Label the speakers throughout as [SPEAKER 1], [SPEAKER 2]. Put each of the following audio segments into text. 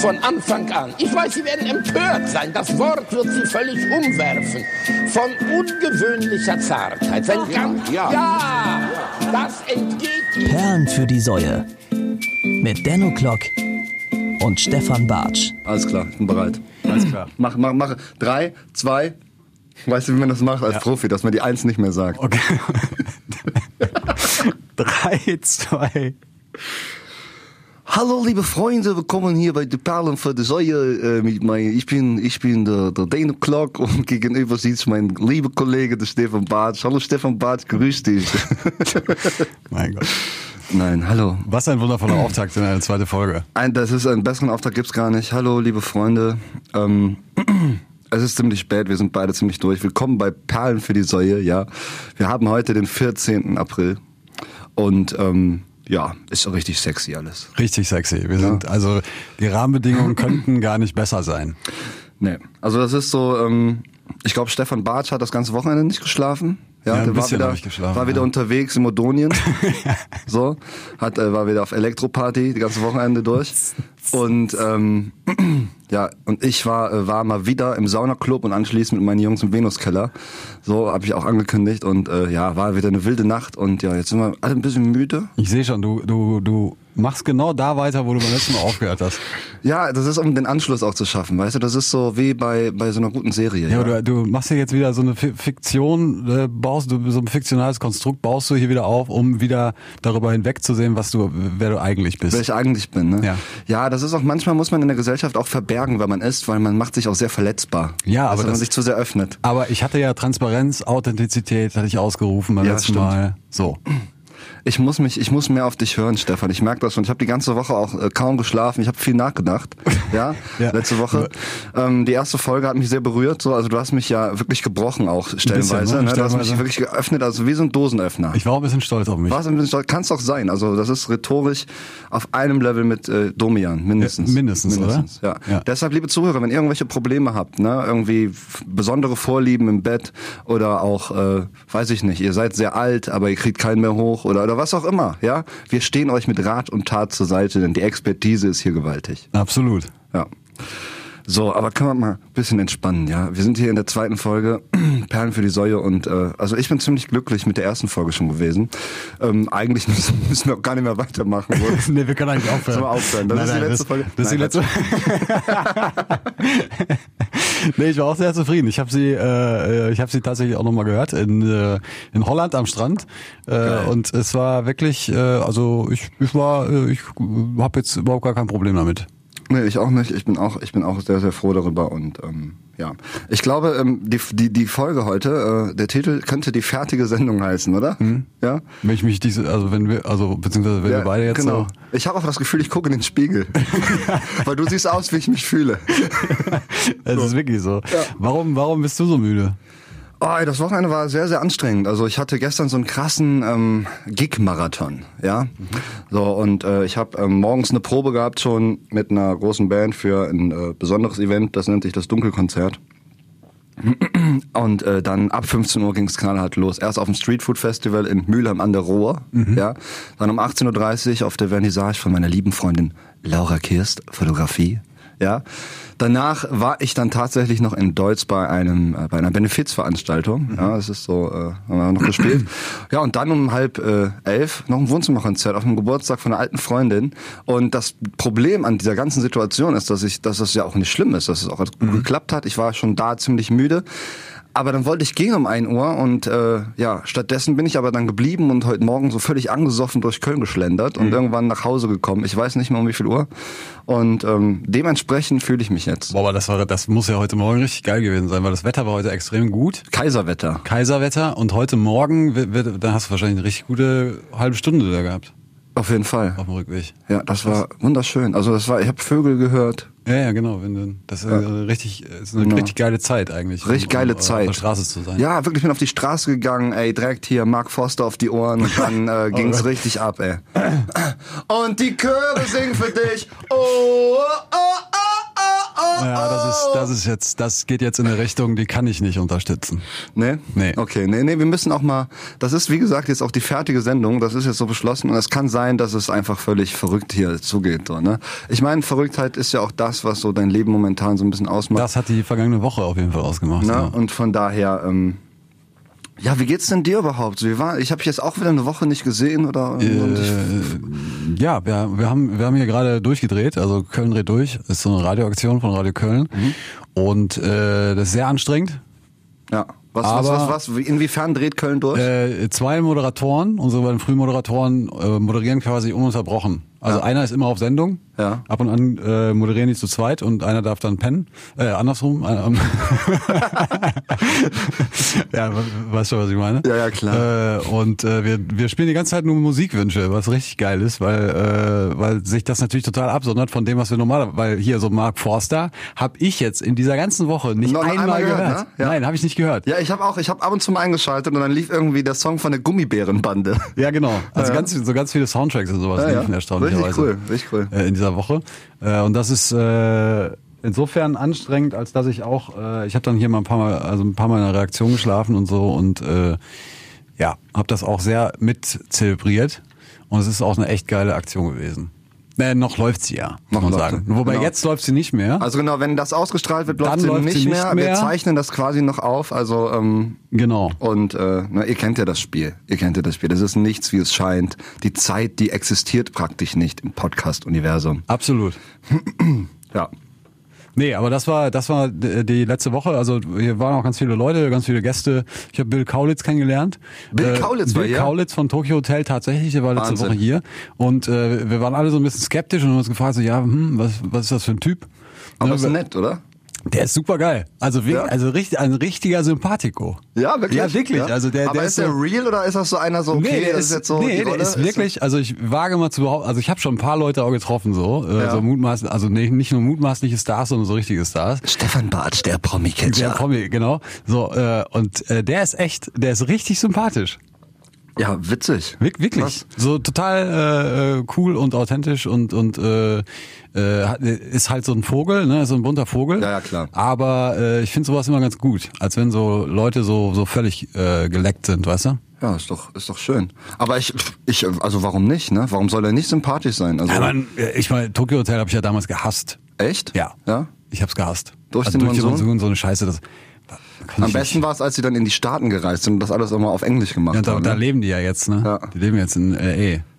[SPEAKER 1] von Anfang an. Ich weiß, Sie werden empört sein. Das Wort wird Sie völlig umwerfen. Von ungewöhnlicher Zartheit. Sein ganz, ja. ja, das entgeht Ihnen.
[SPEAKER 2] Perlen für die Säue. Mit Denno Klock und Stefan Bartsch.
[SPEAKER 3] Alles klar, ich bin bereit.
[SPEAKER 4] Alles klar.
[SPEAKER 3] Mach, mach, mach. Drei, zwei. Weißt du, wie man das macht als Profi, dass man die Eins nicht mehr sagt?
[SPEAKER 4] Okay. Drei, zwei.
[SPEAKER 3] Hallo, liebe Freunde, willkommen hier bei die Perlen für die Säue. Äh, mit mein, ich bin, ich bin der, der Dane Clark und gegenüber sitzt mein lieber Kollege, der Stefan Bartsch. Hallo, Stefan Bartsch, grüß dich.
[SPEAKER 4] Mein Gott.
[SPEAKER 3] Nein, hallo.
[SPEAKER 4] Was ein wundervoller Auftakt in eine zweite Folge.
[SPEAKER 3] Ein, das ist einen besseren Auftrag gibt's gar nicht. Hallo, liebe Freunde. Ähm, es ist ziemlich spät, wir sind beide ziemlich durch. Willkommen bei Perlen für die Säue, ja. Wir haben heute den 14. April und ähm, ja, ist richtig sexy alles.
[SPEAKER 4] Richtig sexy. Wir sind, also, die Rahmenbedingungen könnten gar nicht besser sein.
[SPEAKER 3] Nee. Also das ist so, ähm, ich glaube, Stefan Bartsch hat das ganze Wochenende nicht geschlafen.
[SPEAKER 4] Ja, ein
[SPEAKER 3] der
[SPEAKER 4] bisschen
[SPEAKER 3] war
[SPEAKER 4] hab
[SPEAKER 3] wieder,
[SPEAKER 4] ich geschlafen,
[SPEAKER 3] war wieder
[SPEAKER 4] ja.
[SPEAKER 3] unterwegs in Modonien. so, hat, äh, war wieder auf Elektroparty die ganze Wochenende durch. Und ähm, ja, und ich war, äh, war mal wieder im Saunaclub und anschließend mit meinen Jungs im Venuskeller. So habe ich auch angekündigt. Und äh, ja, war wieder eine wilde Nacht. Und ja, jetzt sind wir alle ein bisschen müde.
[SPEAKER 4] Ich sehe schon, du, du, du machst genau da weiter, wo du beim letzten Mal aufgehört hast.
[SPEAKER 3] Ja, das ist, um den Anschluss auch zu schaffen. Weißt du, das ist so wie bei, bei so einer guten Serie.
[SPEAKER 4] Ja, aber Du, du machst hier jetzt wieder so eine Fi- Fiktion, äh, baust du so ein fiktionales Konstrukt, baust du hier wieder auf, um wieder darüber hinwegzusehen, was du, wer du eigentlich bist.
[SPEAKER 3] Wer ich eigentlich bin, ne?
[SPEAKER 4] Ja.
[SPEAKER 3] ja, das ist auch manchmal muss man in der Gesellschaft auch verbergen, wer man ist, weil man macht sich auch sehr verletzbar.
[SPEAKER 4] Ja, aber
[SPEAKER 3] also, wenn man
[SPEAKER 4] das-
[SPEAKER 3] sich zu sehr öffnet.
[SPEAKER 4] Aber ich hatte ja Transparenz, Authentizität, hatte ich ausgerufen beim
[SPEAKER 3] Ja,
[SPEAKER 4] letzten
[SPEAKER 3] stimmt.
[SPEAKER 4] Mal. So.
[SPEAKER 3] Ich muss mich, ich muss mehr auf dich hören, Stefan. Ich merke das schon. Ich habe die ganze Woche auch äh, kaum geschlafen. Ich habe viel nachgedacht. Ja,
[SPEAKER 4] Ja.
[SPEAKER 3] letzte Woche. Ähm, die erste Folge hat mich sehr berührt. So, also du hast mich ja wirklich gebrochen auch stellenweise.
[SPEAKER 4] bisschen, ne?
[SPEAKER 3] ne? Du hast mich
[SPEAKER 4] Stellenweise.
[SPEAKER 3] wirklich geöffnet, also wie so ein Dosenöffner.
[SPEAKER 4] Ich war auch ein bisschen stolz auf mich.
[SPEAKER 3] Was kann's doch sein. Also das ist rhetorisch auf einem Level mit äh, Domian mindestens.
[SPEAKER 4] Ja, mindestens, oder?
[SPEAKER 3] Ja.
[SPEAKER 4] Ja.
[SPEAKER 3] Deshalb, liebe Zuhörer, wenn ihr irgendwelche Probleme habt, ne, irgendwie f- besondere Vorlieben im Bett oder auch, äh, weiß ich nicht, ihr seid sehr alt, aber ihr kriegt keinen mehr hoch oder oder was auch immer, ja, wir stehen euch mit Rat und Tat zur Seite, denn die Expertise ist hier gewaltig.
[SPEAKER 4] Absolut.
[SPEAKER 3] Ja. So, aber können wir mal ein bisschen entspannen, ja? Wir sind hier in der zweiten Folge Perlen für die Säue und äh, also ich bin ziemlich glücklich mit der ersten Folge schon gewesen. Ähm, eigentlich müssen müssen wir auch gar nicht mehr weitermachen. oder?
[SPEAKER 4] nee, wir können eigentlich aufhören.
[SPEAKER 3] Sollen wir aufhören? Das ist die letzte
[SPEAKER 4] das,
[SPEAKER 3] Folge.
[SPEAKER 4] Das ist die
[SPEAKER 3] Nein,
[SPEAKER 4] letzte Nee, ich war auch sehr zufrieden. Ich habe sie, äh, äh, ich hab sie tatsächlich auch nochmal gehört in, äh, in Holland am Strand. Äh, und es war wirklich, äh, also ich, ich war, äh, ich habe jetzt überhaupt gar kein Problem damit.
[SPEAKER 3] Nee, ich auch nicht. Ich bin auch, ich bin auch sehr, sehr froh darüber und ähm, ja. Ich glaube, ähm, die, die, die Folge heute, äh, der Titel könnte die fertige Sendung heißen, oder? Ja.
[SPEAKER 4] Wenn ich mich diese, also wenn wir, also beziehungsweise Mhm. wenn
[SPEAKER 3] ja,
[SPEAKER 4] wir beide jetzt
[SPEAKER 3] genau.
[SPEAKER 4] so
[SPEAKER 3] Ich habe auch das Gefühl, ich gucke in den Spiegel. Weil du siehst aus, wie ich mich fühle.
[SPEAKER 4] Es ist wirklich so. Warum, warum bist du so müde?
[SPEAKER 3] Oh, ey, das Wochenende war sehr, sehr anstrengend. Also ich hatte gestern so einen krassen ähm, Gig-Marathon, ja. So und äh, ich habe ähm, morgens eine Probe gehabt schon mit einer großen Band für ein äh, besonderes Event. Das nennt sich das Dunkelkonzert. Und äh, dann ab 15 Uhr ging's knallhart los. Erst auf dem Street Food Festival in Mülheim an der Ruhr, ja. Dann um 18.30 Uhr auf der Vernissage von meiner lieben Freundin Laura Kirst, Fotografie, ja. Danach war ich dann tatsächlich noch in Deutz bei einem äh, bei einer Benefizveranstaltung. Ja, es ist so, äh, haben wir noch gespielt. Ja, und dann um halb äh, elf noch ein Wohnzimmerkonzert auf dem Geburtstag von einer alten Freundin. Und das Problem an dieser ganzen Situation ist, dass ich, dass das ja auch nicht schlimm ist, dass es auch gut geklappt hat. Ich war schon da ziemlich müde. Aber dann wollte ich gehen um 1 Uhr und äh, ja, stattdessen bin ich aber dann geblieben und heute Morgen so völlig angesoffen durch Köln geschlendert und irgendwann nach Hause gekommen. Ich weiß nicht mehr um wie viel Uhr. Und ähm, dementsprechend fühle ich mich jetzt.
[SPEAKER 4] Boah, aber das war, das muss ja heute Morgen richtig geil gewesen sein, weil das Wetter war heute extrem gut.
[SPEAKER 3] Kaiserwetter.
[SPEAKER 4] Kaiserwetter und heute Morgen, wird, wird, da hast du wahrscheinlich eine richtig gute halbe Stunde da gehabt
[SPEAKER 3] Auf jeden Fall.
[SPEAKER 4] auf dem Rückweg.
[SPEAKER 3] Ja, das war wunderschön. Also das war, ich habe Vögel gehört.
[SPEAKER 4] Ja, ja, genau. Wenn du, das ist eine richtig, ist eine
[SPEAKER 3] Genau.
[SPEAKER 4] richtig geile Zeit eigentlich.
[SPEAKER 3] Richtig
[SPEAKER 4] um-
[SPEAKER 3] geile
[SPEAKER 4] um, äh,
[SPEAKER 3] Zeit.
[SPEAKER 4] Auf der Straße zu sein.
[SPEAKER 3] Ja, wirklich, ich bin auf die Straße gegangen, ey, direkt hier Mark Forster auf die Ohren und dann äh, ging's richtig ab, ey. Und die Chöre singen für dich. Oh, oh, oh, oh, oh, oh.
[SPEAKER 4] Ja, das ist, das ist jetzt, das geht jetzt in eine Richtung, die kann ich nicht unterstützen.
[SPEAKER 3] Nee?
[SPEAKER 4] Nee.
[SPEAKER 3] Okay, nee, nee, wir müssen auch mal, das ist wie gesagt jetzt auch die fertige Sendung, das ist jetzt so beschlossen und es kann sein, dass es einfach völlig verrückt hier zugeht. So, ne? Ich meine, Verrücktheit ist ja auch das, was so dein Leben momentan so ein bisschen ausmacht.
[SPEAKER 4] Das hat die vergangene Woche auf jeden Fall ausgemacht.
[SPEAKER 3] ne?
[SPEAKER 4] ja.
[SPEAKER 3] Und von daher, ähm, ja, wie geht's denn dir überhaupt? So, Wie war, ich habe jetzt auch wieder eine Woche nicht gesehen oder und ich,
[SPEAKER 4] Äh, ja, wir, wir, haben, wir haben hier gerade durchgedreht, also Köln dreht durch, ist so eine Radioaktion von Radio Köln
[SPEAKER 3] Mhm.
[SPEAKER 4] und äh, das ist sehr anstrengend.
[SPEAKER 3] ja. Was, was,
[SPEAKER 4] aber-
[SPEAKER 3] was, was, wie- inwiefern dreht Köln durch?
[SPEAKER 4] Äh, zwei Moderatoren, unsere beiden Frühmoderatoren, äh, moderieren quasi ununterbrochen. Also
[SPEAKER 3] Ja.
[SPEAKER 4] einer ist immer auf Sendung,
[SPEAKER 3] Ja.
[SPEAKER 4] ab und an äh, moderieren die zu zweit und einer darf dann pennen. Äh, andersrum. Äh, ähm. ja, we- weißt du, was ich meine?
[SPEAKER 3] Ja, ja, klar.
[SPEAKER 4] Äh, und äh, wir, wir spielen die ganze Zeit nur Musikwünsche, was richtig geil ist, weil, äh, weil sich das natürlich total absondert von dem, was wir normalerweise, weil hier so Mark Forster habe ich jetzt in dieser ganzen Woche nicht
[SPEAKER 3] Noch
[SPEAKER 4] einmal, gehört.
[SPEAKER 3] ne? Ja.
[SPEAKER 4] Nein, habe ich nicht gehört.
[SPEAKER 3] Ja, ich habe auch, ich habe ab und zu mal eingeschaltet und dann lief irgendwie der Song von der Gummibärenbande.
[SPEAKER 4] Ja, genau. Also ganz, so ganz viele Soundtracks und sowas
[SPEAKER 3] Ja, ja.
[SPEAKER 4] liefen erstaunlicherweise.
[SPEAKER 3] Richtig cool, richtig cool.
[SPEAKER 4] Äh, in dieser Woche. Äh, und das ist äh, insofern anstrengend, als dass ich auch, äh, ich habe dann hier mal ein paar Mal, also ein paar Mal in der Reaktion geschlafen und so und äh, ja, habe das auch sehr mit zelebriert. Und es ist auch eine echt geile Aktion gewesen. Äh, noch läuft sie ja,
[SPEAKER 3] Noch
[SPEAKER 4] muss man
[SPEAKER 3] läuft
[SPEAKER 4] sagen.
[SPEAKER 3] sie,
[SPEAKER 4] Wobei
[SPEAKER 3] genau.
[SPEAKER 4] jetzt läuft sie nicht mehr.
[SPEAKER 3] Also genau, wenn das ausgestrahlt wird, läuft
[SPEAKER 4] Dann
[SPEAKER 3] sie
[SPEAKER 4] läuft
[SPEAKER 3] nicht,
[SPEAKER 4] sie nicht
[SPEAKER 3] mehr. Wir
[SPEAKER 4] mehr.
[SPEAKER 3] zeichnen das quasi noch auf. Also ähm,
[SPEAKER 4] genau.
[SPEAKER 3] und äh, na, ihr kennt ja das Spiel. Ihr kennt ja das Spiel. Das ist nichts, wie es scheint. Die Zeit, die existiert praktisch nicht im Podcast-Universum.
[SPEAKER 4] Absolut.
[SPEAKER 3] Ja.
[SPEAKER 4] Nee, aber das war das war d- die letzte Woche. Also hier waren auch ganz viele Leute, ganz viele Gäste. Ich habe Bill Kaulitz kennengelernt. Äh,
[SPEAKER 3] Bill Kaulitz war
[SPEAKER 4] Bill
[SPEAKER 3] hier?
[SPEAKER 4] Kaulitz von Tokyo Hotel tatsächlich, der war letzte
[SPEAKER 3] Wahnsinn.
[SPEAKER 4] Woche hier. Und äh, wir waren alle so ein bisschen skeptisch und haben uns gefragt, so ja, hm, was, was ist das für ein Typ?
[SPEAKER 3] Aber
[SPEAKER 4] Ne,
[SPEAKER 3] ist nett, oder?
[SPEAKER 4] der ist super geil. Also, wir-
[SPEAKER 3] Ja?
[SPEAKER 4] also richtig, ein richtiger Sympathico.
[SPEAKER 3] Ja, wirklich.
[SPEAKER 4] Ja, wirklich. Also der,
[SPEAKER 3] Aber
[SPEAKER 4] der
[SPEAKER 3] ist, der
[SPEAKER 4] so-
[SPEAKER 3] real oder ist das so einer so, okay,
[SPEAKER 4] nee, der
[SPEAKER 3] das
[SPEAKER 4] ist,
[SPEAKER 3] jetzt so die
[SPEAKER 4] nee, der
[SPEAKER 3] Rolle?
[SPEAKER 4] ist wirklich, also ich wage mal zu behaupten, also ich habe schon ein paar Leute auch getroffen so, äh,
[SPEAKER 3] Ja.
[SPEAKER 4] so mutmaß, also nee, nicht nur mutmaßliche Stars, sondern so richtige Stars.
[SPEAKER 3] Stefan Bartsch, der
[SPEAKER 4] Der
[SPEAKER 3] Promi-Catcher.
[SPEAKER 4] Promi, genau. So, äh, und äh, der ist echt, der ist richtig sympathisch.
[SPEAKER 3] Ja, witzig.
[SPEAKER 4] Wir wirklich.
[SPEAKER 3] Krass.
[SPEAKER 4] So total äh, äh, cool und authentisch und, und äh, äh, hat- ist halt so ein Vogel, ne? Ist so ein bunter Vogel.
[SPEAKER 3] Ja, ja, klar.
[SPEAKER 4] Aber äh, ich finde sowas immer ganz gut, als wenn so Leute so, so völlig äh, geleckt sind, weißt du?
[SPEAKER 3] Ja, ist doch, ist doch schön. Aber ich, ich, also warum nicht, ne? Warum soll er nicht sympathisch sein? Also,
[SPEAKER 4] Ja, man, ich meine, Tokyo Hotel habe ich ja damals gehasst.
[SPEAKER 3] echt?
[SPEAKER 4] Ja.
[SPEAKER 3] Ja?
[SPEAKER 4] Ich hab's gehasst. Also
[SPEAKER 3] Durch den
[SPEAKER 4] durch
[SPEAKER 3] Monsun?
[SPEAKER 4] so eine Scheiße, das. kann
[SPEAKER 3] Am
[SPEAKER 4] ich nicht.
[SPEAKER 3] besten war es, als sie dann in die Staaten gereist sind und das alles immer auf Englisch gemacht
[SPEAKER 4] Ja, da,
[SPEAKER 3] haben.
[SPEAKER 4] da
[SPEAKER 3] ne?
[SPEAKER 4] leben die ja jetzt, ne?
[SPEAKER 3] Ja.
[SPEAKER 4] Die leben jetzt in Also L.A.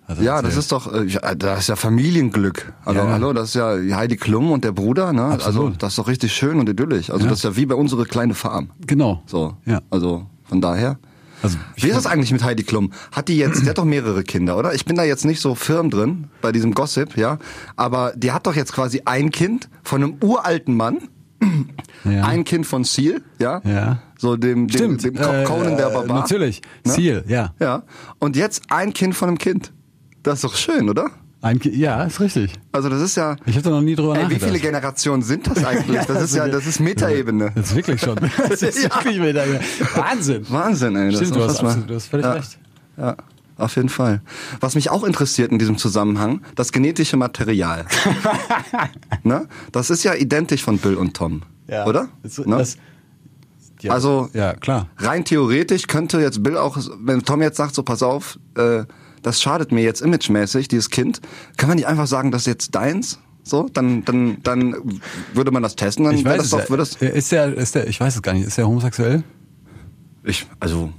[SPEAKER 4] hat er
[SPEAKER 3] ja, das
[SPEAKER 4] erzählt.
[SPEAKER 3] ist doch, äh, ja, das ist ja Familienglück. Also,
[SPEAKER 4] Ja, ja.
[SPEAKER 3] hallo, das ist ja Heidi Klum und der Bruder, ne? Also,
[SPEAKER 4] Absolut.
[SPEAKER 3] das ist doch richtig schön und idyllisch. Also, das ist ja wie bei unserer kleine Farm.
[SPEAKER 4] Genau.
[SPEAKER 3] So.
[SPEAKER 4] Ja.
[SPEAKER 3] Also, von daher.
[SPEAKER 4] Also, ich
[SPEAKER 3] Wie ist das eigentlich mit Heidi Klum? Hat die jetzt, die hat doch mehrere Kinder, oder? Ich bin da jetzt nicht so firm drin bei diesem Gossip, ja. Aber die hat doch jetzt quasi ein Kind von einem uralten Mann,
[SPEAKER 4] Ja.
[SPEAKER 3] ein Kind von Seal, ja.
[SPEAKER 4] Ja.
[SPEAKER 3] So dem, dem,
[SPEAKER 4] Stimmt.
[SPEAKER 3] dem Co- Conan der
[SPEAKER 4] äh,
[SPEAKER 3] Barbar.
[SPEAKER 4] Natürlich.
[SPEAKER 3] Ne?
[SPEAKER 4] Seal, ja.
[SPEAKER 3] Ja. Und jetzt ein Kind von einem Kind. Das ist doch schön, oder?
[SPEAKER 4] Ein, Ki- ja, ist richtig.
[SPEAKER 3] Also das ist ja.
[SPEAKER 4] Ich habe da noch nie drüber
[SPEAKER 3] Ey, wie
[SPEAKER 4] nachgedacht.
[SPEAKER 3] viele Generationen sind das eigentlich? Das
[SPEAKER 4] also
[SPEAKER 3] ist ja, das ist Metaebene.
[SPEAKER 4] Das ist wirklich schon. Das ist
[SPEAKER 3] Ja.
[SPEAKER 4] wirklich wieder. Wahnsinn.
[SPEAKER 3] Wahnsinn, ey. Das ist
[SPEAKER 4] Stimmt, du hast,
[SPEAKER 3] unfassbar.
[SPEAKER 4] absolut, du hast völlig
[SPEAKER 3] Ja.
[SPEAKER 4] recht.
[SPEAKER 3] Ja, auf jeden Fall. Was mich auch interessiert in diesem Zusammenhang, das genetische Material. ne? Das ist ja identisch von Bill und Tom, oder?
[SPEAKER 4] Das-
[SPEAKER 3] ne?
[SPEAKER 4] das- ja.
[SPEAKER 3] Also-
[SPEAKER 4] Ja, klar.
[SPEAKER 3] Rein theoretisch könnte jetzt Bill auch, wenn Tom jetzt sagt, so pass auf, äh, das schadet mir jetzt imagemäßig, dieses Kind, kann man nicht einfach sagen, das ist jetzt deins? So, dann, dann, dann würde man das testen, dann
[SPEAKER 4] Ich
[SPEAKER 3] wäre
[SPEAKER 4] weiß
[SPEAKER 3] das
[SPEAKER 4] es
[SPEAKER 3] doch,
[SPEAKER 4] ja. Äh,
[SPEAKER 3] würde das,
[SPEAKER 4] Ist der, ist der, ich weiß es gar nicht. Ist der homosexuell?
[SPEAKER 3] ich, also,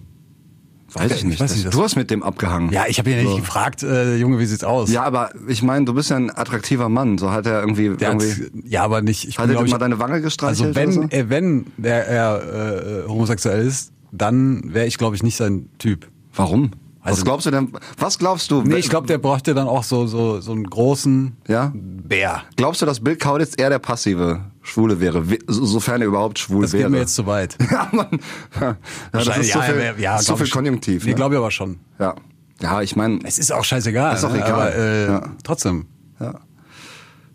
[SPEAKER 3] weiß ich
[SPEAKER 4] Ich
[SPEAKER 3] nicht.
[SPEAKER 4] weiß
[SPEAKER 3] das-
[SPEAKER 4] nicht, das-
[SPEAKER 3] du hast mit dem abgehangen.
[SPEAKER 4] Ja, ich habe ihn ja nicht
[SPEAKER 3] So.
[SPEAKER 4] gefragt, äh, Junge, wie sieht's aus?
[SPEAKER 3] Ja, aber ich meine, du bist ja ein attraktiver Mann. So hat er irgendwie.
[SPEAKER 4] Der hat,
[SPEAKER 3] irgendwie
[SPEAKER 4] ja, aber nicht. Ich
[SPEAKER 3] Hat
[SPEAKER 4] bin,
[SPEAKER 3] er
[SPEAKER 4] glaub
[SPEAKER 3] dir
[SPEAKER 4] ich,
[SPEAKER 3] mal deine Wange gestreichelt
[SPEAKER 4] Also wenn,
[SPEAKER 3] oder so?
[SPEAKER 4] äh, wenn der, er äh, homosexuell ist, dann wäre ich, glaube ich, nicht sein Typ.
[SPEAKER 3] warum? was
[SPEAKER 4] Also-
[SPEAKER 3] glaubst du denn? Was glaubst du?
[SPEAKER 4] Nee, ich glaube, der bräuchte dann auch so, so, so einen großen
[SPEAKER 3] Ja?
[SPEAKER 4] Bär.
[SPEAKER 3] Glaubst du, dass Bill Kaulitz eher der passive Schwule wäre, we- so- sofern er überhaupt schwul
[SPEAKER 4] Das
[SPEAKER 3] wäre?
[SPEAKER 4] geht mir jetzt zu weit.
[SPEAKER 3] ja, Mann. Ja, das ist zu
[SPEAKER 4] ja,
[SPEAKER 3] viel,
[SPEAKER 4] ja, ja,
[SPEAKER 3] ist zu
[SPEAKER 4] glaub
[SPEAKER 3] viel
[SPEAKER 4] ich-
[SPEAKER 3] Konjunktiv.
[SPEAKER 4] Nee,
[SPEAKER 3] Ne?
[SPEAKER 4] glaube ich aber schon.
[SPEAKER 3] ja. Ja, ich meine,
[SPEAKER 4] Es ist auch scheißegal.
[SPEAKER 3] Ist auch
[SPEAKER 4] ne?
[SPEAKER 3] egal.
[SPEAKER 4] Aber, äh,
[SPEAKER 3] Ja.
[SPEAKER 4] Trotzdem,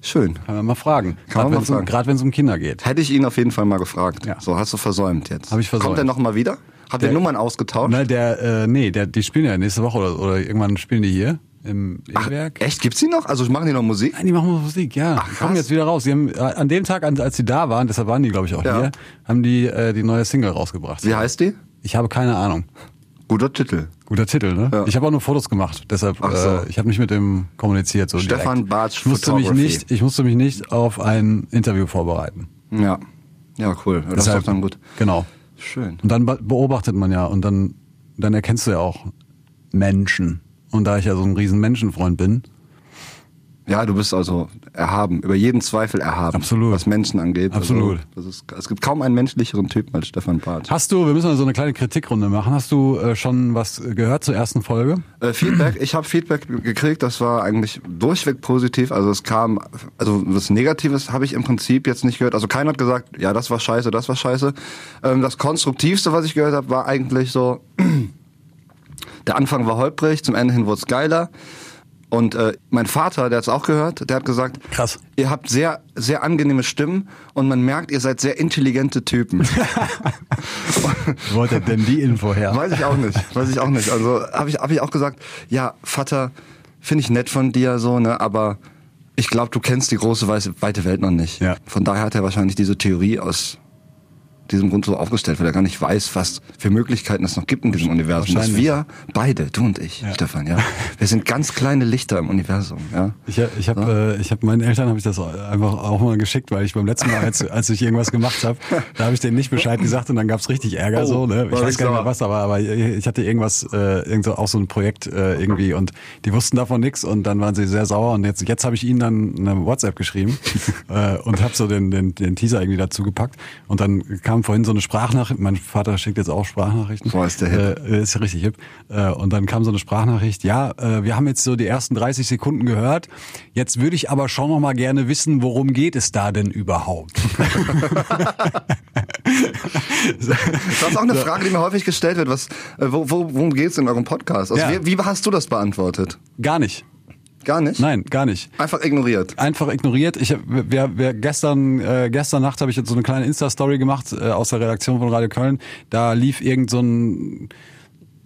[SPEAKER 3] schön.
[SPEAKER 4] kann man mal fragen.
[SPEAKER 3] Kann man
[SPEAKER 4] Gerade
[SPEAKER 3] mal
[SPEAKER 4] wenn's um-
[SPEAKER 3] fragen.
[SPEAKER 4] Gerade wenn es um Kinder geht.
[SPEAKER 3] Hätte ich ihn auf jeden Fall mal gefragt.
[SPEAKER 4] Ja.
[SPEAKER 3] So hast du versäumt jetzt.
[SPEAKER 4] Hab ich versäumt.
[SPEAKER 3] Kommt er noch mal wieder? Hat der,
[SPEAKER 4] Der-
[SPEAKER 3] Nummern ausgetauscht?
[SPEAKER 4] Ne, der, äh, nee, der, die spielen ja nächste Woche oder, oder irgendwann spielen die hier. im
[SPEAKER 3] Ach,
[SPEAKER 4] E-Werk.
[SPEAKER 3] echt? Gibt's die noch? Also machen die noch Musik?
[SPEAKER 4] Nein, die machen Musik, ja.
[SPEAKER 3] Ach,
[SPEAKER 4] die
[SPEAKER 3] krass.
[SPEAKER 4] kommen jetzt wieder raus. Die haben, äh, an dem Tag, an- als sie da waren, deshalb waren die, glaube ich, auch
[SPEAKER 3] Ja.
[SPEAKER 4] hier, haben die äh, die neue Single rausgebracht.
[SPEAKER 3] Wie heißt die?
[SPEAKER 4] Ich habe keine Ahnung.
[SPEAKER 3] Guter Titel.
[SPEAKER 4] Guter Titel, ne?
[SPEAKER 3] Ja.
[SPEAKER 4] Ich habe auch nur Fotos gemacht, deshalb
[SPEAKER 3] Ach so.
[SPEAKER 4] äh, ich habe nicht mit dem kommuniziert so
[SPEAKER 3] Stefan
[SPEAKER 4] direkt.
[SPEAKER 3] Bartsch
[SPEAKER 4] ich musste mich
[SPEAKER 3] Photography.
[SPEAKER 4] nicht, ich musste mich nicht auf ein Interview vorbereiten.
[SPEAKER 3] Ja. Ja, cool. Ja, Das ist doch dann gut.
[SPEAKER 4] Genau.
[SPEAKER 3] Schön.
[SPEAKER 4] Und dann be- beobachtet man ja und dann dann erkennst du ja auch Menschen. Und da ich ja so ein riesen Menschenfreund bin,
[SPEAKER 3] Ja, du bist also erhaben, über jeden Zweifel erhaben.
[SPEAKER 4] Absolut.
[SPEAKER 3] Was Menschen angeht.
[SPEAKER 4] Absolut.
[SPEAKER 3] Also, das ist, es gibt kaum einen menschlicheren Typen als Stefan Barth.
[SPEAKER 4] hast du, wir müssen mal so eine kleine Kritikrunde machen. Hast du äh, schon was gehört zur ersten Folge?
[SPEAKER 3] Äh, Feedback, ich habe Feedback gekriegt, das war eigentlich durchweg positiv. Also es kam, also was Negatives habe ich im Prinzip jetzt nicht gehört. Also keiner hat gesagt, ja, das war scheiße, das war scheiße. Ähm, das Konstruktivste, was ich gehört habe, war eigentlich so, der Anfang war holprig, zum Ende hin wurde es geiler. Und äh, mein Vater, der hat es auch gehört, der hat gesagt,
[SPEAKER 4] Krass.
[SPEAKER 3] ihr habt sehr, sehr angenehme Stimmen und man merkt, ihr seid sehr intelligente Typen.
[SPEAKER 4] Wo hat er denn die Info her?
[SPEAKER 3] Weiß ich auch nicht, weiß ich auch nicht. Also habe ich, hab ich auch gesagt, ja, Vater, finde ich nett von dir so, ne, aber ich glaube, du kennst die große weiße, weite Welt noch nicht.
[SPEAKER 4] Ja.
[SPEAKER 3] Von daher hat er wahrscheinlich diese Theorie aus diesem Grund so aufgestellt, weil er gar nicht weiß, was für Möglichkeiten es noch gibt in diesem Universum. Dass
[SPEAKER 4] Wahrscheinlich.
[SPEAKER 3] wir beide, du und ich, Stefan, ja, wir sind ganz kleine Lichter im Universum, ja.
[SPEAKER 4] Ich, hab- ich habe äh, ich hab meinen Eltern habe ich das einfach auch mal geschickt, weil ich beim letzten Mal, als, als ich irgendwas gemacht habe, da habe ich denen nicht Bescheid gesagt und dann gab's richtig Ärger
[SPEAKER 3] Oh,
[SPEAKER 4] so. Ne? Ich
[SPEAKER 3] war
[SPEAKER 4] weiß
[SPEAKER 3] ich
[SPEAKER 4] gar nicht
[SPEAKER 3] sauer.
[SPEAKER 4] mehr was, aber, aber ich hatte irgendwas, äh, irgend so, auch so ein Projekt äh, irgendwie und die wussten davon nichts und dann waren sie sehr sauer und jetzt, jetzt habe ich ihnen dann eine WhatsApp geschrieben äh, und habe so den, den, den Teaser irgendwie dazu gepackt und dann kam vorhin so eine Sprachnachricht, mein Vater schickt jetzt auch Sprachnachrichten.
[SPEAKER 3] Boah, ist der hip.
[SPEAKER 4] Äh, äh, ist ja richtig hip. Äh, Und dann kam so eine Sprachnachricht, ja, äh, wir haben jetzt so die ersten 30 Sekunden gehört. Jetzt würde ich aber schon noch mal gerne wissen, worum geht es da denn überhaupt?
[SPEAKER 3] Das ist auch eine Frage, die mir häufig gestellt wird. Was, äh, wo, wo, worum geht's in eurem Podcast? Also,
[SPEAKER 4] Ja.
[SPEAKER 3] wie, wie hast du das beantwortet?
[SPEAKER 4] Gar nicht.
[SPEAKER 3] Gar nicht?
[SPEAKER 4] Nein, gar nicht.
[SPEAKER 3] Einfach ignoriert.
[SPEAKER 4] Einfach ignoriert. Ich hab, wer, wer gestern äh, gestern Nacht habe ich jetzt so eine kleine Insta Story gemacht äh, aus der Redaktion von Radio Köln. Da lief irgend so ein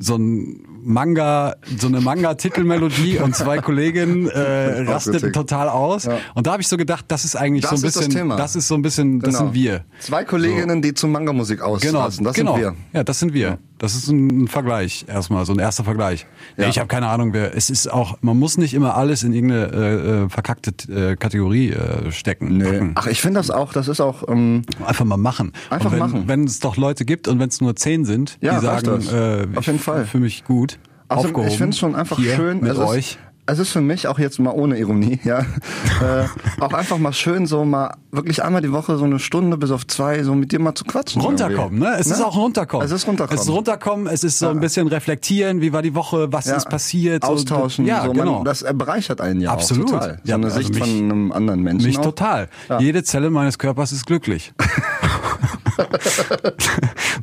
[SPEAKER 4] so ein Manga, so eine Manga-Titelmelodie und zwei Kollegen äh,
[SPEAKER 3] Auch
[SPEAKER 4] rasteten
[SPEAKER 3] witzig.
[SPEAKER 4] total aus.
[SPEAKER 3] Ja.
[SPEAKER 4] Und da habe ich so gedacht, das ist eigentlich
[SPEAKER 3] Das
[SPEAKER 4] so ein
[SPEAKER 3] ist
[SPEAKER 4] bisschen,
[SPEAKER 3] das Thema. Genau.
[SPEAKER 4] das ist so ein bisschen, das sind wir.
[SPEAKER 3] Zwei Kolleginnen, die zu Manga-Musik
[SPEAKER 4] Genau,
[SPEAKER 3] auslassen. Das
[SPEAKER 4] genau.
[SPEAKER 3] sind wir.
[SPEAKER 4] Ja, das sind wir. Das ist ein Vergleich erstmal, so ein erster Vergleich. Nee,
[SPEAKER 3] Ja.
[SPEAKER 4] Ich habe keine Ahnung, wer. Es ist auch, man muss nicht immer alles in irgendeine äh, äh, verkackte äh, Kategorie äh, stecken. packen.
[SPEAKER 3] Ach, ich finde das auch, das ist auch, ähm,
[SPEAKER 4] Einfach mal machen.
[SPEAKER 3] Einfach
[SPEAKER 4] und wenn,
[SPEAKER 3] machen.
[SPEAKER 4] Wenn es doch Leute gibt und wenn es nur zehn sind,
[SPEAKER 3] Ja,
[SPEAKER 4] die
[SPEAKER 3] reicht
[SPEAKER 4] sagen,
[SPEAKER 3] das.
[SPEAKER 4] äh,
[SPEAKER 3] Auf jeden
[SPEAKER 4] ich-
[SPEAKER 3] Fall.
[SPEAKER 4] für mich gut.
[SPEAKER 3] also
[SPEAKER 4] aufgehoben,
[SPEAKER 3] ich finde es schon einfach
[SPEAKER 4] hier
[SPEAKER 3] schön.
[SPEAKER 4] mit
[SPEAKER 3] es
[SPEAKER 4] euch.
[SPEAKER 3] Ist, es ist für mich auch jetzt mal ohne Ironie, ja, äh, auch einfach mal schön, so mal wirklich einmal die Woche so eine Stunde bis auf zwei, so mit dir mal zu quatschen.
[SPEAKER 4] Runterkommen,
[SPEAKER 3] irgendwie.
[SPEAKER 4] ne? Es ist auch runterkommen.
[SPEAKER 3] Es ist runterkommen.
[SPEAKER 4] Es ist runterkommen, es ist so ein bisschen reflektieren, wie war die Woche, was
[SPEAKER 3] Ja.
[SPEAKER 4] ist passiert. so-
[SPEAKER 3] Austauschen,
[SPEAKER 4] ja,
[SPEAKER 3] so,
[SPEAKER 4] genau.
[SPEAKER 3] man, das äh, bereichert einen ja
[SPEAKER 4] Absolut.
[SPEAKER 3] auch total. So
[SPEAKER 4] Ja,
[SPEAKER 3] eine
[SPEAKER 4] also
[SPEAKER 3] Sicht
[SPEAKER 4] mich-
[SPEAKER 3] von einem anderen Menschen.
[SPEAKER 4] Mich
[SPEAKER 3] auch.
[SPEAKER 4] total.
[SPEAKER 3] Ja.
[SPEAKER 4] Jede Zelle meines Körpers ist glücklich.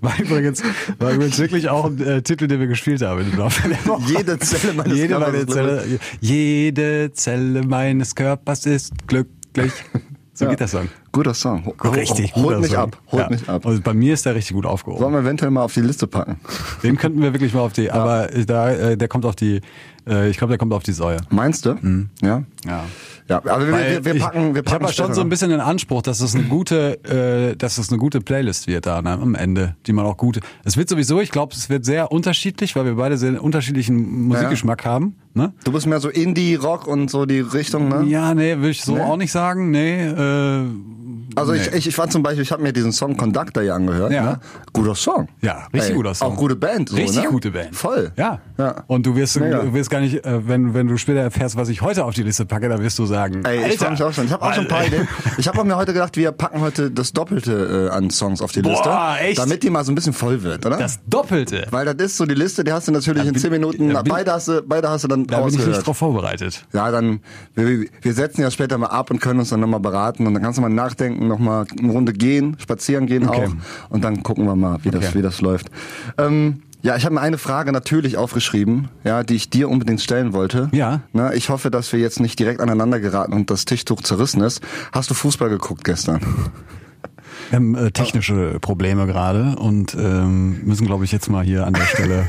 [SPEAKER 4] war, übrigens, war übrigens wirklich auch ein äh, Titel, den wir gespielt haben in dem Laufe der Woche.
[SPEAKER 3] Jede Zelle meines
[SPEAKER 4] jede
[SPEAKER 3] Körpers
[SPEAKER 4] meine
[SPEAKER 3] ist
[SPEAKER 4] Zelle, jede Zelle meines Körpers ist glücklich. So
[SPEAKER 3] Ja.
[SPEAKER 4] geht der Song.
[SPEAKER 3] Guter Song. Ho- ho-
[SPEAKER 4] guter
[SPEAKER 3] Holt mich
[SPEAKER 4] Song.
[SPEAKER 3] ab. Holt
[SPEAKER 4] Ja.
[SPEAKER 3] mich ab.
[SPEAKER 4] Also bei mir ist der richtig gut aufgehoben.
[SPEAKER 3] Sollen wir eventuell mal auf die Liste packen?
[SPEAKER 4] Den könnten wir wirklich mal auf die, aber äh, da, äh, der kommt auf die, äh, ich glaube, der kommt auf die Säue.
[SPEAKER 3] Meinst du? Ja.
[SPEAKER 4] Mhm. Ja.
[SPEAKER 3] Ja, aber wir,
[SPEAKER 4] Weil
[SPEAKER 3] wir, wir packen, wir
[SPEAKER 4] ich, ich
[SPEAKER 3] packen
[SPEAKER 4] habe schon
[SPEAKER 3] Stefan
[SPEAKER 4] so ein
[SPEAKER 3] rein.
[SPEAKER 4] bisschen den Anspruch, dass es eine gute, äh, dass es eine gute Playlist wird da ne, am Ende, die man auch gut. Es wird sowieso, ich glaube, es wird sehr unterschiedlich, weil wir beide sehr unterschiedlichen Musikgeschmack haben. Ne?
[SPEAKER 3] Du bist mehr so Indie, Rock und so die Richtung, ne?
[SPEAKER 4] Ja, nee, würde ich so auch nicht sagen. Nee, äh,
[SPEAKER 3] Also ich,
[SPEAKER 4] nee.
[SPEAKER 3] ich, ich war zum Beispiel, ich habe mir diesen Song Conductor hier angehört.
[SPEAKER 4] Ja.
[SPEAKER 3] Ne? Guter Song.
[SPEAKER 4] Ja, richtig
[SPEAKER 3] Ey,
[SPEAKER 4] guter Song.
[SPEAKER 3] Auch gute Band. So,
[SPEAKER 4] Richtig
[SPEAKER 3] ne?
[SPEAKER 4] gute Band.
[SPEAKER 3] Voll.
[SPEAKER 4] Ja.
[SPEAKER 3] ja.
[SPEAKER 4] Und du wirst,
[SPEAKER 3] Mega.
[SPEAKER 4] du wirst gar nicht, äh, wenn, wenn du später erfährst, was ich heute auf die Liste packe, dann wirst du sagen.
[SPEAKER 3] Ey, ich
[SPEAKER 4] Alter,
[SPEAKER 3] freue mich auch schon. Ich habe auch schon ein paar
[SPEAKER 4] Alter.
[SPEAKER 3] Ideen. Ich habe mir heute gedacht, wir packen heute das Doppelte äh, an Songs auf die
[SPEAKER 4] Boah,
[SPEAKER 3] Liste.
[SPEAKER 4] echt?
[SPEAKER 3] Damit die mal so ein bisschen voll wird, oder?
[SPEAKER 4] Das Doppelte.
[SPEAKER 3] Weil das ist so die Liste, die hast du natürlich in
[SPEAKER 4] bin-
[SPEAKER 3] 10 Minuten,
[SPEAKER 4] da bin-
[SPEAKER 3] beide, hast du, beide hast du dann
[SPEAKER 4] Da bin ich
[SPEAKER 3] rausgehört.
[SPEAKER 4] nicht drauf vorbereitet.
[SPEAKER 3] Ja, dann, wir, wir setzen ja später mal ab und können uns dann nochmal beraten und dann kannst du mal nachdenken, nochmal eine Runde gehen, spazieren gehen
[SPEAKER 4] Okay.
[SPEAKER 3] auch und dann gucken wir mal, wie das,
[SPEAKER 4] Okay.
[SPEAKER 3] wie das läuft. Ähm, ja, ich habe mir eine Frage natürlich aufgeschrieben, ja, die ich dir unbedingt stellen wollte.
[SPEAKER 4] Ja.
[SPEAKER 3] Na, ich hoffe, dass wir jetzt nicht direkt aneinander geraten und das Tischtuch zerrissen ist. Hast du Fußball geguckt gestern?
[SPEAKER 4] Wir haben äh, technische Probleme gerade und ähm, müssen, glaube ich, jetzt mal hier an der Stelle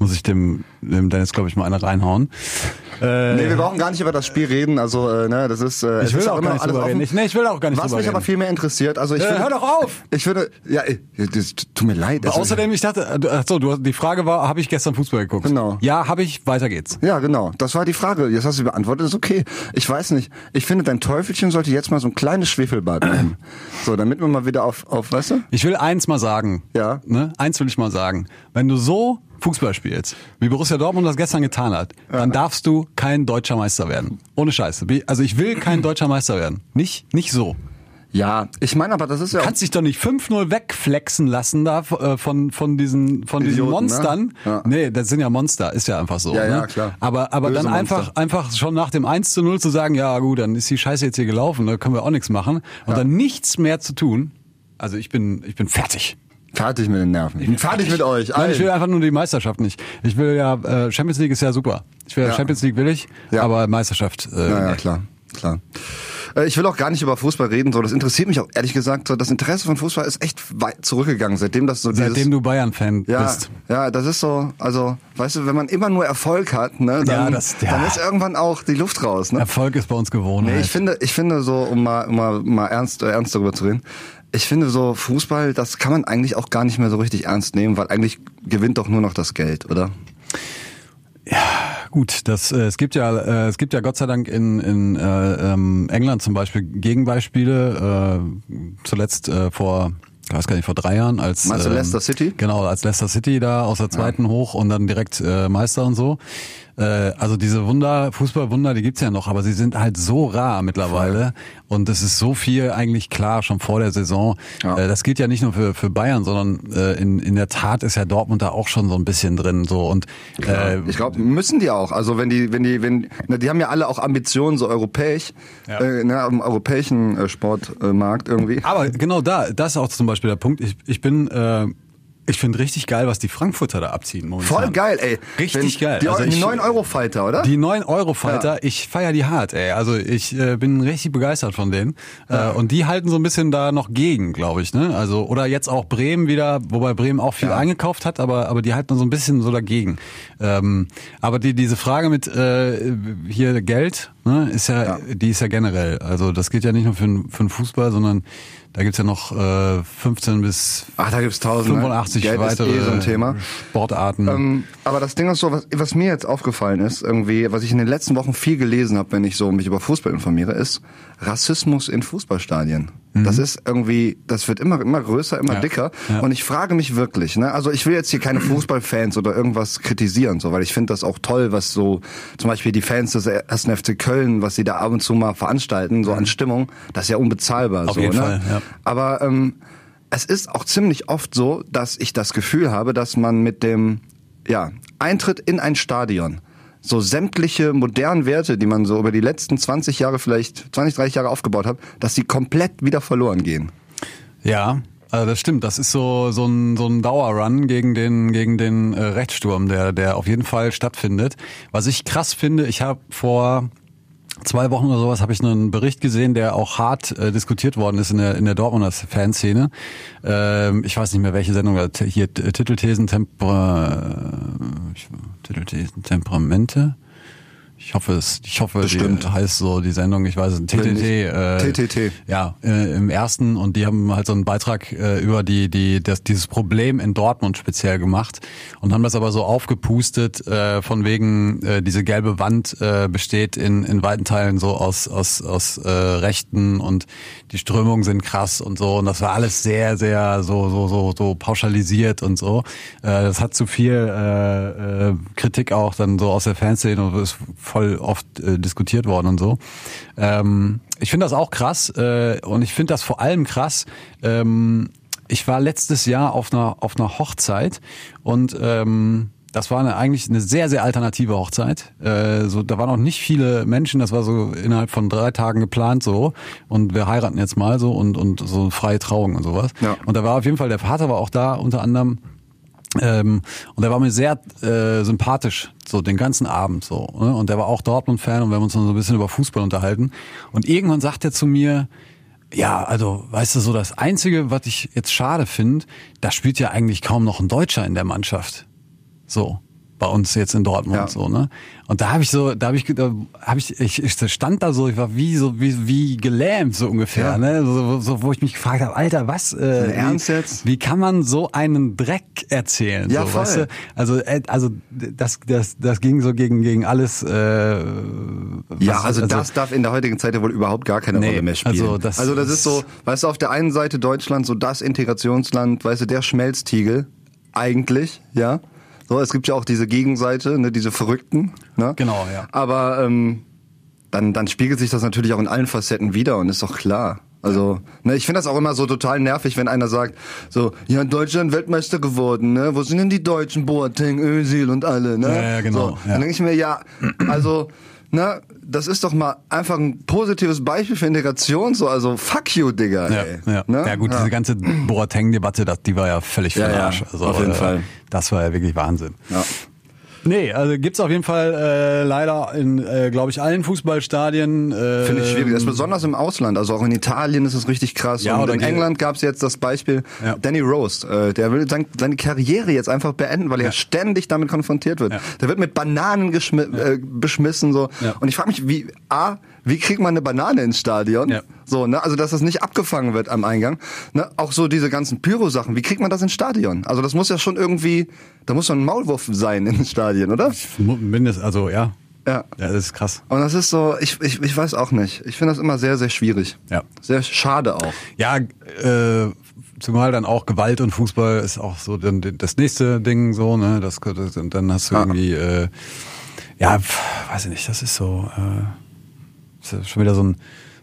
[SPEAKER 4] muss ich dem, dem Dennis, glaube ich, mal eine reinhauen. Äh,
[SPEAKER 3] Nee, wir brauchen gar nicht über das Spiel reden. Also, äh, ne, das ist. Äh, es
[SPEAKER 4] ich will
[SPEAKER 3] ist
[SPEAKER 4] auch
[SPEAKER 3] immer
[SPEAKER 4] gar nicht
[SPEAKER 3] alles
[SPEAKER 4] drüber reden.
[SPEAKER 3] offen.
[SPEAKER 4] Ich, nee, ich will auch gar nicht
[SPEAKER 3] Was
[SPEAKER 4] drüber
[SPEAKER 3] mich aber
[SPEAKER 4] reden.
[SPEAKER 3] viel mehr interessiert, also ich.
[SPEAKER 4] Äh,
[SPEAKER 3] würde-
[SPEAKER 4] hör doch auf!
[SPEAKER 3] Ich würde. Ja, ich- das tut mir leid. Also,
[SPEAKER 4] Außerdem, ich dachte, äh, ach so, du, hast- die Frage war, habe ich gestern Fußball geguckt?
[SPEAKER 3] Genau.
[SPEAKER 4] Ja, habe ich, weiter geht's.
[SPEAKER 3] Ja, genau. Das war die Frage. Jetzt hast du sie beantwortet. Ist okay. Ich weiß nicht. Ich finde, dein Teufelchen sollte jetzt mal so ein kleines Schwefelbad nehmen. So, damit wir mal wieder auf, auf weißt du?
[SPEAKER 4] Ich will eins mal sagen.
[SPEAKER 3] Ja.
[SPEAKER 4] Ne? Eins will ich mal sagen. Wenn du so Fußball spielst, wie Borussia Dortmund das gestern getan hat, dann darfst du kein deutscher Meister werden. Ohne Scheiße. Wie- Also ich will kein deutscher Meister werden. Nicht, nicht so.
[SPEAKER 3] Ja. Ich meine, aber das ist ja.
[SPEAKER 4] Du kannst dich doch nicht 5-0 wegflexen lassen da äh, von, von diesen, von diesen
[SPEAKER 3] Idioten, ne?
[SPEAKER 4] Monstern.
[SPEAKER 3] Ja.
[SPEAKER 4] Nee, das sind ja Monster, ist ja einfach so.
[SPEAKER 3] Ja,
[SPEAKER 4] ne?
[SPEAKER 3] ja, klar.
[SPEAKER 4] Aber, aber
[SPEAKER 3] Böse
[SPEAKER 4] dann
[SPEAKER 3] Monster.
[SPEAKER 4] einfach, einfach schon nach dem 1 zu 0 zu sagen, ja gut, dann ist die Scheiße jetzt hier gelaufen, da können wir auch nichts machen. Und dann nichts mehr zu tun. Also ich bin, ich bin fertig.
[SPEAKER 3] fertig mit den Nerven. Ich bin fertig mit euch.
[SPEAKER 4] Nein, ich will
[SPEAKER 3] allen.
[SPEAKER 4] einfach nur die Meisterschaft nicht. Ich will ja, äh, Champions League ist ja super. Ich will
[SPEAKER 3] Ja.
[SPEAKER 4] Champions League will ich,
[SPEAKER 3] Ja.
[SPEAKER 4] aber Meisterschaft. Äh,
[SPEAKER 3] Ja, ja,
[SPEAKER 4] nee.
[SPEAKER 3] klar. Klar. Äh, Ich will auch gar nicht über Fußball reden, so. Das interessiert mich auch ehrlich gesagt. So, das Interesse von Fußball ist echt weit zurückgegangen, seitdem das so dieses,
[SPEAKER 4] Seitdem du Bayern-Fan
[SPEAKER 3] ja,
[SPEAKER 4] bist.
[SPEAKER 3] ja, das ist so. Also, weißt du, wenn man immer nur Erfolg hat, ne, dann,
[SPEAKER 4] Ja, das- ja.
[SPEAKER 3] dann ist irgendwann auch die Luft raus, ne?
[SPEAKER 4] Erfolg ist bei uns gewohnt.
[SPEAKER 3] Nee, ich finde, ich finde so, um mal, um mal, mal ernst, äh, ernst darüber zu reden, ich finde so Fußball, das kann man eigentlich auch gar nicht mehr so richtig ernst nehmen, weil eigentlich gewinnt doch nur noch das Geld, oder?
[SPEAKER 4] Gut, das, äh, es gibt ja, äh, es gibt ja Gott sei Dank in, in äh, ähm, England zum Beispiel Gegenbeispiele. Äh, zuletzt äh, vor, ich weiß gar nicht, vor drei Jahren als
[SPEAKER 3] Meinst du
[SPEAKER 4] ähm,
[SPEAKER 3] Leicester City?
[SPEAKER 4] Genau, als Leicester City da aus der zweiten hoch und dann direkt äh, Meister und so. Äh, also diese Wunder, Fußballwunder, die gibt's ja noch, aber sie sind halt so rar mittlerweile und es ist so viel eigentlich klar schon vor der Saison.
[SPEAKER 3] Ja.
[SPEAKER 4] Äh, das gilt ja nicht nur für, für Bayern, sondern äh, in, in der Tat ist ja Dortmund da auch schon so ein bisschen drin so und äh,
[SPEAKER 3] Ich glaube, müssen die auch. Also wenn die, wenn die, wenn, na, die haben ja alle auch Ambitionen so europäisch,
[SPEAKER 4] Ja.
[SPEAKER 3] äh, ne, am europäischen äh, Sportmarkt irgendwie.
[SPEAKER 4] Aber genau da, das ist auch zum Beispiel der Punkt. Ich, ich bin, äh, ich finde richtig geil, was die Frankfurter da abziehen momentan.
[SPEAKER 3] Voll geil, ey.
[SPEAKER 4] Richtig
[SPEAKER 3] wenn,
[SPEAKER 4] geil.
[SPEAKER 3] Die,
[SPEAKER 4] Also
[SPEAKER 3] die
[SPEAKER 4] ich-
[SPEAKER 3] 9 Euro Fighter, oder?
[SPEAKER 4] Die 9 Euro Fighter, ich feier die hart, ey. Also ich äh, bin richtig begeistert von denen. Äh, und die halten so ein bisschen da noch gegen, glaube ich. Ne? Also oder jetzt auch Bremen wieder, wobei Bremen auch viel eingekauft hat, aber aber die halten so ein bisschen so dagegen. Ähm, aber die diese Frage mit äh, hier Geld, ne, ist ja, die ist ja generell. Also das geht ja nicht nur für, den- für den Fußball, sondern da gibt's ja noch äh, 15 bis
[SPEAKER 3] Ach, Ah, da gibt's tausend. ne?
[SPEAKER 4] 85
[SPEAKER 3] Geld
[SPEAKER 4] weitere
[SPEAKER 3] ist eh so ein Thema.
[SPEAKER 4] Sportarten.
[SPEAKER 3] Ähm, aber das Ding ist so, was, was mir jetzt aufgefallen ist, irgendwie, was ich in den letzten Wochen viel gelesen habe, wenn ich so mich über Fußball informiere, ist Rassismus in Fußballstadien. Das ist irgendwie, das wird immer immer größer, immer
[SPEAKER 4] Mhm. Ja.
[SPEAKER 3] dicker.
[SPEAKER 4] Ja.
[SPEAKER 3] Und ich frage mich wirklich, ne, also ich will jetzt hier keine Fußballfans oder irgendwas kritisieren, so, weil ich finde das auch toll, was so zum Beispiel die Fans des 1. FC Köln, was sie da ab und zu mal veranstalten,
[SPEAKER 4] Mhm.
[SPEAKER 3] so an Stimmung, das ist ja unbezahlbar.
[SPEAKER 4] Auf
[SPEAKER 3] so,
[SPEAKER 4] jeden
[SPEAKER 3] ne?
[SPEAKER 4] Fall, ja.
[SPEAKER 3] Aber ähm, es ist auch ziemlich oft so, dass ich das Gefühl habe, dass man mit dem ja, Eintritt in ein Stadion so sämtliche modernen Werte, die man so über die letzten 20 Jahre vielleicht, 20, 30 Jahre aufgebaut hat, dass sie komplett wieder verloren gehen.
[SPEAKER 4] Ja, also das stimmt. Das ist so so ein so ein Dauerrun gegen den gegen den äh, Rechtssturm, der der auf jeden Fall stattfindet. Was ich krass finde, ich habe vor zwei Wochen oder sowas habe ich einen Bericht gesehen, der auch hart äh, diskutiert worden ist in der in der Dortmunder Fanszene. Ähm, ich weiß nicht mehr welche Sendung äh, hier äh, Titelthesen Temper ich, Titelthesen Temperamente. Ich hoffe es ich hoffe
[SPEAKER 3] Bestimmt.
[SPEAKER 4] die heißt so die Sendung, ich weiß es TTT
[SPEAKER 3] Wenn nicht-
[SPEAKER 4] äh,
[SPEAKER 3] TTT.
[SPEAKER 4] ja, äh, im ersten und die haben halt so einen Beitrag äh, über die, die, das, dieses Problem in Dortmund speziell gemacht und haben das aber so aufgepustet, äh, von wegen äh, diese gelbe Wand äh, besteht in, in weiten Teilen so aus, aus, aus äh, Rechten und die Strömungen sind krass und so und das war alles sehr, sehr so, so, so, so pauschalisiert und so. Äh, das hat zu viel äh, äh, Kritik auch dann so aus der Fanszene und ist voll oft äh, diskutiert worden und so. Ähm, ich finde das auch krass äh, und ich finde das vor allem krass. Ähm, ich war letztes Jahr auf einer auf einer Hochzeit und ähm, das war eine, eigentlich eine sehr sehr alternative Hochzeit. Äh, so da waren auch nicht viele Menschen. Das war so innerhalb von drei Tagen geplant so und wir heiraten jetzt mal so und und so freie Trauung und sowas.
[SPEAKER 3] Ja.
[SPEAKER 4] Und da war auf jeden Fall der Vater war auch da unter anderem. Ähm, und er war mir sehr äh, sympathisch, so den ganzen Abend so. Ne? Und er war auch Dortmund-Fan und wir haben uns dann so ein bisschen über Fußball unterhalten. Und irgendwann sagt er zu mir, ja, also, weißt du, so das Einzige, was ich jetzt schade finde, da spielt ja eigentlich kaum noch ein Deutscher in der Mannschaft. So bei uns jetzt in Dortmund
[SPEAKER 3] Ja.
[SPEAKER 4] so ne und da habe ich so da habe ich ge- da habe ich, ich ich stand da so ich war wie so wie wie gelähmt so ungefähr
[SPEAKER 3] Ja.
[SPEAKER 4] ne so, so wo ich mich gefragt habe Alter was äh, wie,
[SPEAKER 3] Ernst jetzt?
[SPEAKER 4] wie kann man so einen Dreck erzählen
[SPEAKER 3] Ja,
[SPEAKER 4] so,
[SPEAKER 3] voll.
[SPEAKER 4] Weißt du? also äh, also das das das ging so gegen gegen alles äh,
[SPEAKER 3] Ja,
[SPEAKER 4] was-
[SPEAKER 3] also, das darf in der heutigen Zeit ja wohl überhaupt gar keine
[SPEAKER 4] Nee,
[SPEAKER 3] Rolle mehr spielen.
[SPEAKER 4] also das
[SPEAKER 3] ist so, weißt du, auf der einen Seite Deutschland, so das Integrationsland, weißt du, der Schmelztiegel eigentlich, ja. So, es gibt ja auch diese Gegenseite, ne, diese Verrückten. Ne?
[SPEAKER 4] Genau, ja.
[SPEAKER 3] Aber ähm, dann, dann spiegelt sich das natürlich auch in allen Facetten wieder und ist doch klar. Also, ne, ich finde das auch immer so total nervig, wenn einer sagt, so, ja, in Deutschland Weltmeister geworden, ne? Wo sind denn die Deutschen, Boateng, Özil und alle, ne?
[SPEAKER 4] Ja, ja, genau,
[SPEAKER 3] So,
[SPEAKER 4] ja.
[SPEAKER 3] Dann denke ich mir, ja, also, ne, das ist doch mal einfach ein positives Beispiel für Integration, so, also, fuck you, Digga,
[SPEAKER 4] Ja,
[SPEAKER 3] ey.
[SPEAKER 4] ja.
[SPEAKER 3] Ne?
[SPEAKER 4] ja gut, diese ganze Boateng-Debatte, das- die war ja völlig für
[SPEAKER 3] Ja,
[SPEAKER 4] den
[SPEAKER 3] ja,
[SPEAKER 4] Arsch.
[SPEAKER 3] auf jeden
[SPEAKER 4] äh,
[SPEAKER 3] Fall.
[SPEAKER 4] Das war ja wirklich Wahnsinn.
[SPEAKER 3] Ja.
[SPEAKER 4] Nee, also gibt's auf jeden Fall äh, leider in, äh, glaube ich, allen Fußballstadien. Äh,
[SPEAKER 3] Finde ich schwierig. Das ist besonders im Ausland. Also auch in Italien ist es richtig krass.
[SPEAKER 4] Ja,
[SPEAKER 3] und
[SPEAKER 4] oder
[SPEAKER 3] in
[SPEAKER 4] die-
[SPEAKER 3] England gab es jetzt das Beispiel
[SPEAKER 4] Ja.
[SPEAKER 3] Danny Rose. Äh, der will sein- seine Karriere jetzt einfach beenden, weil
[SPEAKER 4] Ja.
[SPEAKER 3] er ständig damit konfrontiert wird.
[SPEAKER 4] Ja.
[SPEAKER 3] Der wird mit Bananen geschmi äh, beschmissen. So.
[SPEAKER 4] Ja.
[SPEAKER 3] Und ich frage mich, wie A, wie kriegt man eine Banane ins Stadion?
[SPEAKER 4] Ja.
[SPEAKER 3] So, ne? Also dass das nicht abgefangen wird am Eingang. Ne? Auch so diese ganzen Pyro-Sachen, wie kriegt man das ins Stadion? Also das muss ja schon irgendwie, da muss schon ein Maulwurf sein in den Stadien, oder?
[SPEAKER 4] Mindest, also ja.
[SPEAKER 3] Ja.
[SPEAKER 4] Das ist krass.
[SPEAKER 3] Und das ist so, ich, ich, ich weiß auch nicht. Ich finde das immer sehr, sehr schwierig.
[SPEAKER 4] Ja.
[SPEAKER 3] Sehr schade auch.
[SPEAKER 4] Ja, äh, zumal dann auch Gewalt und Fußball ist auch so dann das nächste Ding so, ne? Das, das und dann hast du
[SPEAKER 3] Ah.
[SPEAKER 4] irgendwie, äh, ja, pf, weiß ich nicht, das ist so, äh, ist ja schon wieder so ein,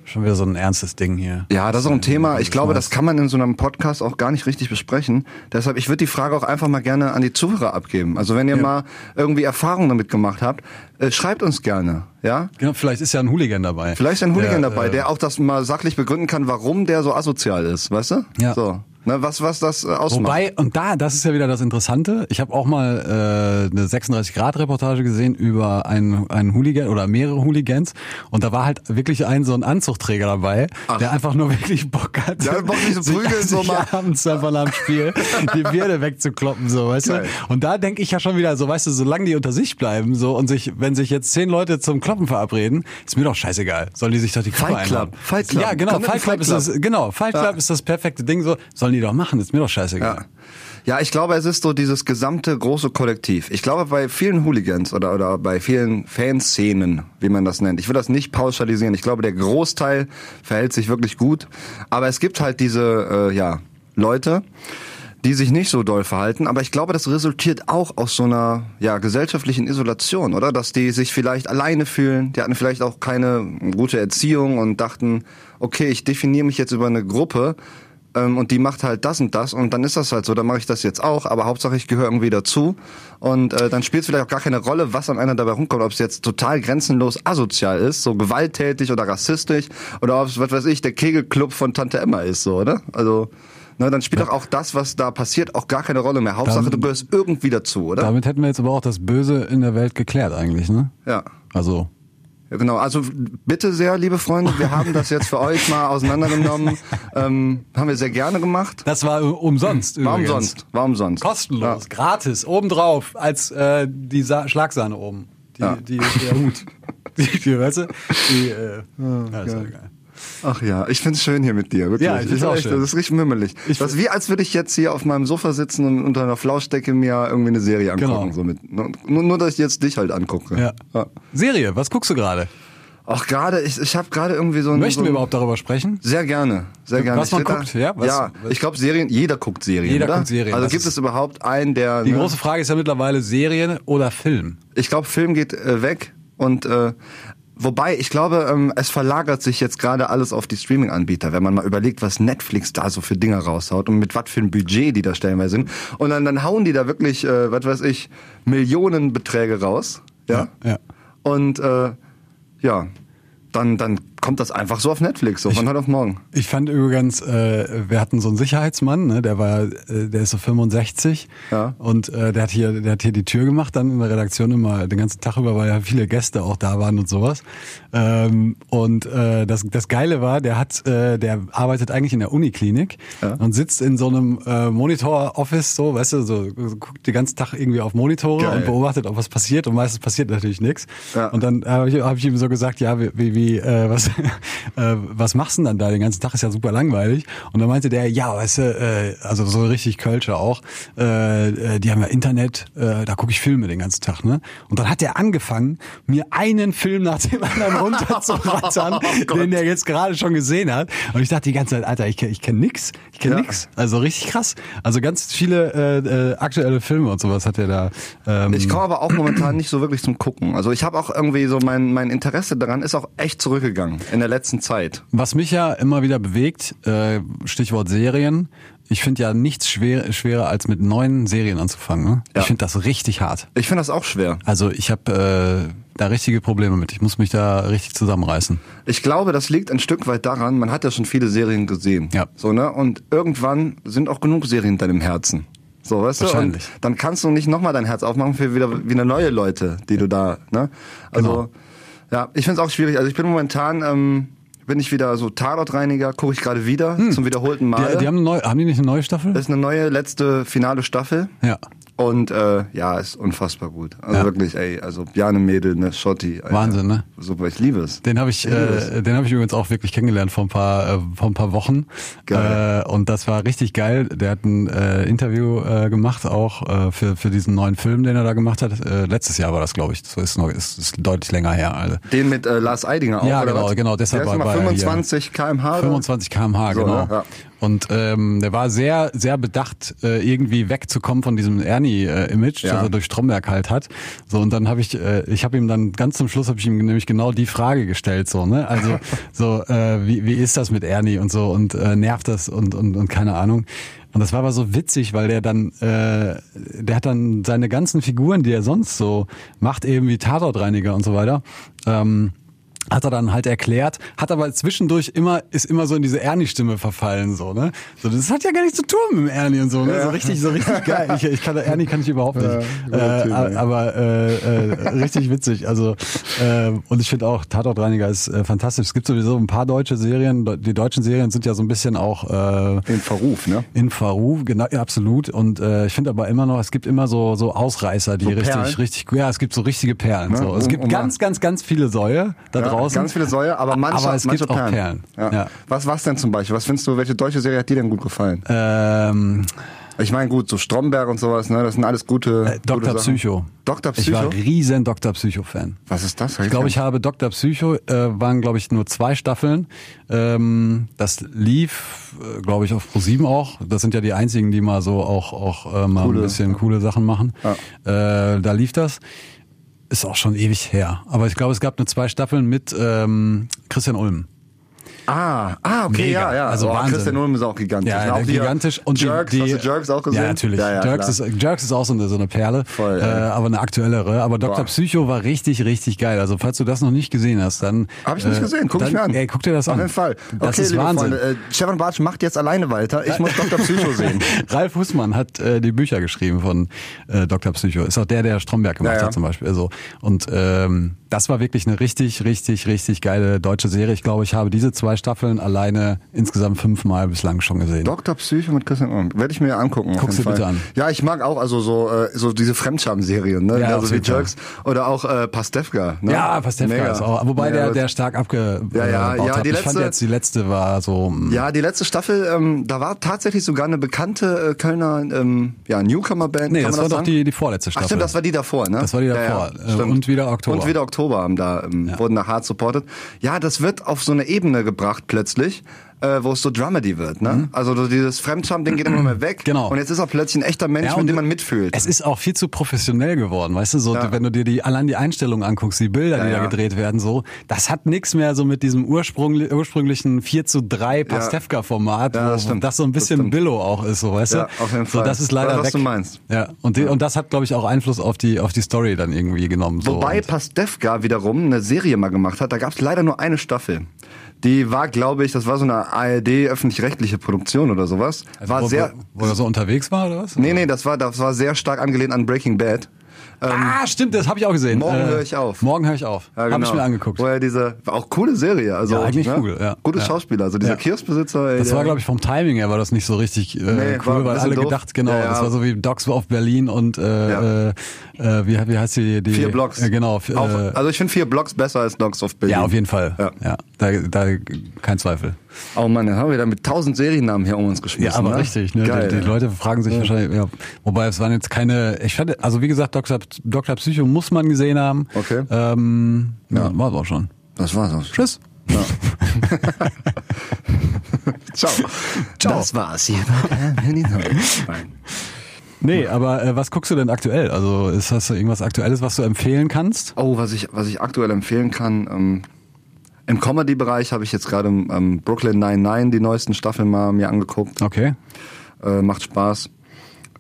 [SPEAKER 4] schon wieder so ein ernstes Ding hier.
[SPEAKER 3] Ja, das ist auch ein Thema. Ich glaube, das
[SPEAKER 4] kann
[SPEAKER 3] kann man in so einem Podcast auch gar nicht richtig besprechen. Deshalb, ich würde die Frage auch einfach mal gerne an die Zuhörer abgeben. Also wenn ihr mal irgendwie Erfahrungen damit gemacht habt, äh, schreibt uns gerne. Ja?
[SPEAKER 4] Genau, vielleicht ist ja ein Hooligan dabei.
[SPEAKER 3] Vielleicht ist ein Hooligan dabei,
[SPEAKER 4] äh,
[SPEAKER 3] der auch das mal sachlich begründen kann, warum der so asozial ist, weißt du?
[SPEAKER 4] Ja.
[SPEAKER 3] So. Ne, was, was das äh, ausmacht.
[SPEAKER 4] Wobei, und da, das ist ja wieder das Interessante. Ich habe auch mal äh, eine 36-Grad-Reportage gesehen über einen, einen Hooligan oder mehrere Hooligans. Und da war halt wirklich ein so ein Anzugträger dabei, der einfach nur wirklich Bock hatte.
[SPEAKER 3] Der hat Bock, sich zu prügeln,
[SPEAKER 4] sich
[SPEAKER 3] so mal.
[SPEAKER 4] abends einfach nach dem Spiel die Birne wegzukloppen, so, weißt
[SPEAKER 3] Geil.
[SPEAKER 4] du? Und da denke ich ja schon wieder, so, weißt du, solange die unter sich bleiben, so, und sich, wenn sich jetzt zehn Leute zum Kloppen verabreden, ist mir doch scheißegal. Sollen die sich doch die Klappe
[SPEAKER 3] Fight Club,
[SPEAKER 4] einhauen?
[SPEAKER 3] Fight Club.
[SPEAKER 4] Ja, genau,
[SPEAKER 3] Komm mit
[SPEAKER 4] Fight
[SPEAKER 3] dem
[SPEAKER 4] Club,
[SPEAKER 3] Fight
[SPEAKER 4] ist
[SPEAKER 3] Club.
[SPEAKER 4] das, genau, Fight Club ist das perfekte Ding, so, sollen die doch machen, ist mir doch scheißegal.
[SPEAKER 3] Ja. Ja, ich glaube, es ist so dieses gesamte große Kollektiv. Ich glaube, bei vielen Hooligans oder, oder bei vielen Fanszenen, wie man das nennt, ich will das nicht pauschalisieren. Ich glaube, der Großteil verhält sich wirklich gut. Aber es gibt halt diese, äh, ja, Leute, die sich nicht so doll verhalten. Aber ich glaube, das resultiert auch aus so einer, ja, gesellschaftlichen Isolation, oder? Dass die sich vielleicht alleine fühlen. Die hatten vielleicht auch keine gute Erziehung und dachten, okay, ich definiere mich jetzt über eine Gruppe ähm, und die macht halt das und das und dann ist das halt so, dann mache ich das jetzt auch, aber Hauptsache ich gehöre irgendwie dazu und äh, dann spielt es vielleicht auch gar keine Rolle, was an einer dabei rumkommt, ob es jetzt total grenzenlos asozial ist, so gewalttätig oder rassistisch oder ob es, was weiß ich, der Kegelclub von Tante Emma ist, so, oder? Also, ne, dann spielt doch auch das, was da passiert, auch gar keine Rolle mehr. Hauptsache
[SPEAKER 4] Dann-
[SPEAKER 3] du gehörst irgendwie dazu, oder?
[SPEAKER 4] Damit hätten wir jetzt aber auch das Böse in der Welt geklärt eigentlich, ne?
[SPEAKER 3] Ja.
[SPEAKER 4] Also,
[SPEAKER 3] Ja, genau, also bitte sehr, liebe Freunde, wir haben das jetzt für euch mal auseinandergenommen. ähm, haben wir sehr gerne gemacht.
[SPEAKER 4] das war umsonst
[SPEAKER 3] Warum
[SPEAKER 4] übrigens.
[SPEAKER 3] sonst? Warum sonst?
[SPEAKER 4] Kostenlos, gratis, obendrauf, als äh, die Sa Schlagsahne oben. Die,
[SPEAKER 3] Ja.
[SPEAKER 4] die, der Hut. Die, die, weißt du? Die, äh, ja, ist doch geil.
[SPEAKER 3] Ach ja, ich find's schön hier mit dir, wirklich.
[SPEAKER 4] Ja, ich find's
[SPEAKER 3] Ist
[SPEAKER 4] auch
[SPEAKER 3] echt,
[SPEAKER 4] schön.
[SPEAKER 3] Das ist richtig mümmelig.
[SPEAKER 4] Ich
[SPEAKER 3] das ist
[SPEAKER 4] find-
[SPEAKER 3] wie, als würde ich jetzt hier auf meinem Sofa sitzen und unter einer Flauschdecke mir irgendwie eine Serie angucken.
[SPEAKER 4] Genau.
[SPEAKER 3] So mit, nur, nur, dass ich jetzt dich halt angucke.
[SPEAKER 4] Ja. Serie, was guckst du gerade?
[SPEAKER 3] Auch gerade, ich, ich habe gerade irgendwie so ein...
[SPEAKER 4] Möchten
[SPEAKER 3] so
[SPEAKER 4] wir
[SPEAKER 3] ein-
[SPEAKER 4] überhaupt darüber sprechen?
[SPEAKER 3] Sehr gerne, sehr gerne.
[SPEAKER 4] Was
[SPEAKER 3] Ich
[SPEAKER 4] man
[SPEAKER 3] rede da-
[SPEAKER 4] guckt, ja, was-
[SPEAKER 3] ja, ich glaube Serien, jeder guckt Serien,
[SPEAKER 4] Jeder
[SPEAKER 3] oder?
[SPEAKER 4] guckt Serien,
[SPEAKER 3] Also
[SPEAKER 4] das
[SPEAKER 3] gibt
[SPEAKER 4] ist-
[SPEAKER 3] es überhaupt einen, der...
[SPEAKER 4] Die
[SPEAKER 3] ne?
[SPEAKER 4] große Frage ist ja mittlerweile Serien oder Film.
[SPEAKER 3] Ich glaube, Film geht äh, weg und äh, wobei ich glaube, ähm, es verlagert sich jetzt gerade alles auf die Streaming-Anbieter, wenn man mal überlegt, was Netflix da so für Dinge raushaut und mit was für ein Budget die da stellenweise sind. Und dann, dann hauen die da wirklich, äh, was weiß ich, Millionenbeträge raus. Ja.
[SPEAKER 4] Ja, ja.
[SPEAKER 3] Und äh, ja, dann, dann kommt das einfach so auf Netflix, so von heute auf morgen.
[SPEAKER 4] Ich fand übrigens, äh, wir hatten so einen Sicherheitsmann, ne, der war, äh, der ist so 65
[SPEAKER 3] Ja.
[SPEAKER 4] und äh, der hat hier, der hat hier die Tür gemacht, dann in der Redaktion immer den ganzen Tag über, weil ja viele Gäste auch da waren und sowas. Ähm, und äh, das, das Geile war, der hat, äh, der arbeitet eigentlich in der Uniklinik und sitzt in so einem äh, Monitor-Office, so, weißt du, so guckt den ganzen Tag irgendwie auf Monitore
[SPEAKER 3] Geil.
[SPEAKER 4] und beobachtet, ob was passiert und meistens passiert natürlich nichts.
[SPEAKER 3] Ja.
[SPEAKER 4] Und dann habe ich, hab ich ihm so gesagt, ja, wie, wie, wie äh, was, äh, was machst du denn dann da? Den ganzen Tag ist ja super langweilig. Und dann meinte der, ja, weißt du, äh, also so richtig Kölscher auch, äh, äh, die haben ja Internet, äh, da gucke ich Filme den ganzen Tag, ne? Und dann hat er angefangen, mir einen Film nach dem anderen runterzurattern,
[SPEAKER 3] Oh
[SPEAKER 4] den der jetzt gerade schon gesehen hat. Und ich dachte die ganze Zeit, Alter, ich, kenn- ich kenne nix, ich kenne
[SPEAKER 3] Ja.
[SPEAKER 4] nix. Also richtig krass. Also ganz viele äh, äh, aktuelle Filme und sowas hat er da. Ähm,
[SPEAKER 3] Ich komme aber auch momentan nicht so wirklich zum Gucken. Also ich habe auch irgendwie so mein, mein Interesse daran ist auch echt zurückgegangen in der letzten Zeit.
[SPEAKER 4] Was mich ja immer wieder bewegt, äh, Stichwort Serien, ich finde ja nichts schwer, schwerer als mit neuen Serien anzufangen. Ne?
[SPEAKER 3] Ja.
[SPEAKER 4] Ich finde das richtig hart.
[SPEAKER 3] Ich finde das auch schwer.
[SPEAKER 4] Also ich habe äh, da richtige Probleme mit. Ich muss mich da richtig zusammenreißen.
[SPEAKER 3] Ich glaube, das liegt ein Stück weit daran, man hat ja schon viele Serien gesehen.
[SPEAKER 4] Ja.
[SPEAKER 3] So, ne? Und irgendwann sind auch genug Serien in deinem Herzen. So, weißt du? Und
[SPEAKER 4] Wahrscheinlich.
[SPEAKER 3] dann kannst du nicht nochmal dein Herz aufmachen für wieder, wieder neue Leute, die du da, ne? Also,
[SPEAKER 4] Genau.
[SPEAKER 3] ja, ich finde es auch schwierig. Also ich bin momentan, ähm, bin ich wieder so Tatortreiniger, gucke ich gerade wieder zum wiederholten Mal.
[SPEAKER 4] Hm. Die, die haben, eine neue, haben die nicht eine neue Staffel?
[SPEAKER 3] Ah, das ist eine neue, letzte, finale Staffel.
[SPEAKER 4] ja.
[SPEAKER 3] Und äh, ja, ist unfassbar gut. Also
[SPEAKER 4] Ja.
[SPEAKER 3] wirklich, ey, also Bjane Mädel, ne, Schotti. Alter.
[SPEAKER 4] Wahnsinn, ne?
[SPEAKER 3] Super, ich liebe es.
[SPEAKER 4] Den habe ich, äh, den habe ich übrigens auch wirklich kennengelernt vor ein paar, äh, vor ein paar Wochen.
[SPEAKER 3] Geil.
[SPEAKER 4] Äh, und das war richtig geil. Der hat ein äh, Interview äh, gemacht auch äh, für für diesen neuen Film, den er da gemacht hat. Äh, letztes Jahr war das, glaube ich. So ist noch ist, ist deutlich länger her. Also.
[SPEAKER 3] Den mit äh, Lars Eidinger auch.
[SPEAKER 4] Ja,
[SPEAKER 3] oder
[SPEAKER 4] genau,
[SPEAKER 3] was?
[SPEAKER 4] genau, deshalb
[SPEAKER 3] Der ist
[SPEAKER 4] war-
[SPEAKER 3] mal
[SPEAKER 4] war er hier.
[SPEAKER 3] 25 km/h. oder?
[SPEAKER 4] 25 km/h,
[SPEAKER 3] So,
[SPEAKER 4] genau.
[SPEAKER 3] ne? Ja.
[SPEAKER 4] Und ähm, der war sehr, sehr bedacht, äh, irgendwie wegzukommen von diesem Ernie-Image,
[SPEAKER 3] Ja.
[SPEAKER 4] das er durch Stromberg halt hat. So und dann habe ich, äh, ich habe ihm dann ganz zum Schluss habe ich ihm nämlich genau die Frage gestellt, so ne, also so äh, wie, wie ist das mit Ernie und so und äh, nervt das und und und keine Ahnung. Und das war aber so witzig, weil der dann, äh, der hat dann seine ganzen Figuren, die er sonst so macht, eben wie Tatortreiniger und so weiter. Ähm, hat er dann halt erklärt, hat aber zwischendurch immer, ist immer so in diese Ernie-Stimme verfallen, so, ne? So, das hat ja gar nichts zu tun mit dem Ernie und so, ne? So richtig, so richtig geil. Ich, ich kann, Ernie kann ich überhaupt nicht. äh, a- aber äh, äh, richtig witzig. Also, äh, und ich finde auch, Tatortreiniger ist äh, fantastisch. Es gibt sowieso ein paar deutsche Serien. Die deutschen Serien sind ja so ein bisschen auch äh,
[SPEAKER 3] Den Verruf, ne?
[SPEAKER 4] in Faru, genau, ja, absolut. Und äh, ich finde aber immer noch, es gibt immer so, so Ausreißer, die richtig,
[SPEAKER 3] Perlen?
[SPEAKER 4] richtig, ja, es gibt so richtige Perlen. So. Es
[SPEAKER 3] Um-
[SPEAKER 4] gibt
[SPEAKER 3] um-
[SPEAKER 4] ganz, ganz, ganz viele Säue da
[SPEAKER 3] Ja,
[SPEAKER 4] draußen.
[SPEAKER 3] Ganz viele Säue, aber manche,
[SPEAKER 4] aber es
[SPEAKER 3] manche
[SPEAKER 4] gibt auch
[SPEAKER 3] Perlen.
[SPEAKER 4] Perlen.
[SPEAKER 3] Ja.
[SPEAKER 4] Ja.
[SPEAKER 3] Was war's denn zum Beispiel? Was findest du, welche deutsche Serie hat dir denn gut gefallen?
[SPEAKER 4] Ähm,
[SPEAKER 3] Ich meine, gut, so Stromberg und sowas, ne? Das sind alles gute.
[SPEAKER 4] äh,
[SPEAKER 3] gute
[SPEAKER 4] Dr.
[SPEAKER 3] Sachen.
[SPEAKER 4] Psycho.
[SPEAKER 3] Dr.
[SPEAKER 4] Ich war
[SPEAKER 3] Psycho?
[SPEAKER 4] riesen Dr. Psycho-Fan.
[SPEAKER 3] Was ist das?
[SPEAKER 4] Ich glaube, ich habe Dr. Psycho, äh, waren, glaube ich, nur zwei Staffeln. Ähm, das lief, äh, glaube ich, auf Pro7 auch. Das sind ja die einzigen, die mal so auch, auch äh, mal
[SPEAKER 3] Coole.
[SPEAKER 4] ein bisschen coole Sachen machen. Äh, da lief das. Ist auch schon ewig her. Aber ich glaube, es gab nur zwei Staffeln mit ähm, Christian Ulm.
[SPEAKER 3] Ah, ah, okay,
[SPEAKER 4] Mega.
[SPEAKER 3] ja, ja.
[SPEAKER 4] Also
[SPEAKER 3] Boah,
[SPEAKER 4] Wahnsinn.
[SPEAKER 3] Christian Ulm ist auch gigantisch.
[SPEAKER 4] Ja,
[SPEAKER 3] ne? auch
[SPEAKER 4] der
[SPEAKER 3] die-
[SPEAKER 4] gigantisch. Und die-
[SPEAKER 3] Jerks,
[SPEAKER 4] die,
[SPEAKER 3] hast du Jerks auch gesehen?
[SPEAKER 4] Ja, natürlich. Jerks,
[SPEAKER 3] klar.
[SPEAKER 4] ist, Jerks ist auch so eine, so eine Perle,
[SPEAKER 3] Voll,
[SPEAKER 4] äh,
[SPEAKER 3] ja.
[SPEAKER 4] aber eine aktuellere. Aber Dr.
[SPEAKER 3] Boah.
[SPEAKER 4] Psycho war richtig, richtig geil. Also falls du das noch nicht gesehen hast, dann...
[SPEAKER 3] Hab ich nicht
[SPEAKER 4] äh,
[SPEAKER 3] gesehen, guck
[SPEAKER 4] dann,
[SPEAKER 3] ich mir an.
[SPEAKER 4] Ey, guck dir das an.
[SPEAKER 3] Auf jeden Fall.
[SPEAKER 4] Das
[SPEAKER 3] okay,
[SPEAKER 4] ist
[SPEAKER 3] liebe
[SPEAKER 4] Wahnsinn.
[SPEAKER 3] Freunde, äh, Stefan Bartsch macht jetzt alleine weiter. Ich muss Dr. Psycho sehen.
[SPEAKER 4] Ralf Hussmann hat äh, die Bücher geschrieben von äh, Dr. Psycho. Ist auch der, der Stromberg gemacht
[SPEAKER 3] Ja, ja.
[SPEAKER 4] hat zum Beispiel. Also, und ähm, das war wirklich eine richtig, richtig, richtig geile deutsche Serie. Ich glaube, ich habe diese zwei Staffeln alleine insgesamt fünfmal bislang schon gesehen.
[SPEAKER 3] Dr. Psycho mit Christian Ulm. Werde ich mir angucken. auf
[SPEAKER 4] Guck's
[SPEAKER 3] jeden
[SPEAKER 4] dir bitte
[SPEAKER 3] Fall.
[SPEAKER 4] an.
[SPEAKER 3] Ja, ich mag auch also so, äh, so diese Fremdscham-Serien, ne?
[SPEAKER 4] Ja,
[SPEAKER 3] also
[SPEAKER 4] auf
[SPEAKER 3] wie
[SPEAKER 4] jeden Fall.
[SPEAKER 3] Jerks. Oder auch äh, Pastewka. Ne?
[SPEAKER 4] Ja, Pastewka
[SPEAKER 3] Mega.
[SPEAKER 4] ist auch. Wobei
[SPEAKER 3] Mega
[SPEAKER 4] der,
[SPEAKER 3] gut.
[SPEAKER 4] der stark abgebaut
[SPEAKER 3] Ja, ja, ja,
[SPEAKER 4] hat.
[SPEAKER 3] die
[SPEAKER 4] ich
[SPEAKER 3] letzte-
[SPEAKER 4] fand jetzt, die letzte war so. hm, mh.
[SPEAKER 3] ja, die letzte Staffel, ähm, da war tatsächlich sogar eine bekannte äh, Kölner ähm, ja, Newcomer-Band.
[SPEAKER 4] nee,
[SPEAKER 3] kann
[SPEAKER 4] das
[SPEAKER 3] man das
[SPEAKER 4] war doch
[SPEAKER 3] sagen?
[SPEAKER 4] die, die vorletzte
[SPEAKER 3] Ach
[SPEAKER 4] Staffel.
[SPEAKER 3] stimmt, das war die davor, ne?
[SPEAKER 4] Das war die
[SPEAKER 3] Ja,
[SPEAKER 4] davor.
[SPEAKER 3] Ja,
[SPEAKER 4] Äh,
[SPEAKER 3] stimmt.
[SPEAKER 4] und wieder Oktober.
[SPEAKER 3] Und wieder Oktober haben da, ähm, wurden da hart supported. Ja, das wird auf so eine Ebene gebracht plötzlich, äh, wo es so Dramedy wird, ne? Also so dieses Fremdscham-Ding geht immer mehr weg.
[SPEAKER 4] Mhm. Genau.
[SPEAKER 3] Und jetzt ist er plötzlich ein echter Mensch,
[SPEAKER 4] Ja, und
[SPEAKER 3] mit dem man mitfühlt.
[SPEAKER 4] Es ist auch viel zu professionell geworden, weißt du, so,
[SPEAKER 3] Ja.
[SPEAKER 4] wenn du dir die, allein die Einstellungen anguckst, die Bilder, die
[SPEAKER 3] Ja,
[SPEAKER 4] da
[SPEAKER 3] ja.
[SPEAKER 4] gedreht werden, so, das hat nichts mehr so mit diesem ursprüngli- ursprünglichen 4 zu 3 Pastewka-Format,
[SPEAKER 3] Ja, das
[SPEAKER 4] wo
[SPEAKER 3] stimmt.
[SPEAKER 4] das so ein
[SPEAKER 3] Das
[SPEAKER 4] bisschen
[SPEAKER 3] stimmt.
[SPEAKER 4] Billo auch ist, so, weißt
[SPEAKER 3] Ja,
[SPEAKER 4] du?
[SPEAKER 3] auf jeden
[SPEAKER 4] So,
[SPEAKER 3] Fall.
[SPEAKER 4] das ist leider
[SPEAKER 3] Weiß, was
[SPEAKER 4] weg.
[SPEAKER 3] du meinst.
[SPEAKER 4] Ja, und, die, und das hat, glaube ich, auch Einfluss auf die, auf die Story dann irgendwie genommen, so.
[SPEAKER 3] Wobei
[SPEAKER 4] und,
[SPEAKER 3] Pastewka wiederum eine Serie mal gemacht hat, da gab es leider nur eine Staffel. Die war, glaube ich, das war so eine ARD öffentlich-rechtliche Produktion oder sowas.
[SPEAKER 4] Also
[SPEAKER 3] war
[SPEAKER 4] wo,
[SPEAKER 3] sehr.
[SPEAKER 4] wo, wo er so unterwegs war oder was?
[SPEAKER 3] Nee, nee, das war, das war sehr stark angelehnt an Breaking Bad.
[SPEAKER 4] ah, stimmt, das habe ich auch gesehen.
[SPEAKER 3] Ähm,
[SPEAKER 4] Äh,
[SPEAKER 3] Morgen höre ich auf.
[SPEAKER 4] Morgen höre ich auf.
[SPEAKER 3] Ja, genau.
[SPEAKER 4] Habe ich mir angeguckt.
[SPEAKER 3] Wo er diese, war auch coole Serie. Also,
[SPEAKER 4] Ja, eigentlich
[SPEAKER 3] ne?
[SPEAKER 4] cool, ja.
[SPEAKER 3] Gutes
[SPEAKER 4] Ja.
[SPEAKER 3] Schauspieler, also dieser
[SPEAKER 4] Ja.
[SPEAKER 3] Kioskbesitzer. Ey,
[SPEAKER 4] Das war,
[SPEAKER 3] der-
[SPEAKER 4] glaube ich, vom Timing her war das nicht so richtig äh,
[SPEAKER 3] Nee, war ein
[SPEAKER 4] cool, weil
[SPEAKER 3] bisschen
[SPEAKER 4] alle
[SPEAKER 3] doof.
[SPEAKER 4] gedacht, genau,
[SPEAKER 3] Ja, ja.
[SPEAKER 4] das war so wie Dogs of Berlin und äh,
[SPEAKER 3] Ja.
[SPEAKER 4] äh, äh, wie, wie heißt die? die
[SPEAKER 3] Vier Blocks.
[SPEAKER 4] Äh, genau.
[SPEAKER 3] Auf,
[SPEAKER 4] f- äh,
[SPEAKER 3] also ich finde vier Blocks besser als Dogs of Berlin.
[SPEAKER 4] ja, auf jeden Fall.
[SPEAKER 3] Ja.
[SPEAKER 4] Ja, da, da kein Zweifel.
[SPEAKER 3] Oh Mann, dann haben wir da mit tausend Seriennamen hier um uns geschmissen.
[SPEAKER 4] Ja, aber
[SPEAKER 3] ne?
[SPEAKER 4] richtig. Ne?
[SPEAKER 3] Geil.
[SPEAKER 4] Die, die Leute fragen sich wahrscheinlich, ja. wobei es waren jetzt keine, ich fand, also wie gesagt, Dr. Dr. Psycho muss man gesehen haben.
[SPEAKER 3] Okay.
[SPEAKER 4] Ähm, ja. War es auch schon.
[SPEAKER 3] Das war's auch. schon.
[SPEAKER 4] Tschüss.
[SPEAKER 3] Ciao. Ciao. Das war's hier. Nein.
[SPEAKER 4] Nee, aber äh, was guckst du denn aktuell? Also ist das irgendwas Aktuelles, was du empfehlen kannst?
[SPEAKER 3] Oh, was ich, was ich aktuell empfehlen kann, ähm, im Comedy-Bereich habe ich jetzt gerade ähm, Brooklyn 99 die neuesten Staffeln mal mir angeguckt.
[SPEAKER 4] Okay.
[SPEAKER 3] Äh, macht Spaß.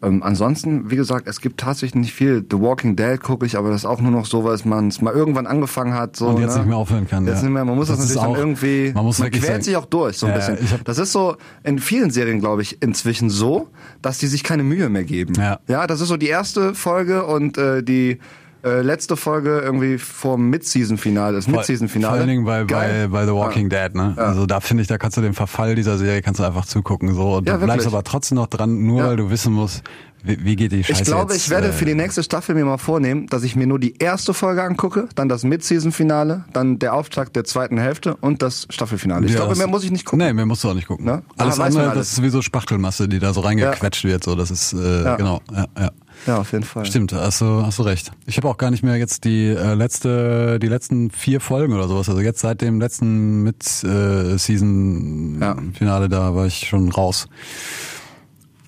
[SPEAKER 3] Ähm, ansonsten, wie gesagt, es gibt tatsächlich nicht viel. The Walking Dead gucke ich, aber das ist auch nur noch so, weil man es mal irgendwann angefangen hat. So,
[SPEAKER 4] Und jetzt
[SPEAKER 3] ne?
[SPEAKER 4] nicht mehr aufhören kann,
[SPEAKER 3] Jetzt
[SPEAKER 4] ja.
[SPEAKER 3] nicht mehr. Man muss das,
[SPEAKER 4] Das ist
[SPEAKER 3] natürlich
[SPEAKER 4] auch-
[SPEAKER 3] dann irgendwie.
[SPEAKER 4] man muss wirklich
[SPEAKER 3] quält
[SPEAKER 4] sagen-
[SPEAKER 3] sich auch durch so ein
[SPEAKER 4] Ja,
[SPEAKER 3] bisschen.
[SPEAKER 4] ich hab-
[SPEAKER 3] das ist so in vielen Serien, glaube ich, inzwischen so, dass die sich keine Mühe mehr geben.
[SPEAKER 4] Ja.
[SPEAKER 3] ja das ist so die erste Folge und äh, die äh, letzte Folge irgendwie vor Mid-Season-Finale. Das
[SPEAKER 4] Vor
[SPEAKER 3] Mid-Season-Finale.
[SPEAKER 4] allen Dingen bei, bei,
[SPEAKER 3] Geil.
[SPEAKER 4] bei The Walking
[SPEAKER 3] ja.
[SPEAKER 4] Dead, ne? Also da finde ich, da kannst du dem Verfall dieser Serie kannst du einfach zugucken so und
[SPEAKER 3] Ja,
[SPEAKER 4] du bleibst
[SPEAKER 3] wirklich.
[SPEAKER 4] aber trotzdem noch dran, nur
[SPEAKER 3] Ja.
[SPEAKER 4] weil du wissen musst, wie, wie geht die Scheiße
[SPEAKER 3] Ich glaube,
[SPEAKER 4] jetzt,
[SPEAKER 3] ich werde
[SPEAKER 4] äh,
[SPEAKER 3] für die nächste Staffel mir mal vornehmen, dass ich mir nur die erste Folge angucke, dann das Mid-Season-Finale, dann der Auftakt der zweiten Hälfte und das Staffelfinale. Ich
[SPEAKER 4] ja,
[SPEAKER 3] glaube,
[SPEAKER 4] das-
[SPEAKER 3] mehr muss ich nicht gucken.
[SPEAKER 4] Nee, mehr musst du auch nicht gucken.
[SPEAKER 3] Ne?
[SPEAKER 4] Alles
[SPEAKER 3] Ah, weiß man
[SPEAKER 4] andere,
[SPEAKER 3] alles.
[SPEAKER 4] das ist wie so Spachtelmasse, die da so reingequetscht wird. So, das ist äh,
[SPEAKER 3] Ja.
[SPEAKER 4] genau. Ja, ja.
[SPEAKER 3] Ja, auf jeden Fall.
[SPEAKER 4] Stimmt, hast du, hast du recht. Ich habe auch gar nicht mehr jetzt die äh, letzte, die letzten vier Folgen oder sowas. Also jetzt seit dem letzten
[SPEAKER 3] Ja.
[SPEAKER 4] Mid-Season-Finale da war ich schon raus.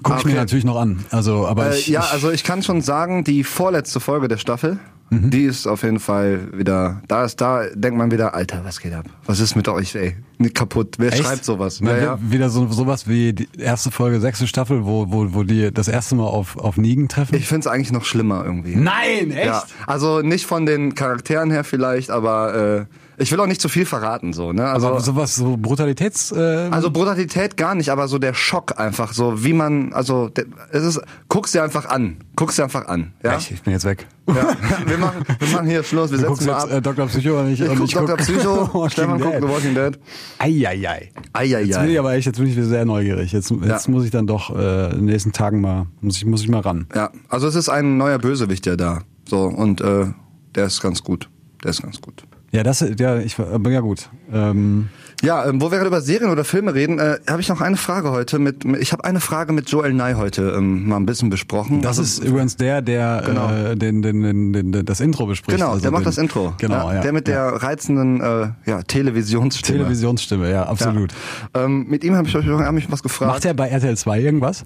[SPEAKER 4] Guck
[SPEAKER 3] Ah,
[SPEAKER 4] ich mir
[SPEAKER 3] okay.
[SPEAKER 4] natürlich noch an. Also, aber
[SPEAKER 3] Äh,
[SPEAKER 4] ich,
[SPEAKER 3] ja,
[SPEAKER 4] ich,
[SPEAKER 3] also ich kann schon sagen, die vorletzte Folge der Staffel,
[SPEAKER 4] Mhm.
[SPEAKER 3] die ist auf jeden Fall wieder, da ist da, denkt man wieder, Alter, was geht ab? Was ist mit euch, ey? Nicht kaputt. Wer
[SPEAKER 4] Echt?
[SPEAKER 3] schreibt sowas?
[SPEAKER 4] Na,
[SPEAKER 3] Ja,
[SPEAKER 4] wi-
[SPEAKER 3] ja.
[SPEAKER 4] Wieder so, sowas wie die erste Folge, sechste Staffel, wo, wo, wo die das erste Mal auf, auf Nigen treffen.
[SPEAKER 3] Ich find's eigentlich noch schlimmer irgendwie.
[SPEAKER 4] Nein, Hm? echt?
[SPEAKER 3] Ja, also nicht von den Charakteren her vielleicht, aber äh, ich will auch nicht zu viel verraten so, ne? Also,
[SPEAKER 4] Also sowas, so Brutalitäts... Äh,
[SPEAKER 3] Also Brutalität gar nicht, aber so der Schock einfach, so wie man, also der, es ist, guck's dir einfach an, guck's dir einfach an, ja.
[SPEAKER 4] ich, ich bin jetzt weg.
[SPEAKER 3] ja. Wir, machen, wir machen hier Schluss, wir
[SPEAKER 4] Du
[SPEAKER 3] setzen
[SPEAKER 4] guckst
[SPEAKER 3] mal
[SPEAKER 4] jetzt
[SPEAKER 3] ab.
[SPEAKER 4] äh, Dr. Psycho und ich,
[SPEAKER 3] ich
[SPEAKER 4] und
[SPEAKER 3] guck
[SPEAKER 4] ich
[SPEAKER 3] Dr.
[SPEAKER 4] guck
[SPEAKER 3] Psycho, Stefan guckt The Walking Dead.
[SPEAKER 4] Eieiei.
[SPEAKER 3] Eieiei.
[SPEAKER 4] Jetzt bin ich aber echt, jetzt bin ich sehr neugierig. Jetzt, jetzt
[SPEAKER 3] Ja.
[SPEAKER 4] muss ich dann doch äh, in den nächsten Tagen mal, muss ich, muss ich mal ran.
[SPEAKER 3] Ja, also es ist ein neuer Bösewicht ja da, so und äh, der ist ganz gut, der ist ganz gut.
[SPEAKER 4] Ja, das, ja, ich, ja gut. Ähm,
[SPEAKER 3] Ja, ähm, wo wir gerade über Serien oder Filme reden, äh, habe ich noch eine Frage heute mit, ich habe eine Frage mit Joel Nye heute ähm, mal ein bisschen besprochen. Also
[SPEAKER 4] das ist übrigens der, der
[SPEAKER 3] Genau.
[SPEAKER 4] äh, den, den, den, den, den, das Intro bespricht.
[SPEAKER 3] Genau,
[SPEAKER 4] Also
[SPEAKER 3] der macht
[SPEAKER 4] den-
[SPEAKER 3] das Intro.
[SPEAKER 4] Genau, ja.
[SPEAKER 3] Der mit der
[SPEAKER 4] ja.
[SPEAKER 3] reizenden äh, ja, Televisionsstimme.
[SPEAKER 4] Televisionsstimme, ja, absolut.
[SPEAKER 3] Ja. Ähm, mit ihm habe ich, hab ich was gefragt.
[SPEAKER 4] Macht er bei RTL 2 irgendwas?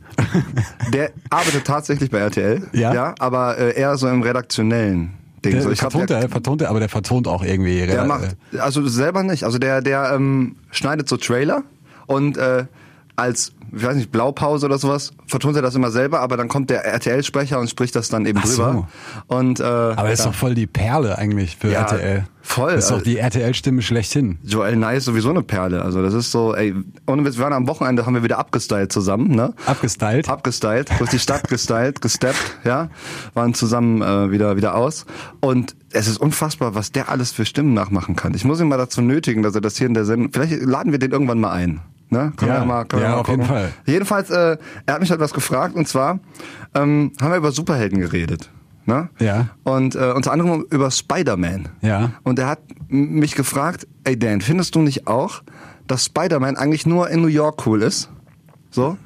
[SPEAKER 3] Der arbeitet tatsächlich bei RTL,
[SPEAKER 4] Ja.
[SPEAKER 3] aber äh, eher so im redaktionellen Ding.
[SPEAKER 4] Der
[SPEAKER 3] so, ich glaub,
[SPEAKER 4] vertont,
[SPEAKER 3] der,
[SPEAKER 4] er, vertont er, aber der vertont auch irgendwie. äh,
[SPEAKER 3] der macht, also selber nicht. Also der, der ähm, schneidet so Trailer und äh, als, ich weiß nicht, Blaupause oder sowas, vertont er das immer selber, aber dann kommt der RTL-Sprecher und spricht das dann eben
[SPEAKER 4] Ach so.
[SPEAKER 3] drüber. Und, äh,
[SPEAKER 4] Aber das ist
[SPEAKER 3] ja.
[SPEAKER 4] doch voll die Perle eigentlich für
[SPEAKER 3] Ja,
[SPEAKER 4] RTL.
[SPEAKER 3] voll.
[SPEAKER 4] Das ist doch die RTL-Stimme schlechthin.
[SPEAKER 3] Joel Nye ist sowieso eine Perle. Also das ist so, ey, ohne Witz, wir waren am Wochenende, haben wir wieder abgestylt zusammen, ne?
[SPEAKER 4] Abgestylt?
[SPEAKER 3] Abgestylt, durch die Stadt gestylt, gesteppt, ja. Waren zusammen äh, wieder, wieder aus. Und es ist unfassbar, was der alles für Stimmen nachmachen kann. Ich muss ihn mal dazu nötigen, dass er das hier in der Sendung, vielleicht laden wir den irgendwann mal ein. Ne? Können
[SPEAKER 4] Ja.
[SPEAKER 3] wir mal, können
[SPEAKER 4] Ja,
[SPEAKER 3] wir mal
[SPEAKER 4] auf jeden
[SPEAKER 3] gucken.
[SPEAKER 4] Fall.
[SPEAKER 3] Jedenfalls, äh, er hat mich halt was gefragt und zwar ähm, haben wir über Superhelden geredet. Ne?
[SPEAKER 4] Ja.
[SPEAKER 3] Und äh, unter anderem über Spider-Man.
[SPEAKER 4] Ja.
[SPEAKER 3] Und er hat m- mich gefragt, ey Dan, findest du nicht auch, dass Spider-Man eigentlich nur in New York cool ist? So?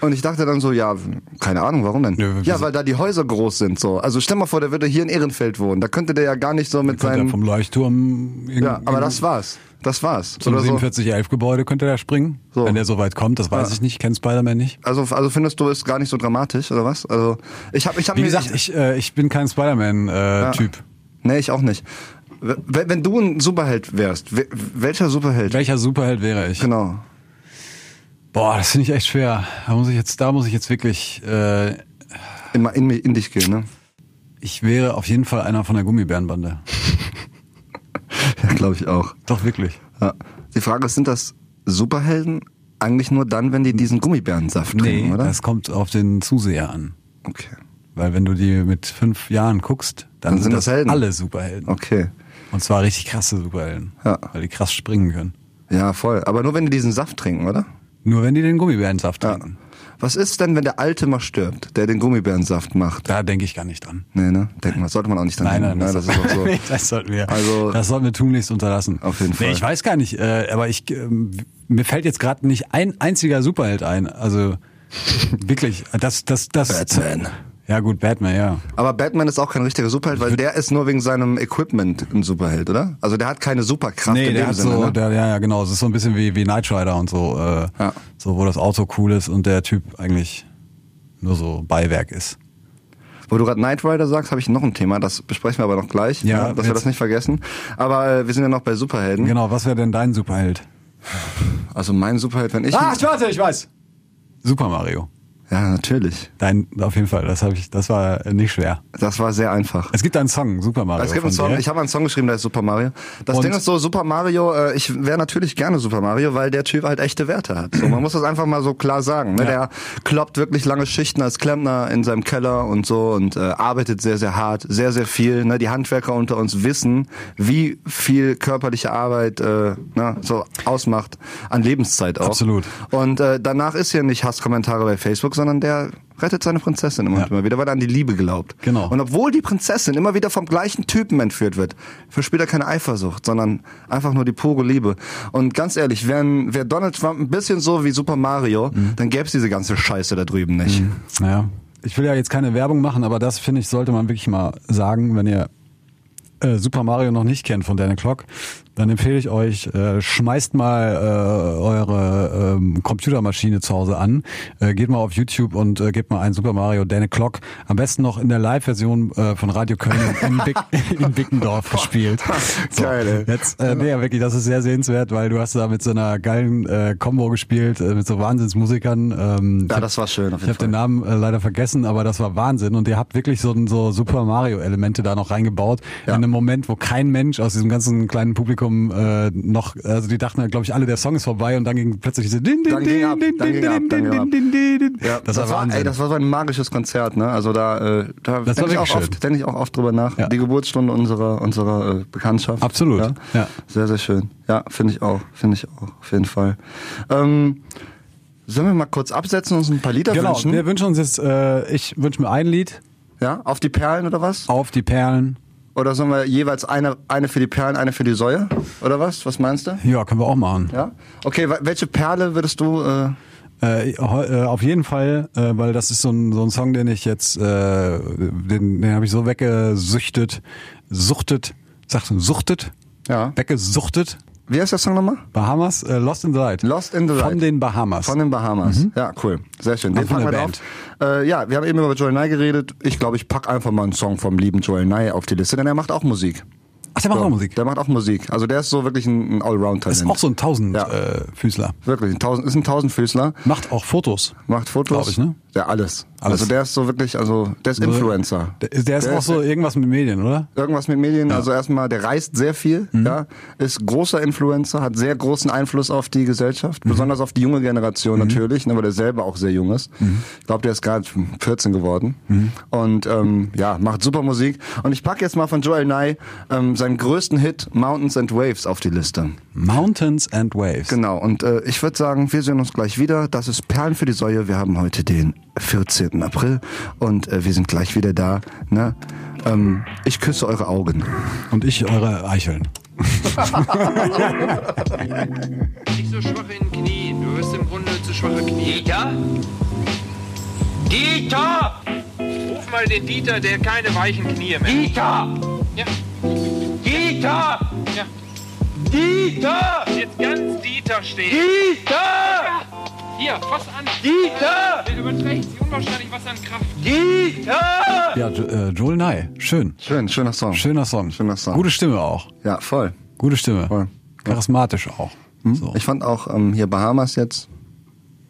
[SPEAKER 3] Und ich dachte dann so, ja, w- keine Ahnung, warum denn?
[SPEAKER 4] Nö,
[SPEAKER 3] ja,
[SPEAKER 4] wieso?
[SPEAKER 3] weil da die Häuser groß sind, so. Also stell mal vor, der würde hier in Ehrenfeld wohnen. Da könnte der ja gar nicht so mit
[SPEAKER 4] Könnte er
[SPEAKER 3] seinem...
[SPEAKER 4] vom Leuchtturm irgendwie-
[SPEAKER 3] Ja, aber das war's. Das war's.
[SPEAKER 4] Zum
[SPEAKER 3] Oder so.
[SPEAKER 4] 4711-Gebäude könnte der springen,
[SPEAKER 3] So.
[SPEAKER 4] wenn der so weit kommt. Das weiß
[SPEAKER 3] Ja.
[SPEAKER 4] ich nicht, kennt Spider-Man nicht.
[SPEAKER 3] Also, also findest du, ist gar nicht so dramatisch, oder was? Also, ich habe ich hab
[SPEAKER 4] Wie
[SPEAKER 3] mir-
[SPEAKER 4] gesagt, ich, äh, ich bin kein Spider-Man-Typ.
[SPEAKER 3] Nee, ich auch nicht. W- Wenn wenn du ein Superheld wärst, we- welcher Superheld?
[SPEAKER 4] Welcher Superheld wäre ich?
[SPEAKER 3] Genau.
[SPEAKER 4] Boah, das finde ich echt schwer. Da muss ich jetzt, da muss ich jetzt wirklich. Äh,
[SPEAKER 3] Immer in, in dich gehen, ne?
[SPEAKER 4] ich wäre auf jeden Fall einer von der Gummibärenbande.
[SPEAKER 3] Ja, glaube ich auch.
[SPEAKER 4] Doch wirklich.
[SPEAKER 3] Ja. Die Frage ist, sind das Superhelden eigentlich nur dann, wenn die diesen Gummibärensaft trinken,
[SPEAKER 4] Nee,
[SPEAKER 3] oder?
[SPEAKER 4] das kommt auf den Zuseher an.
[SPEAKER 3] okay.
[SPEAKER 4] Weil wenn du die mit fünf Jahren guckst, dann, sind das,
[SPEAKER 3] Helden.
[SPEAKER 4] alle Superhelden.
[SPEAKER 3] Okay.
[SPEAKER 4] Und zwar richtig krasse Superhelden.
[SPEAKER 3] Ja.
[SPEAKER 4] Weil die krass springen können.
[SPEAKER 3] Ja, voll. Aber nur wenn die diesen Saft trinken, oder?
[SPEAKER 4] Nur wenn die den Gummibärensaft
[SPEAKER 3] Ja.
[SPEAKER 4] trinken.
[SPEAKER 3] Was ist denn, wenn der Alte mal stirbt, der den Gummibärensaft macht?
[SPEAKER 4] Da denke ich gar nicht dran.
[SPEAKER 3] Nee, ne? Denkt man, sollte man auch nicht dran
[SPEAKER 4] Nein, nein,
[SPEAKER 3] denken, ne? das ist auch so.
[SPEAKER 4] Nee, das sollten wir.
[SPEAKER 3] Also-
[SPEAKER 4] das sollten wir tunlichst unterlassen.
[SPEAKER 3] Auf jeden Fall.
[SPEAKER 4] Nee, ich weiß gar nicht, äh, aber ich ähm, mir fällt jetzt gerade nicht ein einziger Superheld ein. Also wirklich, das das das
[SPEAKER 3] Batman.
[SPEAKER 4] Ja gut, Batman, ja.
[SPEAKER 3] Aber Batman ist auch kein richtiger Superheld, weil der ist nur wegen seinem Equipment ein Superheld, oder? Also der hat keine Superkraft in dem
[SPEAKER 4] der hat
[SPEAKER 3] Sinne,
[SPEAKER 4] so,
[SPEAKER 3] ne?
[SPEAKER 4] der, ja, ja, genau. Es ist so ein bisschen wie, wie Knight Rider und so, äh,
[SPEAKER 3] Ja.
[SPEAKER 4] so, wo das Auto cool ist und der Typ eigentlich nur so Beiwerk ist.
[SPEAKER 3] Wo du gerade Knight Rider sagst, habe ich noch ein Thema, das besprechen wir aber noch gleich, ne?
[SPEAKER 4] Ja,
[SPEAKER 3] dass wir
[SPEAKER 4] jetzt-
[SPEAKER 3] das nicht vergessen. Aber äh, wir sind ja noch bei Superhelden.
[SPEAKER 4] Genau, was wäre denn dein Superheld?
[SPEAKER 3] Also mein Superheld, wenn ich...
[SPEAKER 4] warte, Ah, ich weiß. Super Mario.
[SPEAKER 3] ja, natürlich.
[SPEAKER 4] Dein, auf jeden Fall, das habe ich, das war äh, nicht schwer.
[SPEAKER 3] Das war sehr einfach.
[SPEAKER 4] Es gibt einen Song, Super Mario.
[SPEAKER 3] Es gibt einen
[SPEAKER 4] von
[SPEAKER 3] Song,
[SPEAKER 4] dir.
[SPEAKER 3] ich habe einen Song geschrieben, der ist Super Mario. Das
[SPEAKER 4] Und-
[SPEAKER 3] Ding ist so, Super Mario, äh, ich wäre natürlich gerne Super Mario, weil der Typ halt echte Werte hat. So, man muss das einfach mal so klar sagen. Ne?
[SPEAKER 4] Ja.
[SPEAKER 3] Der kloppt wirklich lange Schichten als Klempner in seinem Keller und so und äh, arbeitet sehr, sehr hart, sehr, sehr viel. Ne? Die Handwerker unter uns wissen, wie viel körperliche Arbeit äh, ne, so ausmacht, an Lebenszeit auch.
[SPEAKER 4] Absolut.
[SPEAKER 3] Und äh, danach ist ja nicht Hasskommentare bei Facebook, sondern der rettet seine Prinzessin immer und
[SPEAKER 4] Ja.
[SPEAKER 3] immer wieder, weil er an die Liebe glaubt.
[SPEAKER 4] Genau.
[SPEAKER 3] Und obwohl die Prinzessin immer wieder vom gleichen Typen entführt wird, verspürt er keine Eifersucht, sondern einfach nur die pure Liebe. Und ganz ehrlich, wären- wäre Donald Trump ein bisschen so wie Super Mario,
[SPEAKER 4] Mhm.
[SPEAKER 3] dann gäbe es diese ganze Scheiße da drüben nicht.
[SPEAKER 4] Ja. Ich will ja jetzt keine Werbung machen, aber das finde ich, sollte man wirklich mal sagen, wenn ihr äh, Super Mario noch nicht kennt von Danny Clock, dann empfehle ich euch, äh, schmeißt mal äh, eure ähm, Computermaschine zu Hause an, äh, geht mal auf YouTube und äh, gebt mal ein Super Mario Danny Clock, am besten noch in der Live-Version äh, von Radio Köln in, Bick, in Bickendorf gespielt.
[SPEAKER 3] Geil, ey.
[SPEAKER 4] Jetzt, äh, nee, ja, wirklich, das ist sehr sehenswert, weil du hast da mit so einer geilen äh, Combo gespielt, äh, mit so Wahnsinnsmusikern. Ähm,
[SPEAKER 3] Ja, das war schön auf
[SPEAKER 4] ich
[SPEAKER 3] jeden
[SPEAKER 4] habe den
[SPEAKER 3] Fall.
[SPEAKER 4] Namen äh, leider vergessen, aber das war Wahnsinn. Und ihr habt wirklich so, ein- so Super Mario-Elemente da noch reingebaut.
[SPEAKER 3] Ja.
[SPEAKER 4] In einem Moment, wo kein Mensch aus diesem ganzen kleinen Publikum äh, noch, also die dachten, glaube ich, alle, der Song ist vorbei und dann ging plötzlich diese Din, din,
[SPEAKER 3] Dann ging ab, dann ging ab, dann ging ab.
[SPEAKER 4] din, din, din.
[SPEAKER 3] Ja,
[SPEAKER 4] Das war
[SPEAKER 3] ey,
[SPEAKER 4] Wahnsinn.
[SPEAKER 3] das war so ein magisches Konzert, ne? Also da, äh, da
[SPEAKER 4] Das war
[SPEAKER 3] denke ich,
[SPEAKER 4] wirklich
[SPEAKER 3] auch
[SPEAKER 4] schön.
[SPEAKER 3] oft- denk ich auch oft drüber nach.
[SPEAKER 4] Ja.
[SPEAKER 3] Die Geburtsstunde unserer unserer äh, Bekanntschaft.
[SPEAKER 4] Absolut,
[SPEAKER 3] Ja?
[SPEAKER 4] ja.
[SPEAKER 3] Sehr, sehr schön. Ja, finde ich auch. Finde ich auch, auf jeden Fall. Ähm, sollen wir mal kurz absetzen und uns ein paar Lieder
[SPEAKER 4] Genau,
[SPEAKER 3] wünschen?
[SPEAKER 4] wir wünschen uns jetzt, äh, ich wünsche mir ein Lied,
[SPEAKER 3] Ja, auf die Perlen oder was?
[SPEAKER 4] Auf die Perlen.
[SPEAKER 3] Oder sollen wir jeweils eine, eine für die Perlen, eine für die Säue? Oder was? Was meinst du?
[SPEAKER 4] Ja, können wir auch machen.
[SPEAKER 3] Ja? Okay, wa- welche Perle würdest du. Äh,
[SPEAKER 4] Äh, heu- äh, auf jeden Fall, äh, weil das ist so ein, so ein Song, den ich jetzt, äh, den, den habe ich so weggesüchtet, suchtet, sagt man, suchtet,
[SPEAKER 3] Ja.
[SPEAKER 4] weggesuchtet.
[SPEAKER 3] wie heißt der Song nochmal?
[SPEAKER 4] Bahamas, äh, Lost in the Light.
[SPEAKER 3] Lost in the Light.
[SPEAKER 4] Von den Bahamas.
[SPEAKER 3] Von den Bahamas.
[SPEAKER 4] Mhm.
[SPEAKER 3] Ja, cool. Sehr schön. Den
[SPEAKER 4] Auch von
[SPEAKER 3] packen wir
[SPEAKER 4] der
[SPEAKER 3] drauf. Äh, ja, wir haben eben über Joel Nye geredet. Ich glaube, ich pack einfach mal einen Song vom lieben Joel Nye auf die Liste, denn er macht auch Musik.
[SPEAKER 4] Ach, der macht
[SPEAKER 3] So,
[SPEAKER 4] auch Musik.
[SPEAKER 3] Der macht auch Musik. Also der ist so wirklich ein, ein Allround-Talent.
[SPEAKER 4] Ist auch so ein äh,
[SPEAKER 3] Ja.
[SPEAKER 4] Tausendfüßler.
[SPEAKER 3] Wirklich, ein Tausend, ist ein Tausendfüßler,
[SPEAKER 4] Macht auch Fotos.
[SPEAKER 3] macht Fotos.
[SPEAKER 4] Glaub ich, ne?
[SPEAKER 3] Ja, alles.
[SPEAKER 4] Alles.
[SPEAKER 3] Also der ist so wirklich, also der ist Influencer.
[SPEAKER 4] Der, der ist auch so irgendwas mit Medien, oder?
[SPEAKER 3] irgendwas mit Medien. Also erstmal, der reist sehr viel, ja, ist großer Influencer, hat sehr großen Einfluss auf die Gesellschaft, besonders auf die junge Generation natürlich, ne, weil der selber auch sehr jung ist. Ich glaube, der ist gerade 14 geworden und ähm, ja, macht super Musik. Und ich packe jetzt mal von Joel Nye ähm, seinen größten Hit Mountains and Waves auf die Liste.
[SPEAKER 4] Mountains and Waves.
[SPEAKER 3] Genau, und äh, ich würde sagen, wir sehen uns gleich wieder. Das ist Perlen für die Säue. Wir haben heute den 14. April und äh, wir sind gleich wieder da. Ne? Ähm, ich küsse eure Augen.
[SPEAKER 4] Und ich eure Eicheln.
[SPEAKER 5] Nicht so schwach in den Knien. Du wirst im Grunde zu schwache Knie.
[SPEAKER 6] Dieter? Dieter!
[SPEAKER 5] Ruf mal den Dieter, der keine weichen Knie mehr.
[SPEAKER 6] Dieter!
[SPEAKER 5] Ja.
[SPEAKER 6] Dieter!
[SPEAKER 5] Ja.
[SPEAKER 6] Dieter!
[SPEAKER 5] Jetzt ganz Dieter stehen.
[SPEAKER 6] Dieter!
[SPEAKER 5] Hier, fass an.
[SPEAKER 6] Dieter!
[SPEAKER 5] Der überträgt sich unwahrscheinlich was an Kraft.
[SPEAKER 6] Dieter!
[SPEAKER 4] Ja, Jo- äh, Joel Nye. Schön.
[SPEAKER 3] Schön, schöner Song.
[SPEAKER 4] Schöner Song.
[SPEAKER 3] Schöner Song.
[SPEAKER 4] Gute Stimme auch.
[SPEAKER 3] Ja, voll.
[SPEAKER 4] Gute Stimme.
[SPEAKER 3] Voll. Hm?
[SPEAKER 4] Charismatisch auch. So.
[SPEAKER 3] Ich fand auch ähm, hier Bahamas jetzt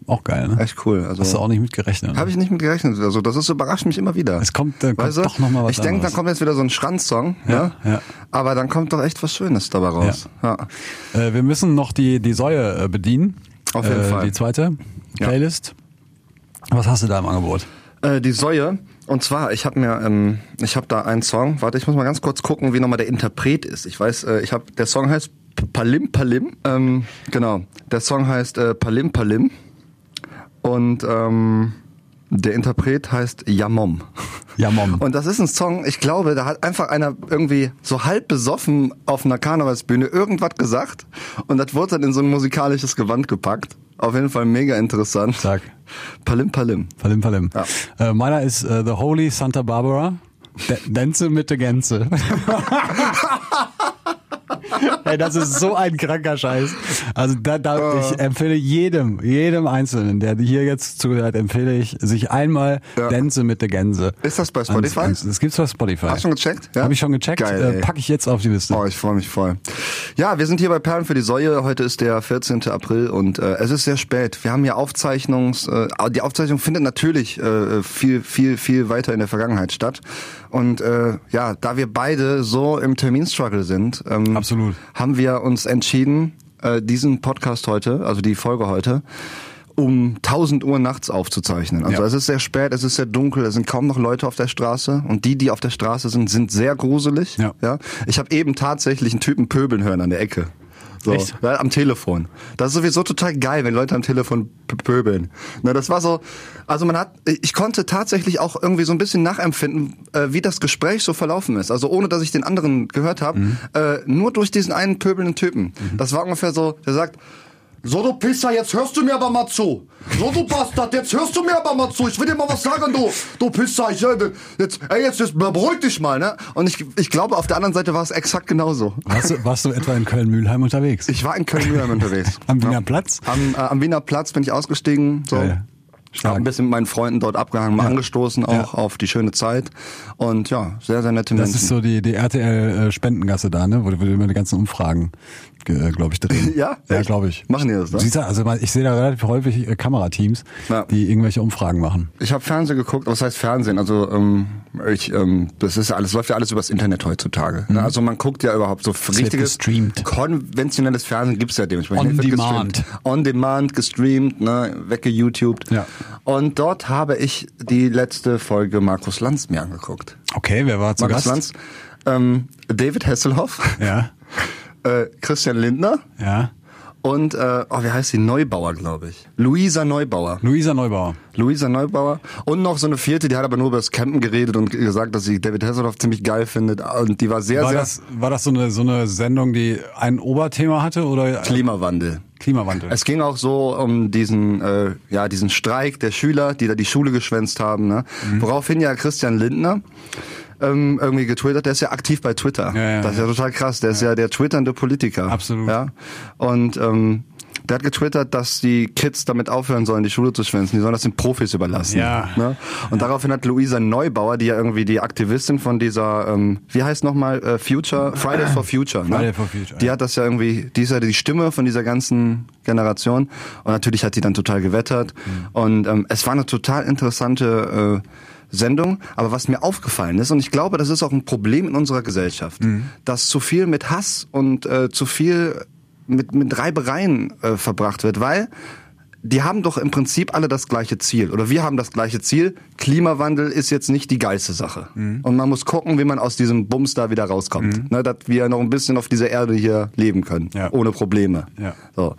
[SPEAKER 4] Auch geil, ne?
[SPEAKER 3] Echt cool. Also
[SPEAKER 4] Hast du auch nicht mitgerechnet. Ne?
[SPEAKER 3] Habe ich nicht mit gerechnet. Also das ist überrascht mich immer wieder.
[SPEAKER 4] Es kommt- dann kommt
[SPEAKER 3] du?
[SPEAKER 4] doch noch mal was
[SPEAKER 3] Ich denke,
[SPEAKER 4] anderes.
[SPEAKER 3] dann kommt jetzt wieder so ein Schranzsong. Ja,
[SPEAKER 4] Ja, ja.
[SPEAKER 3] Aber dann kommt doch echt was Schönes dabei raus. Ja.
[SPEAKER 4] Äh, wir müssen noch die, die Säue äh, bedienen.
[SPEAKER 3] Auf jeden
[SPEAKER 4] äh,
[SPEAKER 3] Fall.
[SPEAKER 4] Die zweite
[SPEAKER 3] Ja.
[SPEAKER 4] Playlist. Was hast du da im Angebot?
[SPEAKER 3] Äh, die Säue. Und zwar, ich habe mir, ähm, ich habe da einen Song. Warte, ich muss mal ganz kurz gucken, wie nochmal der Interpret ist. Ich weiß, äh, ich habe, der Song heißt P- Palim Palim. Ähm, genau, der Song heißt äh, Palim Palim. Und ähm, der Interpret heißt Yamom.
[SPEAKER 4] Yamom.
[SPEAKER 3] Und das ist ein Song, ich glaube, da hat einfach einer irgendwie so halb besoffen auf einer Karnevalsbühne irgendwas gesagt und das wurde dann in so ein musikalisches Gewand gepackt. Auf jeden Fall mega interessant.
[SPEAKER 4] Sag.
[SPEAKER 3] Palim Palim.
[SPEAKER 4] Verlim, verlim.
[SPEAKER 3] Ja.
[SPEAKER 4] Äh, meiner ist äh, The Holy Santa Barbara. D Dänze mit der Gänse. Ey, das ist so ein kranker Scheiß. Also da,
[SPEAKER 3] Ah.
[SPEAKER 4] da ich empfehle jedem, jedem Einzelnen, der hier jetzt zuhört, empfehle ich, sich einmal
[SPEAKER 3] Ja.
[SPEAKER 4] Dänze mit der Gänse.
[SPEAKER 3] Ist das bei Spotify?
[SPEAKER 4] Ans- ans- Das gibt's bei Spotify.
[SPEAKER 3] Hast du schon gecheckt?
[SPEAKER 4] Hab ich schon gecheckt.
[SPEAKER 3] Geil,
[SPEAKER 4] äh,
[SPEAKER 3] ey.
[SPEAKER 4] pack ich jetzt auf die Liste.
[SPEAKER 3] Oh, ich freue mich voll. Ja, wir sind hier bei Perlen für die Säue. Heute ist der 14. April und äh, es ist sehr spät. Wir haben hier Aufzeichnungs... Äh, die Aufzeichnung findet natürlich äh, viel, viel, viel weiter in der Vergangenheit statt. Und äh, ja, da wir beide so im Terminstruggle sind, ähm,
[SPEAKER 4] Absolut.
[SPEAKER 3] haben wir uns entschieden, äh, diesen Podcast heute, also die Folge heute, um 1000 Uhr nachts aufzuzeichnen. Also
[SPEAKER 4] Ja.
[SPEAKER 3] es ist sehr spät, es ist sehr dunkel, es sind kaum noch Leute auf der Straße und die, die auf der Straße sind, sind sehr gruselig.
[SPEAKER 4] Ja.
[SPEAKER 3] Ja? Ich habe eben tatsächlich einen Typen pöbeln hören an der Ecke. So,
[SPEAKER 4] Echt?
[SPEAKER 3] Ja, am Telefon. Das ist sowieso total geil, wenn Leute am Telefon p- pöbeln. Na, das war so, also man hat, ich konnte tatsächlich auch irgendwie so ein bisschen nachempfinden, äh, wie das Gespräch so verlaufen ist. Also ohne, dass ich den anderen gehört habe,
[SPEAKER 4] Mhm.
[SPEAKER 3] äh, nur durch diesen einen pöbelnden Typen. Das war ungefähr so, der sagt, so du Pisser, jetzt hörst du mir aber mal zu. So du Bastard, jetzt hörst du mir aber mal zu. Ich will dir mal was sagen, du, du Pisser. Ich, äh, jetzt, ey, jetzt, jetzt beruhig dich mal, ne? Und ich, ich glaube, auf der anderen Seite war es exakt genauso.
[SPEAKER 4] Warst, du, warst du etwa in Köln-Mühlheim unterwegs?
[SPEAKER 3] Ich war in Köln-Mühlheim unterwegs.
[SPEAKER 4] Am Wiener Platz?
[SPEAKER 3] Am, äh, am Wiener Platz bin ich ausgestiegen. So.
[SPEAKER 4] Geil. Stark.
[SPEAKER 3] Hab ein bisschen mit meinen Freunden dort abgehangen, mal
[SPEAKER 4] Ja.
[SPEAKER 3] angestoßen auch
[SPEAKER 4] Ja.
[SPEAKER 3] auf die schöne Zeit. Und ja, sehr, sehr nette
[SPEAKER 4] Das
[SPEAKER 3] Menschen.
[SPEAKER 4] ist so die, die RTL-Spendengasse da, ne? Wo die wo die immer die ganzen Umfragen, glaube ich, drehen.
[SPEAKER 3] Ja?
[SPEAKER 4] Ja,
[SPEAKER 3] Echt?
[SPEAKER 4] glaube ich.
[SPEAKER 3] Machen die das, ne?
[SPEAKER 4] Siehst du, also man- ich sehe da relativ häufig äh, Kamerateams,
[SPEAKER 3] Ja.
[SPEAKER 4] die irgendwelche Umfragen machen.
[SPEAKER 3] ich habe Fernsehen geguckt, was heißt Fernsehen? Also ähm, ich, ähm, das ist ja alles, läuft ja alles übers Internet heutzutage. Ne? Also man guckt ja überhaupt so
[SPEAKER 4] wird
[SPEAKER 3] richtiges
[SPEAKER 4] Mhm. gestreamt.
[SPEAKER 3] konventionelles Fernsehen gibt's ja dementsprechend.
[SPEAKER 4] On
[SPEAKER 3] Es wird
[SPEAKER 4] demand.
[SPEAKER 3] gestreamt. On demand, gestreamt, ne, weggeYouTubed.
[SPEAKER 4] Ja.
[SPEAKER 3] Und dort habe ich die letzte Folge Markus Lanz mir angeguckt.
[SPEAKER 4] Okay, wer war zu
[SPEAKER 3] Markus
[SPEAKER 4] Gast?
[SPEAKER 3] Lanz, ähm, David Hasselhoff,
[SPEAKER 4] Ja,
[SPEAKER 3] äh, Christian Lindner
[SPEAKER 4] ja.
[SPEAKER 3] und, äh, oh, wie heißt sie? Neubauer, glaube ich. Luisa Neubauer.
[SPEAKER 4] Luisa Neubauer.
[SPEAKER 3] Luisa Neubauer. Und noch so eine vierte, die hat aber nur über das Campen geredet und gesagt, dass sie David Hasselhoff ziemlich geil findet. Und die war sehr,
[SPEAKER 4] War
[SPEAKER 3] sehr
[SPEAKER 4] das, war das so, eine, so eine Sendung, die ein Oberthema hatte oder
[SPEAKER 3] Klimawandel.
[SPEAKER 4] Klimawandel?
[SPEAKER 3] Es ging auch so um diesen, äh, ja, diesen Streik der Schüler, die da die Schule geschwänzt haben. Ne?
[SPEAKER 4] Mhm.
[SPEAKER 3] Woraufhin ja Christian Lindner ähm, irgendwie getwittert, der ist ja aktiv bei Twitter.
[SPEAKER 4] Ja, ja,
[SPEAKER 3] das ist ja, total krass. Der ist ja der twitternde Politiker.
[SPEAKER 4] Absolut.
[SPEAKER 3] Ja? Und ähm, der hat getwittert, dass die Kids damit aufhören sollen, die Schule zu schwänzen. Die sollen das den Profis überlassen.
[SPEAKER 4] Ja.
[SPEAKER 3] Ne? Und daraufhin hat Luisa Neubauer, die ja irgendwie die Aktivistin von dieser, ähm, wie heißt nochmal, äh, Future, Fridays for Future. Ne?
[SPEAKER 4] Friday for Future,
[SPEAKER 3] Die
[SPEAKER 4] ja.
[SPEAKER 3] hat das ja irgendwie, die ist ja die Stimme von dieser ganzen Generation. Und natürlich hat die dann total gewettert. Und ähm, es war eine total interessante äh, Sendung. Aber was mir aufgefallen ist, und ich glaube, das ist auch ein Problem in unserer Gesellschaft, dass zu viel mit Hass und äh, zu viel mit, mit Reibereien äh, verbracht wird, weil die haben doch im Prinzip alle das gleiche Ziel. Oder wir haben das gleiche Ziel. Klimawandel ist jetzt nicht die geilste Sache.
[SPEAKER 4] Mhm.
[SPEAKER 3] Und man muss gucken, wie man aus diesem Bums da wieder rauskommt. Ne, dass wir noch ein bisschen auf dieser Erde hier leben können.
[SPEAKER 4] Ja.
[SPEAKER 3] Ohne Probleme.
[SPEAKER 4] Ja.
[SPEAKER 3] So.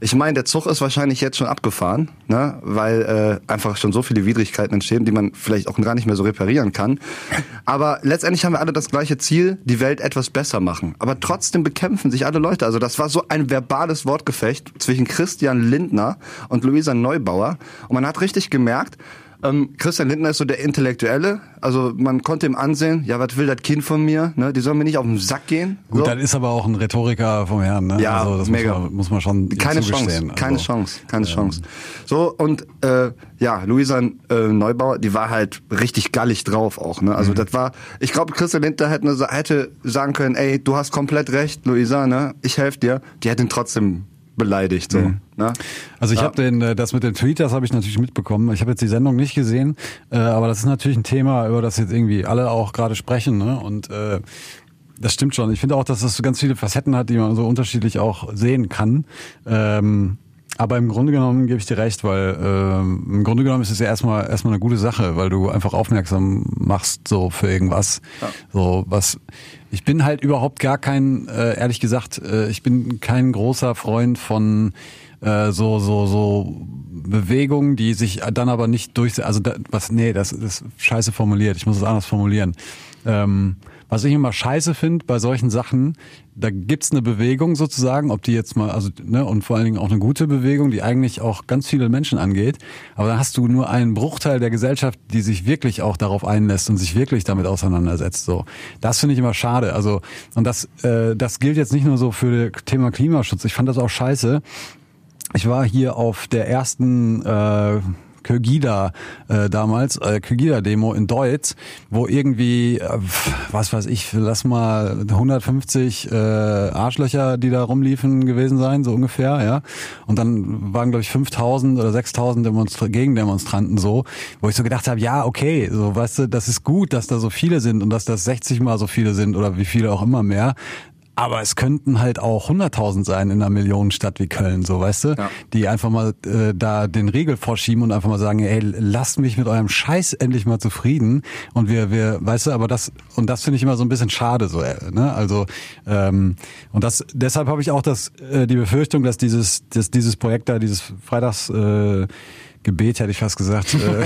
[SPEAKER 3] Ich meine, der Zug ist wahrscheinlich jetzt schon abgefahren, ne? weil äh, einfach schon so viele Widrigkeiten entstehen, die man vielleicht auch gar nicht mehr so reparieren kann. Aber letztendlich haben wir alle das gleiche Ziel, die Welt etwas besser machen. Aber trotzdem bekämpfen sich alle Leute. Also das war so ein verbales Wortgefecht zwischen Christian Lindner und Luisa Neubauer. Und man hat richtig gemerkt, ähm, Christian Lindner ist so der Intellektuelle. Also man konnte ihm ansehen, ja, was will das Kind von mir? Ne? Die sollen mir nicht auf den Sack gehen.
[SPEAKER 4] Gut,
[SPEAKER 3] so.
[SPEAKER 4] dann ist aber auch ein Rhetoriker vom Herrn, ne?
[SPEAKER 3] Ja,
[SPEAKER 4] also das
[SPEAKER 3] mega.
[SPEAKER 4] Muss, man, muss man schon
[SPEAKER 3] keine Chance,
[SPEAKER 4] zugestehen.
[SPEAKER 3] keine
[SPEAKER 4] also,
[SPEAKER 3] Chance, keine Chance. So und äh, ja, Luisa äh, Neubauer, die war halt richtig gallig drauf auch. Ne?
[SPEAKER 4] Mhm.
[SPEAKER 3] Also das war, ich glaube, Christian Lindner hätte, nur sa- hätte sagen können, ey, du hast komplett recht, Luisa, ne? Ich helfe dir. Die hätte ihn trotzdem beleidigt. So, ne?
[SPEAKER 4] Also ich
[SPEAKER 3] Ja.
[SPEAKER 4] habe den, äh, das mit den Tweet, das habe ich natürlich mitbekommen. Ich habe jetzt die Sendung nicht gesehen, äh, aber das ist natürlich ein Thema, über das jetzt irgendwie alle auch gerade sprechen. Ne? Und äh, das stimmt schon. Ich finde auch, dass das so ganz viele Facetten hat, die man so unterschiedlich auch sehen kann. Ähm, aber im Grunde genommen gebe ich dir recht, weil ähm, im Grunde genommen ist es ja erstmal erstmal eine gute Sache, weil du einfach aufmerksam machst so für irgendwas. So was ich bin halt überhaupt gar kein äh, ehrlich gesagt, äh, ich bin kein großer Freund von äh, so so so Bewegungen, die sich dann aber nicht durch also da, was nee, das ist scheiße formuliert. Ich muss es anders formulieren. Ähm, was ich immer scheiße finde bei solchen Sachen, da gibt's eine Bewegung sozusagen, ob die jetzt mal, also, ne, und vor allen Dingen auch eine gute Bewegung, die eigentlich auch ganz viele Menschen angeht. Aber dann hast du nur einen Bruchteil der Gesellschaft, die sich wirklich auch darauf einlässt und sich wirklich damit auseinandersetzt. So, das finde ich immer schade. Also, und das, äh, das gilt jetzt nicht nur so für das Thema Klimaschutz. Ich fand das auch scheiße, ich war hier auf der ersten äh, Kögida äh, damals, äh, Kögida-Demo in Deutsch, wo irgendwie, äh, pf, was weiß ich, lass mal 150 äh, Arschlöcher, die da rumliefen gewesen sein, so ungefähr, ja. Und dann waren, glaube ich, 5000 oder 6000 Demonstra Gegendemonstranten so, wo ich so gedacht habe, ja, okay, so, weißt du, das ist gut, dass da so viele sind und dass das 60 mal so viele sind oder wie viele auch immer mehr. Aber es könnten halt auch 100.000 sein in einer Millionenstadt wie Köln, so weißt du, die einfach mal äh, da den Riegel vorschieben und einfach mal sagen, ey, lasst mich mit eurem Scheiß endlich mal zufrieden. Und wir, wir, weißt du, aber das und das finde ich immer so ein bisschen schade, so, äh, ne? Also ähm, und das deshalb habe ich auch das äh, die Befürchtung, dass dieses dass dieses Projekt da, dieses Freitags äh, Gebet hätte ich fast gesagt. äh,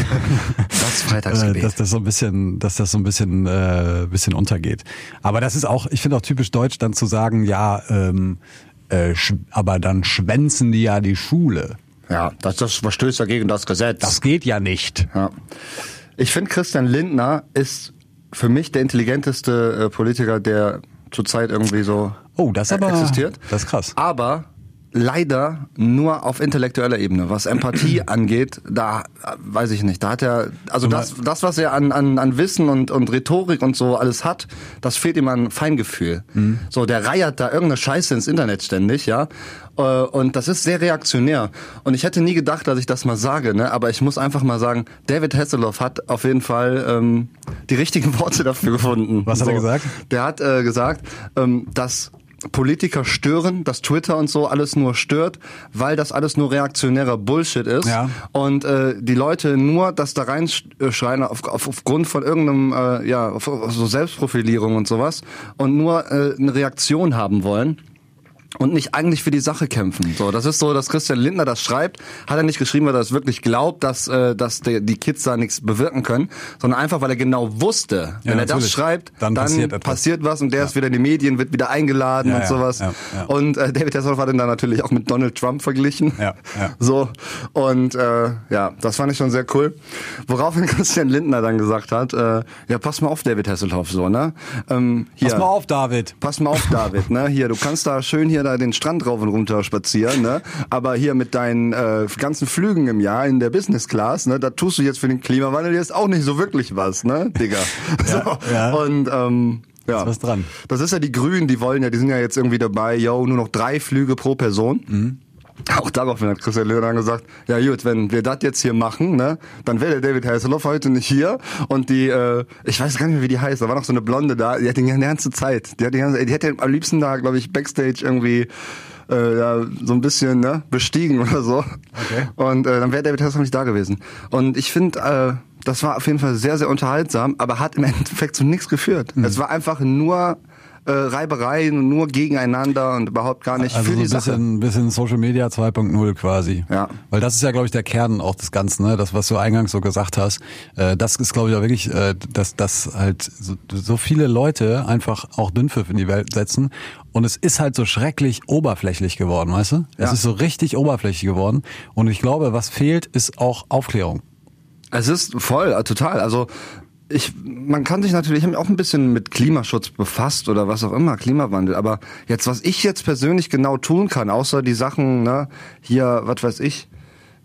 [SPEAKER 3] Das Freitagsgebet.
[SPEAKER 4] äh, Dass das so ein bisschen, dass das so ein bisschen, äh, bisschen untergeht. Aber das ist auch, ich finde auch typisch deutsch, dann zu sagen, ja, ähm, äh, sch- aber dann schwänzen die ja die Schule.
[SPEAKER 3] Ja, das, das verstößt ja gegen das Gesetz.
[SPEAKER 4] Das geht ja nicht.
[SPEAKER 3] Ja. Ich finde, Christian Lindner ist für mich der intelligenteste äh, Politiker, der zurzeit irgendwie so
[SPEAKER 4] Oh, das
[SPEAKER 3] äh,
[SPEAKER 4] aber-
[SPEAKER 3] existiert.
[SPEAKER 4] das ist krass.
[SPEAKER 3] Aber leider nur auf intellektueller Ebene. Was Empathie angeht, da äh, weiß ich nicht. Da hat er, also das, das, was er an, an, an Wissen und, und Rhetorik und so alles hat, das fehlt ihm an Feingefühl.
[SPEAKER 4] Mhm.
[SPEAKER 3] So, der reiert da irgendeine Scheiße ins Internet ständig, ja. Äh, Und das ist sehr reaktionär. Und ich hätte nie gedacht, dass ich das mal sage, ne? aber ich muss einfach mal sagen, David Hasselhoff hat auf jeden Fall ähm, die richtigen Worte dafür gefunden.
[SPEAKER 4] Was hat er gesagt?
[SPEAKER 3] Der hat äh, gesagt, ähm, dass Politiker stören, dass Twitter und so alles nur stört, weil das alles nur reaktionärer Bullshit ist
[SPEAKER 4] Ja.
[SPEAKER 3] und äh, die Leute nur das da reinschreien auf, auf, aufgrund von irgendeinem äh, ja auf, auf so Selbstprofilierung und sowas und nur äh, eine Reaktion haben wollen und nicht eigentlich für die Sache kämpfen. So, das ist so, dass Christian Lindner das schreibt, hat er nicht geschrieben, weil er es wirklich glaubt, dass äh, dass der, die Kids da nichts bewirken können, sondern einfach, weil er genau wusste,
[SPEAKER 4] Ja,
[SPEAKER 3] wenn er das
[SPEAKER 4] natürlich.
[SPEAKER 3] schreibt, dann,
[SPEAKER 4] Dann passiert
[SPEAKER 3] passiert,
[SPEAKER 4] etwas.
[SPEAKER 3] was und der ist wieder in die Medien, wird wieder eingeladen
[SPEAKER 4] Ja,
[SPEAKER 3] und
[SPEAKER 4] ja,
[SPEAKER 3] sowas.
[SPEAKER 4] ja, ja.
[SPEAKER 3] Und äh, David Hasselhoff hat ihn dann natürlich auch mit Donald Trump verglichen.
[SPEAKER 4] Ja, ja.
[SPEAKER 3] So und äh, ja, das fand ich schon sehr cool. Woraufhin Christian Lindner dann gesagt hat, äh, ja pass mal auf, David Hasselhoff so ne. Ähm, hier,
[SPEAKER 4] Pass mal auf, David.
[SPEAKER 3] Pass mal auf, David, ne? Hier, du kannst da schön hier da den Strand rauf und runter spazieren, ne? Aber hier mit deinen äh, ganzen Flügen im Jahr in der Business Class, ne, da tust du jetzt für den Klimawandel jetzt auch nicht so wirklich was, ne, Digga. so.
[SPEAKER 4] ja.
[SPEAKER 3] Und ähm, ja.
[SPEAKER 4] Ist was dran.
[SPEAKER 3] Das ist ja die Grünen, die wollen ja, die sind ja jetzt irgendwie dabei, yo, nur noch drei Flüge pro Person.
[SPEAKER 4] Mhm.
[SPEAKER 3] Auch daraufhin hat Christian Lindner dann gesagt, ja gut, wenn wir das jetzt hier machen, ne, dann wäre der David Hasselhoff heute nicht hier und die, äh, ich weiß gar nicht mehr, wie die heißt, da war noch so eine Blonde da, die hat die ganze Zeit, die hat die ganze, die hätte am liebsten da, glaube ich, Backstage irgendwie äh, ja, so ein bisschen ne, bestiegen oder so. Okay. Und äh, dann wäre David Hasselhoff nicht da gewesen. Und ich finde, äh, das war auf jeden Fall sehr, sehr unterhaltsam, aber hat im Endeffekt zu nichts geführt.
[SPEAKER 4] Mhm.
[SPEAKER 3] Es war einfach nur äh, Reibereien und nur gegeneinander und überhaupt gar nicht
[SPEAKER 4] Also
[SPEAKER 3] für
[SPEAKER 4] so ein
[SPEAKER 3] die Sache.
[SPEAKER 4] bisschen, bisschen Social Media 2.0 quasi.
[SPEAKER 3] Ja.
[SPEAKER 4] Weil das ist ja, glaube ich, der Kern auch des Ganzen, ne? das, was du eingangs so gesagt hast. Äh, das ist, glaube ich, auch wirklich, äh, dass, dass halt so, so viele Leute einfach auch Dünnpfiff in die Welt setzen. Und es ist halt so schrecklich oberflächlich geworden, weißt du? Es
[SPEAKER 3] Ja.
[SPEAKER 4] ist so richtig oberflächlich geworden. Und ich glaube, was fehlt, ist auch Aufklärung.
[SPEAKER 3] Es ist voll, äh, total. Also ich, man kann sich natürlich ich hab mich auch ein bisschen mit Klimaschutz befasst oder was auch immer, Klimawandel. Aber jetzt, was ich jetzt persönlich genau tun kann, außer die Sachen, ne, hier, was weiß ich,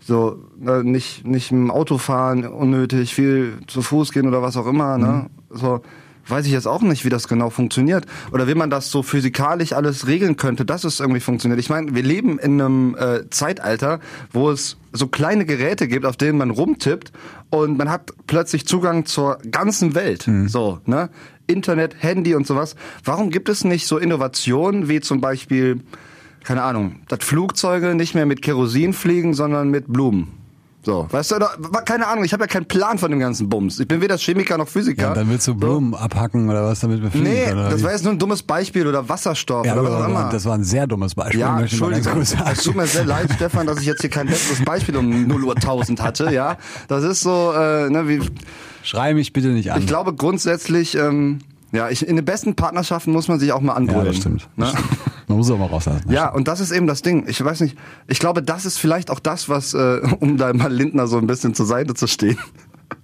[SPEAKER 3] so ne, nicht nicht im Auto fahren unnötig, viel zu Fuß gehen oder was auch immer, ne, so weiß ich jetzt auch nicht, wie das genau funktioniert. Oder wie man das so physikalisch alles regeln könnte, dass es irgendwie funktioniert. Ich meine, wir leben in einem äh, Zeitalter, wo es so kleine Geräte gibt, auf denen man rumtippt und man hat plötzlich Zugang zur ganzen Welt. So, ne? Internet, Handy und sowas. Warum gibt es nicht so Innovationen wie zum Beispiel, keine Ahnung, dass Flugzeuge nicht mehr mit Kerosin fliegen, sondern mit Blumen? So, weißt du, da- keine Ahnung, ich habe ja keinen Plan von dem ganzen Bums. Ich bin weder Chemiker noch Physiker.
[SPEAKER 4] Ja, dann willst du
[SPEAKER 3] So.
[SPEAKER 4] Blumen abhacken oder was, damit wir fliegen
[SPEAKER 3] Nee,
[SPEAKER 4] können, oder
[SPEAKER 3] das
[SPEAKER 4] wie?
[SPEAKER 3] war jetzt nur ein dummes Beispiel oder Wasserstoff
[SPEAKER 4] ja,
[SPEAKER 3] oder was
[SPEAKER 4] aber-
[SPEAKER 3] auch immer.
[SPEAKER 4] das war ein sehr dummes Beispiel.
[SPEAKER 3] ja,
[SPEAKER 4] möchte ich mal ganz
[SPEAKER 3] Entschuldigung.
[SPEAKER 4] kurz sagen.
[SPEAKER 3] Es tut mir sehr leid, Stefan, dass ich jetzt hier kein besseres Beispiel um 0 Uhr 1000 hatte, ja. Das ist so, äh, ne, wie,
[SPEAKER 4] Schrei mich bitte nicht an.
[SPEAKER 3] ich glaube grundsätzlich, ähm, ja, ich, in den besten Partnerschaften muss man sich auch mal
[SPEAKER 4] ja,
[SPEAKER 3] anbrüllen.
[SPEAKER 4] das stimmt.
[SPEAKER 3] Ne?
[SPEAKER 4] Man muss es auch mal rauslassen.
[SPEAKER 3] Ja, und das ist eben das Ding. Ich weiß nicht, ich glaube, das ist vielleicht auch das, was, äh, um da mal Lindner so ein bisschen zur Seite zu stehen,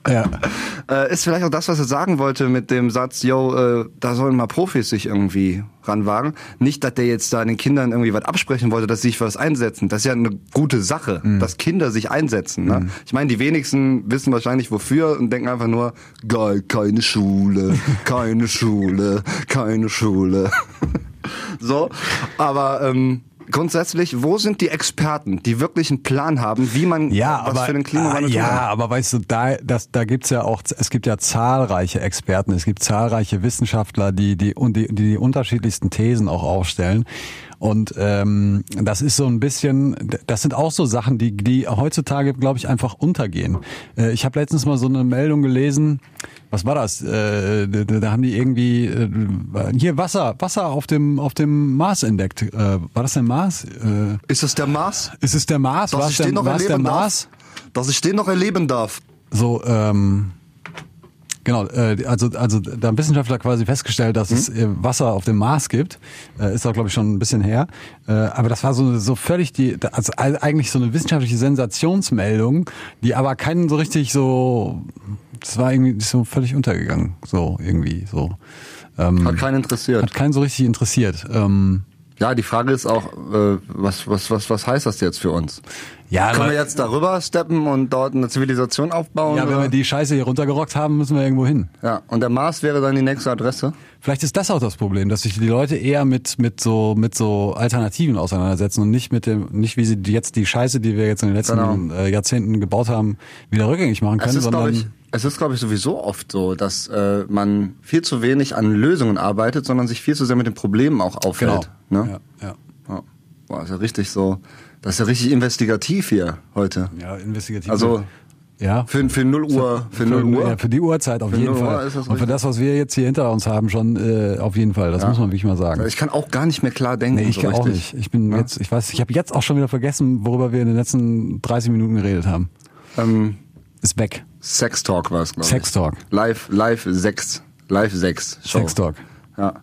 [SPEAKER 4] Ja.
[SPEAKER 3] äh, ist vielleicht auch das, was er sagen wollte mit dem Satz, yo, äh, da sollen mal Profis sich irgendwie ranwagen. Nicht, dass der jetzt da den Kindern irgendwie was absprechen wollte, dass sie sich für was einsetzen. Das ist ja eine gute Sache,
[SPEAKER 4] Mhm.
[SPEAKER 3] dass Kinder sich einsetzen. Ne? Ich meine, die wenigsten wissen wahrscheinlich wofür und denken einfach nur, geil, keine Schule, keine Schule, keine Schule. so, aber... Ähm, Grundsätzlich, wo sind die Experten, die wirklich einen Plan haben, wie man
[SPEAKER 4] Ja,
[SPEAKER 3] was
[SPEAKER 4] aber,
[SPEAKER 3] für den Klimawandel
[SPEAKER 4] ah,
[SPEAKER 3] tun
[SPEAKER 4] ja,
[SPEAKER 3] kann?
[SPEAKER 4] aber weißt du, da, das, da gibt's ja auch, es gibt ja zahlreiche Experten, es gibt zahlreiche Wissenschaftler, die die, und die, die die unterschiedlichsten Thesen auch aufstellen. Und ähm, das ist so ein bisschen, das sind auch so Sachen, die, die heutzutage, glaube ich, einfach untergehen. Äh, ich habe letztens mal so eine Meldung gelesen, was war das? Äh, da, da haben die irgendwie äh, hier Wasser, Wasser auf dem auf dem Mars entdeckt. Äh, war das denn Mars? Äh,
[SPEAKER 3] Ist es der Mars?
[SPEAKER 4] ist es der Mars?
[SPEAKER 3] dass
[SPEAKER 4] War's
[SPEAKER 3] ich
[SPEAKER 4] der,
[SPEAKER 3] den noch
[SPEAKER 4] war's der
[SPEAKER 3] erleben
[SPEAKER 4] Mars?
[SPEAKER 3] darf. Dass ich den noch erleben darf.
[SPEAKER 4] so ähm, genau äh, also also da haben Wissenschaftler quasi festgestellt dass
[SPEAKER 3] Mhm.
[SPEAKER 4] es äh, Wasser auf dem Mars gibt äh, ist auch glaube ich schon ein bisschen her äh, aber das war so so völlig die also all- eigentlich so eine wissenschaftliche Sensationsmeldung die aber keinen so richtig so das war irgendwie so völlig untergegangen so irgendwie so Hm.
[SPEAKER 3] Hat keinen
[SPEAKER 4] hat
[SPEAKER 3] interessiert.
[SPEAKER 4] keinen so richtig interessiert ähm,
[SPEAKER 3] Ja, die Frage ist auch, äh, was, was, was, was heißt das jetzt für uns?
[SPEAKER 4] ja
[SPEAKER 3] Können
[SPEAKER 4] aber-
[SPEAKER 3] wir jetzt darüber steppen und dort eine Zivilisation aufbauen?
[SPEAKER 4] ja wenn
[SPEAKER 3] oder?
[SPEAKER 4] wir die Scheiße hier runtergerockt haben müssen wir irgendwo hin
[SPEAKER 3] ja, und der Mars wäre dann die nächste Adresse?
[SPEAKER 4] Vielleicht ist das auch das Problem, dass sich die Leute eher mit mit so mit so Alternativen auseinandersetzen und nicht mit dem nicht wie sie die- jetzt die Scheiße, die wir jetzt in den letzten
[SPEAKER 3] Genau.
[SPEAKER 4] äh, Jahrzehnten gebaut haben, wieder rückgängig machen können,
[SPEAKER 3] Es ist,
[SPEAKER 4] sondern
[SPEAKER 3] glaube ich, es ist, glaube ich, sowieso oft so, dass äh, man viel zu wenig an Lösungen arbeitet, sondern sich viel zu sehr mit den Problemen auch
[SPEAKER 4] genau.
[SPEAKER 3] aufhält. Ne?
[SPEAKER 4] Ja, ja.
[SPEAKER 3] Ja. Boah, ist ja richtig so. Das ist ja richtig investigativ hier heute.
[SPEAKER 4] ja, investigativ.
[SPEAKER 3] Also
[SPEAKER 4] ja.
[SPEAKER 3] für, für 0 Uhr, für 0 Uhr.
[SPEAKER 4] Ja, für die Uhrzeit auf
[SPEAKER 3] Für
[SPEAKER 4] jeden
[SPEAKER 3] 0 Uhr
[SPEAKER 4] Fall.
[SPEAKER 3] ist das
[SPEAKER 4] Und für
[SPEAKER 3] richtig.
[SPEAKER 4] das, was wir jetzt hier hinter uns haben, schon äh, auf jeden Fall. Das muss man wirklich mal sagen.
[SPEAKER 3] Also Ich kann auch gar nicht mehr klar denken.
[SPEAKER 4] Nee, ich
[SPEAKER 3] so
[SPEAKER 4] kann auch
[SPEAKER 3] richtig. ne?
[SPEAKER 4] nicht. Ich bin
[SPEAKER 3] Ja.
[SPEAKER 4] jetzt, ich weiß, ich habe jetzt auch schon wieder vergessen, worüber wir in den letzten 30 Minuten geredet haben.
[SPEAKER 3] Ähm,
[SPEAKER 4] Ist weg.
[SPEAKER 3] Sex Talk war es, glaube ich.
[SPEAKER 4] Sex Talk.
[SPEAKER 3] Live, live Sex. Live Sex. Show.
[SPEAKER 4] Sex Talk.
[SPEAKER 3] Ja.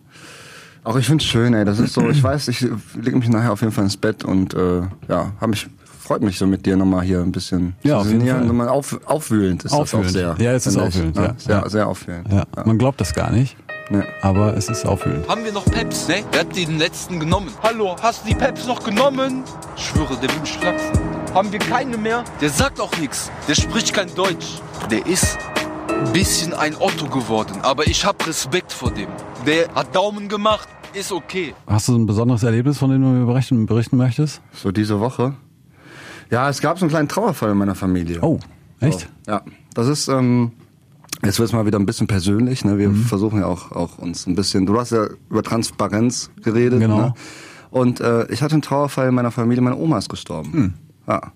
[SPEAKER 3] Auch ich find's schön, ey. Das ist so, ich weiß, ich leg mich nachher auf jeden Fall ins Bett und äh, ja, hab mich, freut mich so mit dir nochmal hier ein bisschen.
[SPEAKER 4] Ja, auf jeden Fall.
[SPEAKER 3] Nochmal auf, aufwühlend ist
[SPEAKER 4] Aufwühlend.
[SPEAKER 3] das auch sehr.
[SPEAKER 4] Ja, es ist
[SPEAKER 3] finde ich.
[SPEAKER 4] aufwühlend, ja.
[SPEAKER 3] Sehr,
[SPEAKER 4] Ja.
[SPEAKER 3] sehr aufwühlend.
[SPEAKER 4] Ja, man glaubt das gar nicht,
[SPEAKER 3] Nee.
[SPEAKER 4] aber es ist aufwühlend.
[SPEAKER 7] Haben wir noch Peps? Ne? Wer hat den letzten genommen?
[SPEAKER 6] Hallo, hast du die Peps noch genommen?
[SPEAKER 7] Ich schwöre, der will schlafen.
[SPEAKER 6] Haben wir keine mehr?
[SPEAKER 7] Der sagt auch nichts. Der spricht kein Deutsch. Der ist ein bisschen ein Otto geworden, aber ich hab Respekt vor dem. Der hat Daumen gemacht, ist okay.
[SPEAKER 4] Hast du so ein besonderes Erlebnis, von dem du mir berichten, berichten möchtest?
[SPEAKER 3] So diese Woche. Ja, es gab so einen kleinen Trauerfall in meiner Familie.
[SPEAKER 4] Oh, echt?
[SPEAKER 3] So, ja, das ist, ähm, jetzt wird's mal wieder ein bisschen persönlich. Ne? Wir
[SPEAKER 4] Mhm.
[SPEAKER 3] versuchen ja auch, auch uns ein bisschen, du hast ja über Transparenz geredet.
[SPEAKER 4] Genau.
[SPEAKER 3] Ne? Und äh, ich hatte einen Trauerfall in meiner Familie, meine Oma ist gestorben.
[SPEAKER 4] Hm.
[SPEAKER 3] Ja.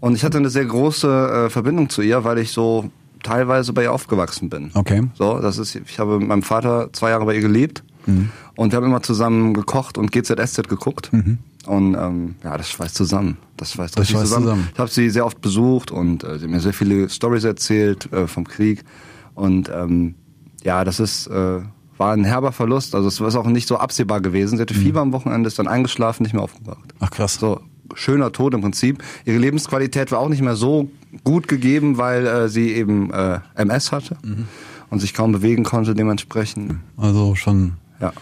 [SPEAKER 3] Und ich hatte eine sehr große äh, Verbindung zu ihr, weil ich so teilweise bei ihr aufgewachsen bin.
[SPEAKER 4] Okay.
[SPEAKER 3] So, das ist, ich habe mit meinem Vater zwei Jahre bei ihr gelebt
[SPEAKER 4] Mhm.
[SPEAKER 3] und wir haben immer zusammen gekocht und GZSZ geguckt. Und ähm, ja, das schweißt zusammen. Das schweißt richtig
[SPEAKER 4] Mhm. schweißt
[SPEAKER 3] zusammen.
[SPEAKER 4] zusammen.
[SPEAKER 3] Ich habe sie sehr oft besucht und äh, sie hat mir sehr viele Stories erzählt äh, vom Krieg. Und ähm, ja, das ist äh, war ein herber Verlust. Also es war auch nicht so absehbar gewesen. Sie hatte Fieber am Wochenende, ist dann eingeschlafen, nicht mehr aufgewacht.
[SPEAKER 4] Mhm. Ach krass.
[SPEAKER 3] So, schöner Tod im Prinzip. Ihre Lebensqualität war auch nicht mehr so gut gegeben, weil äh, sie eben äh, MS hatte
[SPEAKER 4] Mhm.
[SPEAKER 3] und sich kaum bewegen konnte dementsprechend.
[SPEAKER 4] Also schon
[SPEAKER 3] Ja.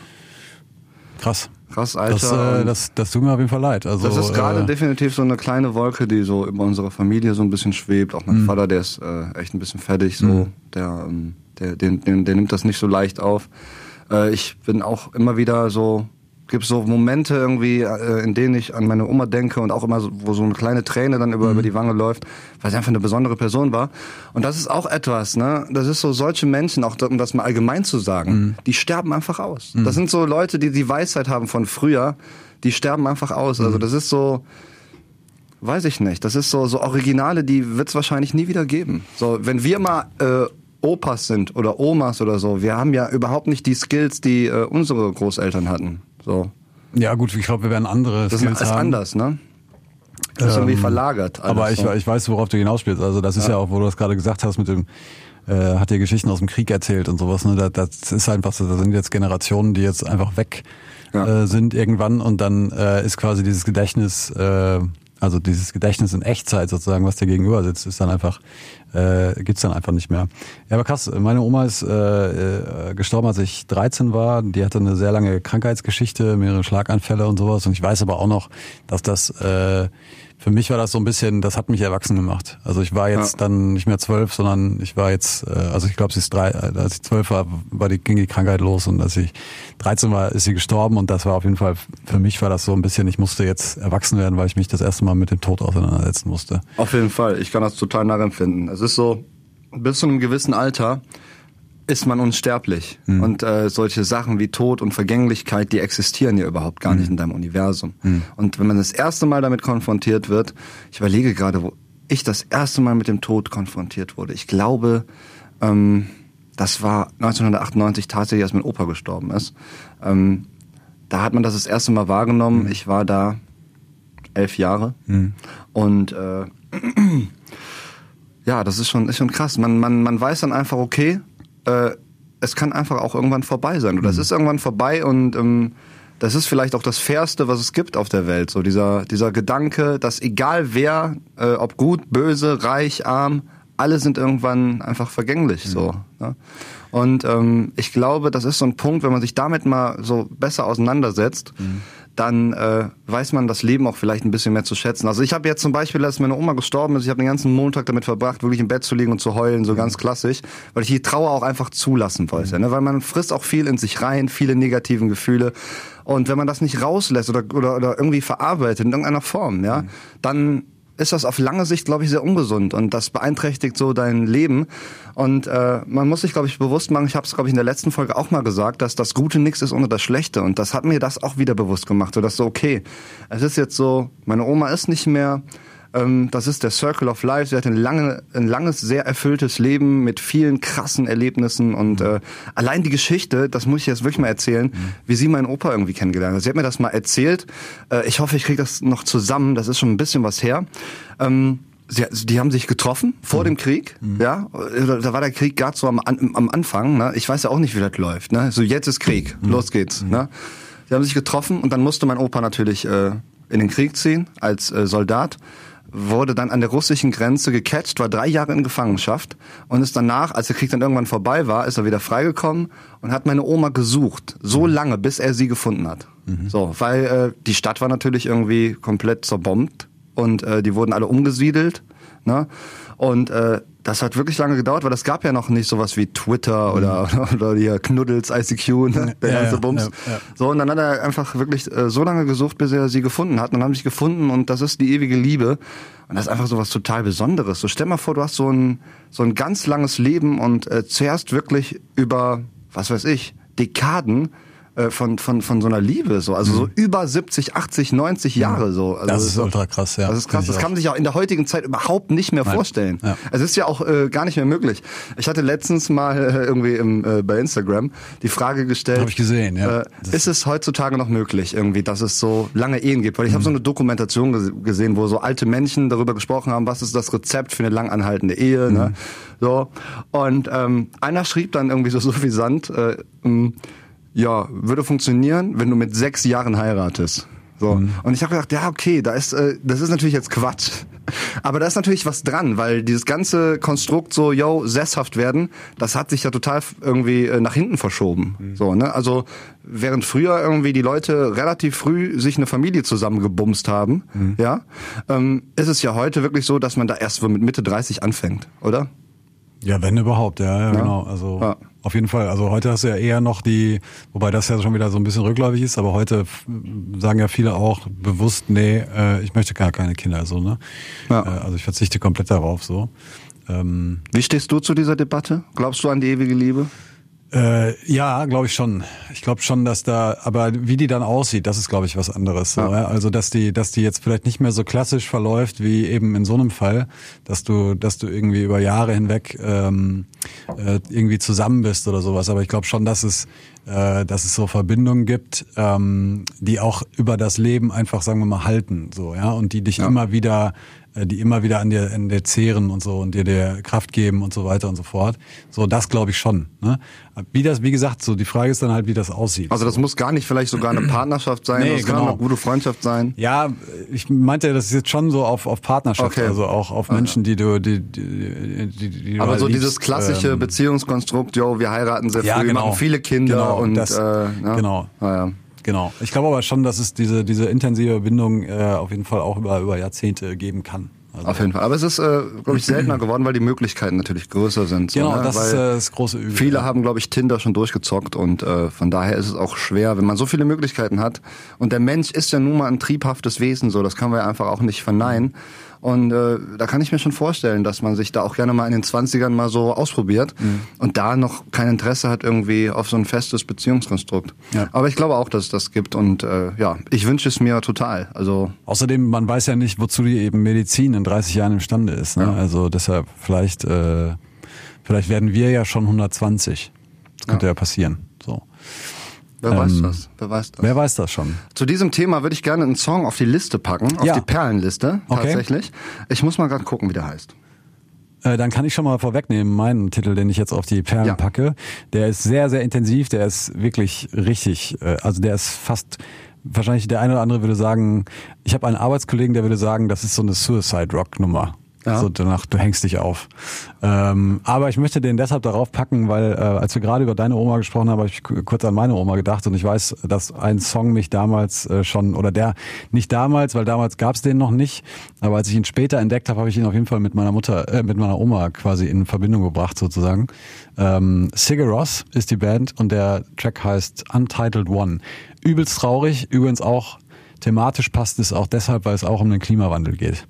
[SPEAKER 4] krass.
[SPEAKER 3] Krass,
[SPEAKER 4] Das,
[SPEAKER 3] Alter.
[SPEAKER 4] äh, das, das tut mir auf jeden Fall leid. Also,
[SPEAKER 3] Das ist gerade
[SPEAKER 4] äh,
[SPEAKER 3] definitiv so eine kleine Wolke, die so über unsere Familie so ein bisschen schwebt. Auch mein Vater, der ist äh, echt ein bisschen fertig, so der, ähm, der, den, den, der nimmt das nicht so leicht auf. Äh, ich bin auch immer wieder so, gibt so Momente irgendwie, äh, in denen ich an meine Oma denke und auch immer, so, wo so eine kleine Träne dann über, über die Wange läuft, weil sie einfach eine besondere Person war. Und das ist auch etwas, ne? Das ist so solche Menschen, auch da- um das mal allgemein zu sagen, die sterben einfach aus. Das sind so Leute, die die Weisheit haben von früher die sterben einfach aus. Also das ist so, weiß ich nicht, das ist so, so Originale, die wird es wahrscheinlich nie wieder geben. So, wenn wir mal äh, Opas sind oder Omas oder so, wir haben ja überhaupt nicht die Skills, die äh, unsere Großeltern hatten. So,
[SPEAKER 4] Ja gut, ich glaube, wir werden andere
[SPEAKER 3] das
[SPEAKER 4] Skills
[SPEAKER 3] ist
[SPEAKER 4] haben.
[SPEAKER 3] anders, ne? Das ist irgendwie verlagert. Alles, ne?
[SPEAKER 4] Aber ich,
[SPEAKER 3] so.
[SPEAKER 4] ich weiß, worauf du hinaus spielst. Also das ist ja, auch, wo du das gerade gesagt hast, mit dem äh, hat dir Geschichten aus dem Krieg erzählt und sowas. Ne? Das, das ist einfach so, da sind jetzt Generationen, die jetzt einfach weg
[SPEAKER 3] Ja.
[SPEAKER 4] äh, sind irgendwann und dann äh, ist quasi dieses Gedächtnis, äh, also dieses Gedächtnis in Echtzeit sozusagen, was dir gegenüber sitzt, ist dann einfach, äh, gibt's dann einfach nicht mehr. Ja, aber krass, meine Oma ist äh, äh, gestorben, als ich 13 war. Die hatte eine sehr lange Krankheitsgeschichte, mehrere Schlaganfälle und sowas. Und ich weiß aber auch noch, dass das äh, für mich war das so ein bisschen, das hat mich erwachsen gemacht. Also ich war jetzt
[SPEAKER 3] Ja.
[SPEAKER 4] dann nicht mehr zwölf, sondern ich war jetzt, äh, also ich glaube, sie ist drei, äh, als ich zwölf war, war die, ging die Krankheit los und als ich 13 war, ist sie gestorben und das war auf jeden Fall, für mich war das so ein bisschen, ich musste jetzt erwachsen werden, weil ich mich das erste Mal mit dem Tod auseinandersetzen musste.
[SPEAKER 3] Auf jeden Fall, ich kann das total nachempfinden. Es ist so, bis zu einem gewissen Alter ist man unsterblich. Und äh, solche Sachen wie Tod und Vergänglichkeit, die existieren ja überhaupt gar nicht in deinem Universum. Und wenn man das erste Mal damit konfrontiert wird, ich überlege gerade, wo ich das erste Mal mit dem Tod konfrontiert wurde. Ich glaube, ähm, das war 1998 tatsächlich, als mein Opa gestorben ist. Ähm, da hat man das das erste Mal wahrgenommen. Ich war da elf Jahre. Und äh, ja, das ist schon, ist schon krass. Man, man, man weiß dann einfach, okay, äh, es kann einfach auch irgendwann vorbei sein. Oder es ist irgendwann vorbei und ähm, das ist vielleicht auch das Fairste, was es gibt auf der Welt. So dieser, dieser Gedanke, dass egal wer, äh, ob gut, böse, reich, arm, alle sind irgendwann einfach vergänglich. So, ne? Und ähm, ich glaube, das ist so ein Punkt, wenn man sich damit mal so besser auseinandersetzt, dann äh, weiß man das Leben auch vielleicht ein bisschen mehr zu schätzen. Also ich habe jetzt zum Beispiel, als meine Oma gestorben ist, ich habe den ganzen Montag damit verbracht, wirklich im Bett zu liegen und zu heulen, so ganz klassisch, weil ich die Trauer auch einfach zulassen wollte. Ne? Weil man frisst auch viel in sich rein, viele negativen Gefühle. Und wenn man das nicht rauslässt oder, oder, oder irgendwie verarbeitet in irgendeiner Form, ja, dann ist das auf lange Sicht, glaube ich, sehr ungesund und das beeinträchtigt so dein Leben. Und äh, man muss sich, glaube ich, bewusst machen, ich habe es, glaube ich, in der letzten Folge auch mal gesagt, dass das Gute nichts ist ohne das Schlechte. Und das hat mir das auch wieder bewusst gemacht, so dass so, okay, es ist jetzt so, meine Oma ist nicht mehr, ähm, das ist der Circle of Life. Sie hat ein, lange, ein langes, sehr erfülltes Leben mit vielen krassen Erlebnissen und äh, allein die Geschichte, das muss ich jetzt wirklich mal erzählen, wie sie meinen Opa irgendwie kennengelernt hat. Sie hat mir das mal erzählt. Äh, ich hoffe, ich kriege das noch zusammen. Das ist schon ein bisschen was her. Ähm, Sie, die haben sich getroffen vor dem Krieg, ja. Da da war der Krieg gerade so am, An- am Anfang. Ne? Ich weiß ja auch nicht, wie das läuft. Ne? So jetzt ist Krieg, los geht's. Ne? Sie haben sich getroffen und dann musste mein Opa natürlich äh, in den Krieg ziehen als äh, Soldat, wurde dann an der russischen Grenze gecatcht, war drei Jahre in Gefangenschaft und ist danach, als der Krieg dann irgendwann vorbei war, ist er wieder freigekommen und hat meine Oma gesucht, so lange, bis er sie gefunden hat. So, weil äh, die Stadt war natürlich irgendwie komplett zerbombt und äh, die wurden alle umgesiedelt. Ne? Und äh, das hat wirklich lange gedauert, weil das gab ja noch nicht sowas wie Twitter oder, oder hier Knuddels, ICQ, ne? der
[SPEAKER 4] Mhm. Ja,
[SPEAKER 3] ganze
[SPEAKER 4] ja,
[SPEAKER 3] Bums.
[SPEAKER 4] ja, ja.
[SPEAKER 3] So, und dann hat er einfach wirklich äh, so lange gesucht, bis er sie gefunden hat. Und dann haben sie sich gefunden und das ist die ewige Liebe. Und das ist einfach so was total Besonderes. So stell mal vor, du hast so ein, so ein ganz langes Leben und äh, zuerst wirklich über, was weiß ich, Dekaden äh, von, von, von so einer Liebe. So. Also
[SPEAKER 4] Mhm.
[SPEAKER 3] so über 70, 80, 90 Jahre. So. Also
[SPEAKER 4] Das ist
[SPEAKER 3] so-
[SPEAKER 4] ultra krass, ja.
[SPEAKER 3] Das ist krass.
[SPEAKER 4] Finde ich
[SPEAKER 3] Das
[SPEAKER 4] auch.
[SPEAKER 3] kann man sich auch in der heutigen Zeit überhaupt nicht mehr
[SPEAKER 4] Nein.
[SPEAKER 3] vorstellen.
[SPEAKER 4] Ja.
[SPEAKER 3] Es ist ja auch äh, gar nicht mehr möglich. Ich hatte letztens mal äh, irgendwie im, äh, bei Instagram die Frage gestellt.
[SPEAKER 4] Hab ich gesehen, ja.
[SPEAKER 3] Äh,
[SPEAKER 4] Das-
[SPEAKER 3] ist es heutzutage noch möglich, irgendwie, dass es so lange Ehen gibt? Weil
[SPEAKER 4] Mhm.
[SPEAKER 3] ich habe so eine Dokumentation gese- gesehen, wo so alte Menschen darüber gesprochen haben, was ist das Rezept für eine lang anhaltende Ehe.
[SPEAKER 4] Mhm.
[SPEAKER 3] Ne? So und ähm, einer schrieb dann irgendwie so suffisant, äh, ähm, ja, würde funktionieren, wenn du
[SPEAKER 4] Mhm.
[SPEAKER 3] mit sechs Jahren heiratest. So. Und ich habe gedacht, ja, okay, da ist, äh, das ist natürlich jetzt Quatsch. Aber da ist natürlich was dran, weil dieses ganze Konstrukt so, yo, sesshaft werden, das hat sich ja total irgendwie äh, nach hinten verschoben.
[SPEAKER 4] Mhm.
[SPEAKER 3] So, ne? Also, während früher irgendwie die Leute relativ früh sich eine Familie zusammengebumst haben,
[SPEAKER 4] Mhm.
[SPEAKER 3] ja, ähm, ist es ja heute wirklich so, dass man da erst so mit Mitte 30 anfängt, oder?
[SPEAKER 4] Ja, wenn überhaupt, ja, ja genau. Also
[SPEAKER 3] Ja.
[SPEAKER 4] auf jeden Fall. Also heute hast du ja eher noch die, wobei das ja schon wieder so ein bisschen rückläufig ist, aber heute f- sagen ja viele auch bewusst, nee, äh, ich möchte gar keine Kinder, so, ne?
[SPEAKER 3] Ja.
[SPEAKER 4] Äh, also ich verzichte komplett darauf, so. Ähm,
[SPEAKER 3] Wie stehst du zu dieser Debatte? Glaubst du an die ewige Liebe?
[SPEAKER 4] äh, ja, glaube ich schon. Ich glaube schon, dass da, aber wie die dann aussieht, das ist, glaube ich, was anderes. So, ja. Also dass die, dass die jetzt vielleicht nicht mehr so klassisch verläuft wie eben in so einem Fall, dass du, dass du irgendwie über Jahre hinweg ähm, äh, irgendwie zusammen bist oder sowas. Aber ich glaube schon, dass es, äh, dass es so Verbindungen gibt, ähm, die auch über das Leben einfach, sagen wir mal, halten, so ja, und die dich immer wieder äh, die immer wieder an dir, an dir zehren und so und dir, dir Kraft geben und so weiter und so fort. So, das glaube ich schon. Ne? Wie das, wie gesagt, so die Frage ist dann halt, wie das aussieht.
[SPEAKER 3] Also das muss gar nicht vielleicht sogar eine Partnerschaft sein,
[SPEAKER 4] Nee,
[SPEAKER 3] das kann
[SPEAKER 4] genau.
[SPEAKER 3] auch eine gute Freundschaft sein.
[SPEAKER 4] ja, ich meinte, das ist jetzt schon so auf, auf Partnerschaft,
[SPEAKER 3] Okay.
[SPEAKER 4] also auch auf Menschen, die du, die, die, die, die du
[SPEAKER 3] Aber
[SPEAKER 4] halt
[SPEAKER 3] so
[SPEAKER 4] liebst,
[SPEAKER 3] dieses klassische
[SPEAKER 4] ähm,
[SPEAKER 3] Beziehungskonstrukt, yo, wir heiraten sehr früh,
[SPEAKER 4] Ja, genau.
[SPEAKER 3] machen viele Kinder
[SPEAKER 4] Genau,
[SPEAKER 3] und
[SPEAKER 4] das-
[SPEAKER 3] äh, ne?
[SPEAKER 4] genau.
[SPEAKER 3] Naja.
[SPEAKER 4] Genau. Ich glaube aber schon, dass es diese, diese intensive Bindung äh, auf jeden Fall auch über, über Jahrzehnte geben kann. Also,
[SPEAKER 3] Auf jeden Fall. Aber es ist, äh, glaube ich, seltener geworden, weil die Möglichkeiten natürlich größer sind. So,
[SPEAKER 4] Genau,
[SPEAKER 3] ne?
[SPEAKER 4] das
[SPEAKER 3] weil
[SPEAKER 4] ist äh, das große Übel.
[SPEAKER 3] Viele haben, glaube ich, Tinder schon durchgezockt und äh, von daher ist es auch schwer, wenn man so viele Möglichkeiten hat. Und der Mensch ist ja nun mal ein triebhaftes Wesen, so das kann man ja einfach auch nicht verneinen. Und äh, da kann ich mir schon vorstellen, dass man sich da auch gerne mal in den 20ern mal so ausprobiert
[SPEAKER 4] Mhm.
[SPEAKER 3] und da noch kein Interesse hat irgendwie auf so ein festes Beziehungskonstrukt.
[SPEAKER 4] Ja.
[SPEAKER 3] Aber ich glaube auch, dass es das gibt und äh, ja, ich wünsche es mir total. Also
[SPEAKER 4] Außerdem, man weiß ja nicht, wozu die eben Medizin in 30 Jahren imstande ist. Ne? Also deshalb, vielleicht, äh, vielleicht werden wir ja schon 120. Das könnte ja, passieren. So.
[SPEAKER 3] wer weiß das? Wer weiß das?
[SPEAKER 4] Ähm, Wer weiß das schon?
[SPEAKER 3] Zu diesem Thema würde ich gerne einen Song auf die Liste packen, auf
[SPEAKER 4] Ja.
[SPEAKER 3] die Perlenliste
[SPEAKER 4] Okay.
[SPEAKER 3] tatsächlich. Ich muss mal gerade gucken, wie der heißt.
[SPEAKER 4] Äh, Dann kann ich schon mal vorwegnehmen, meinen Titel, den ich jetzt auf die Perlen
[SPEAKER 3] Ja.
[SPEAKER 4] packe. Der ist sehr, sehr intensiv, der ist wirklich richtig, äh, also der ist fast, wahrscheinlich der eine oder andere würde sagen, ich habe einen Arbeitskollegen, der würde sagen, das ist so eine Suicide-Rock-Nummer.
[SPEAKER 3] Ja.
[SPEAKER 4] So danach, du hängst dich auf. Ähm, aber ich möchte den deshalb darauf packen, weil äh, als wir gerade über deine Oma gesprochen haben, habe ich ku- kurz an meine Oma gedacht und ich weiß, dass ein Song mich damals äh, schon, oder der, nicht damals, weil damals gab es den noch nicht, aber als ich ihn später entdeckt habe, habe ich ihn auf jeden Fall mit meiner Mutter, äh, mit meiner Oma quasi in Verbindung gebracht sozusagen. Ähm, Sigur Rós ist die Band und der Track heißt Untitled One. Übelst traurig, übrigens auch thematisch passt es auch deshalb, weil es auch um den Klimawandel geht.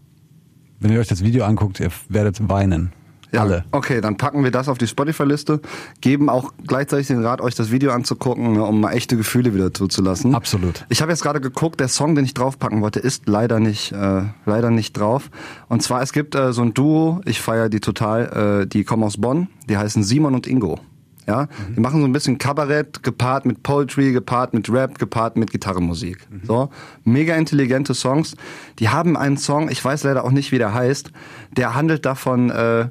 [SPEAKER 4] Wenn ihr euch das Video anguckt, ihr werdet weinen.
[SPEAKER 3] Ja.
[SPEAKER 4] Alle.
[SPEAKER 3] Okay, dann packen wir das auf die Spotify-Liste, geben auch gleichzeitig den Rat, euch das Video anzugucken, ne, um mal echte Gefühle wieder zuzulassen.
[SPEAKER 4] Absolut.
[SPEAKER 3] Ich habe jetzt gerade geguckt, der Song, den ich draufpacken wollte, ist leider nicht, äh, leider nicht drauf. Und zwar, es gibt äh, so ein Duo, ich feiere die total, äh, die kommen aus Bonn, die heißen Simon und Ingo. Ja, die machen so ein bisschen Kabarett, gepaart mit Poetry, gepaart mit Rap, gepaart mit Gitarrenmusik. So, mega intelligente Songs. Die haben einen Song, ich weiß leider auch nicht, wie der heißt, der handelt davon, äh,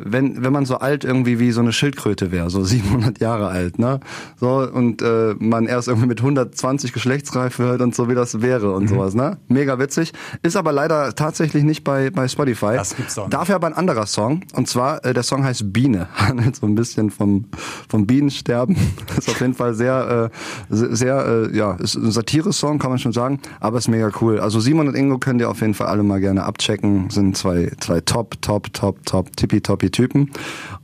[SPEAKER 3] wenn, wenn man so alt irgendwie wie so eine Schildkröte wäre, so 700 Jahre alt, ne? So, und äh, man erst irgendwie mit 120 geschlechtsreif wird und so, wie das wäre
[SPEAKER 4] Mhm.
[SPEAKER 3] und sowas, ne? Mega witzig. Ist aber leider tatsächlich nicht bei, bei Spotify.
[SPEAKER 4] Das gibt's doch nicht.
[SPEAKER 3] Dafür aber ein anderer Song. Und zwar, äh, der Song heißt Biene. Handelt so ein bisschen vom, vom Bienensterben. Ist auf jeden Fall sehr, äh, se- sehr, äh, ja, ist ein Satire-Song, kann man schon sagen. Aber ist mega cool. Also Simon und Ingo könnt ihr auf jeden Fall alle mal gerne abchecken. Sind zwei, zwei top, top, top, top, tippitoppi Typen.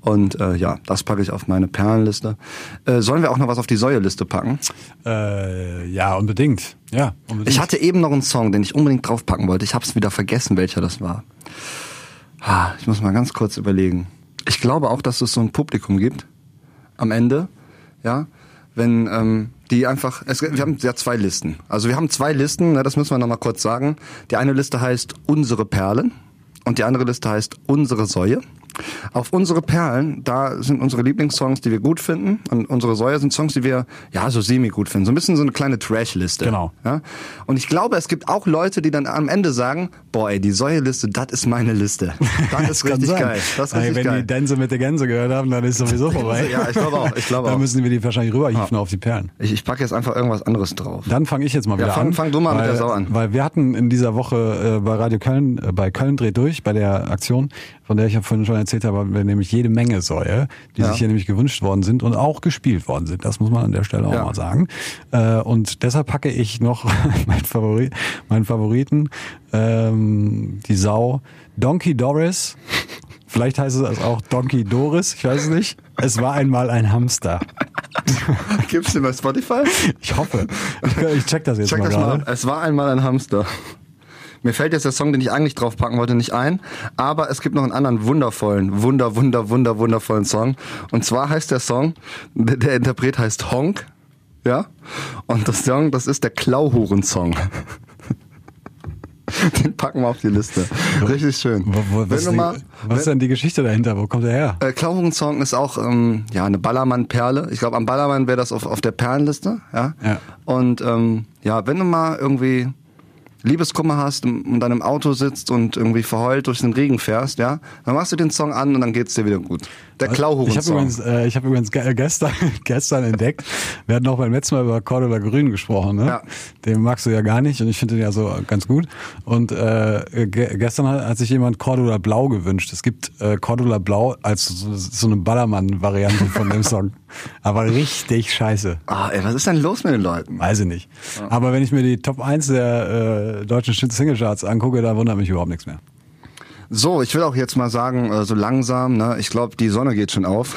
[SPEAKER 3] Und äh, ja, das packe ich auf meine Perlenliste. Äh, sollen wir auch noch was auf die Säue-Liste packen?
[SPEAKER 4] Äh, ja, unbedingt. Ja, unbedingt.
[SPEAKER 3] Ich hatte eben noch einen Song, den ich unbedingt draufpacken wollte. Ich habe es wieder vergessen, welcher das war. Ah, Ich muss mal ganz kurz überlegen. Ich glaube auch, dass es so ein Publikum gibt am Ende, ja, wenn ähm, die einfach, es, wir haben ja zwei Listen. Also wir haben zwei Listen, ne, das müssen wir nochmal kurz sagen. Die eine Liste heißt Unsere Perlen und die andere Liste heißt Unsere Säue. Auf unsere Perlen, da sind unsere Lieblingssongs, die wir gut finden. Und unsere Säuer sind Songs, die wir, ja, so semi-gut finden. So ein bisschen so eine kleine Trash-Liste.
[SPEAKER 4] Genau.
[SPEAKER 3] Ja? Und ich glaube, es gibt auch Leute, die dann am Ende sagen, boah, ey, die Säuerliste, das ist meine Liste. Das ist
[SPEAKER 4] Kann
[SPEAKER 3] richtig
[SPEAKER 4] sein.
[SPEAKER 3] geil. Das ist
[SPEAKER 4] Ey,
[SPEAKER 3] richtig
[SPEAKER 4] wenn
[SPEAKER 3] geil.
[SPEAKER 4] die Dänse mit der Gänse gehört haben, dann ist sowieso vorbei.
[SPEAKER 3] Ja, ich glaube auch, ich glaube
[SPEAKER 4] Dann
[SPEAKER 3] auch.
[SPEAKER 4] müssen wir die wahrscheinlich rüberhieven auf die Perlen.
[SPEAKER 3] Ich, ich packe jetzt einfach irgendwas anderes drauf.
[SPEAKER 4] Dann fange ich jetzt mal
[SPEAKER 3] Ja,
[SPEAKER 4] wieder
[SPEAKER 3] fang-
[SPEAKER 4] an.
[SPEAKER 3] fang du mal mit
[SPEAKER 4] weil,
[SPEAKER 3] der Sau an.
[SPEAKER 4] Weil wir hatten in dieser Woche äh, bei Radio Köln, äh, bei Köln dreht durch, bei der Aktion, von der ich ja vorhin schon erzählt habe, haben wir nämlich jede Menge Säue, die sich hier nämlich gewünscht worden sind und auch gespielt worden sind. Das muss man an der Stelle auch
[SPEAKER 3] Ja.
[SPEAKER 4] mal sagen. Äh, und deshalb packe ich noch mein Favori, meinen Favoriten, ähm, die Sau Donkey Doris. Vielleicht heißt es auch Donkey Doris, ich weiß es nicht. Es war einmal ein Hamster.
[SPEAKER 3] Gibt's den bei Spotify?
[SPEAKER 4] Ich hoffe. Ich, ich check das jetzt
[SPEAKER 3] Check
[SPEAKER 4] mal
[SPEAKER 3] das mal.
[SPEAKER 4] gerade.
[SPEAKER 3] ab. Es war einmal ein Hamster. Mir fällt jetzt der Song, den ich eigentlich draufpacken wollte, nicht ein. Aber es gibt noch einen anderen wundervollen, wunder, wunder, wunder, wundervollen Song. Und zwar heißt der Song, der, der Interpret heißt Honk. Ja? Und das Song, das ist der Klauhuren-Song. Den packen wir auf die Liste. Richtig schön.
[SPEAKER 4] Wo, wo, was
[SPEAKER 3] Wenn
[SPEAKER 4] ist
[SPEAKER 3] du
[SPEAKER 4] die,
[SPEAKER 3] mal,
[SPEAKER 4] was ist denn die Geschichte dahinter? Wo kommt er her?
[SPEAKER 3] äh, Klauhuren-Song ist auch ähm, ja eine Ballermann-Perle. Ich glaube, am Ballermann wäre das auf, auf der Perlenliste. Ja?
[SPEAKER 4] Ja.
[SPEAKER 3] Und ähm, ja, wenn du mal irgendwie Liebeskummer hast und in deinem Auto sitzt und irgendwie verheult durch den Regen fährst, ja, dann machst du den Song an und dann geht's dir wieder gut. Der
[SPEAKER 4] Ich habe
[SPEAKER 3] Klauhuren-Song.
[SPEAKER 4] übrigens, äh, ich hab übrigens ge äh, gestern, gestern entdeckt, wir hatten auch beim letzten Mal über Cordula Grün gesprochen. Ne?
[SPEAKER 3] Ja.
[SPEAKER 4] Den magst du ja gar nicht und ich finde den ja so ganz gut. Und äh, ge gestern hat, hat sich jemand Cordula Blau gewünscht. Es gibt äh, Cordula Blau als so, so eine Ballermann-Variante von dem Song. Aber richtig scheiße.
[SPEAKER 3] Ah, ey, was ist denn los mit den Leuten?
[SPEAKER 4] Weiß ich nicht. Aber wenn ich mir die Top 1 der äh, deutschen Singlecharts angucke, da wundert mich überhaupt nichts mehr.
[SPEAKER 3] So, ich will auch jetzt mal sagen, äh, so langsam, ne, ich glaube, die Sonne geht schon auf.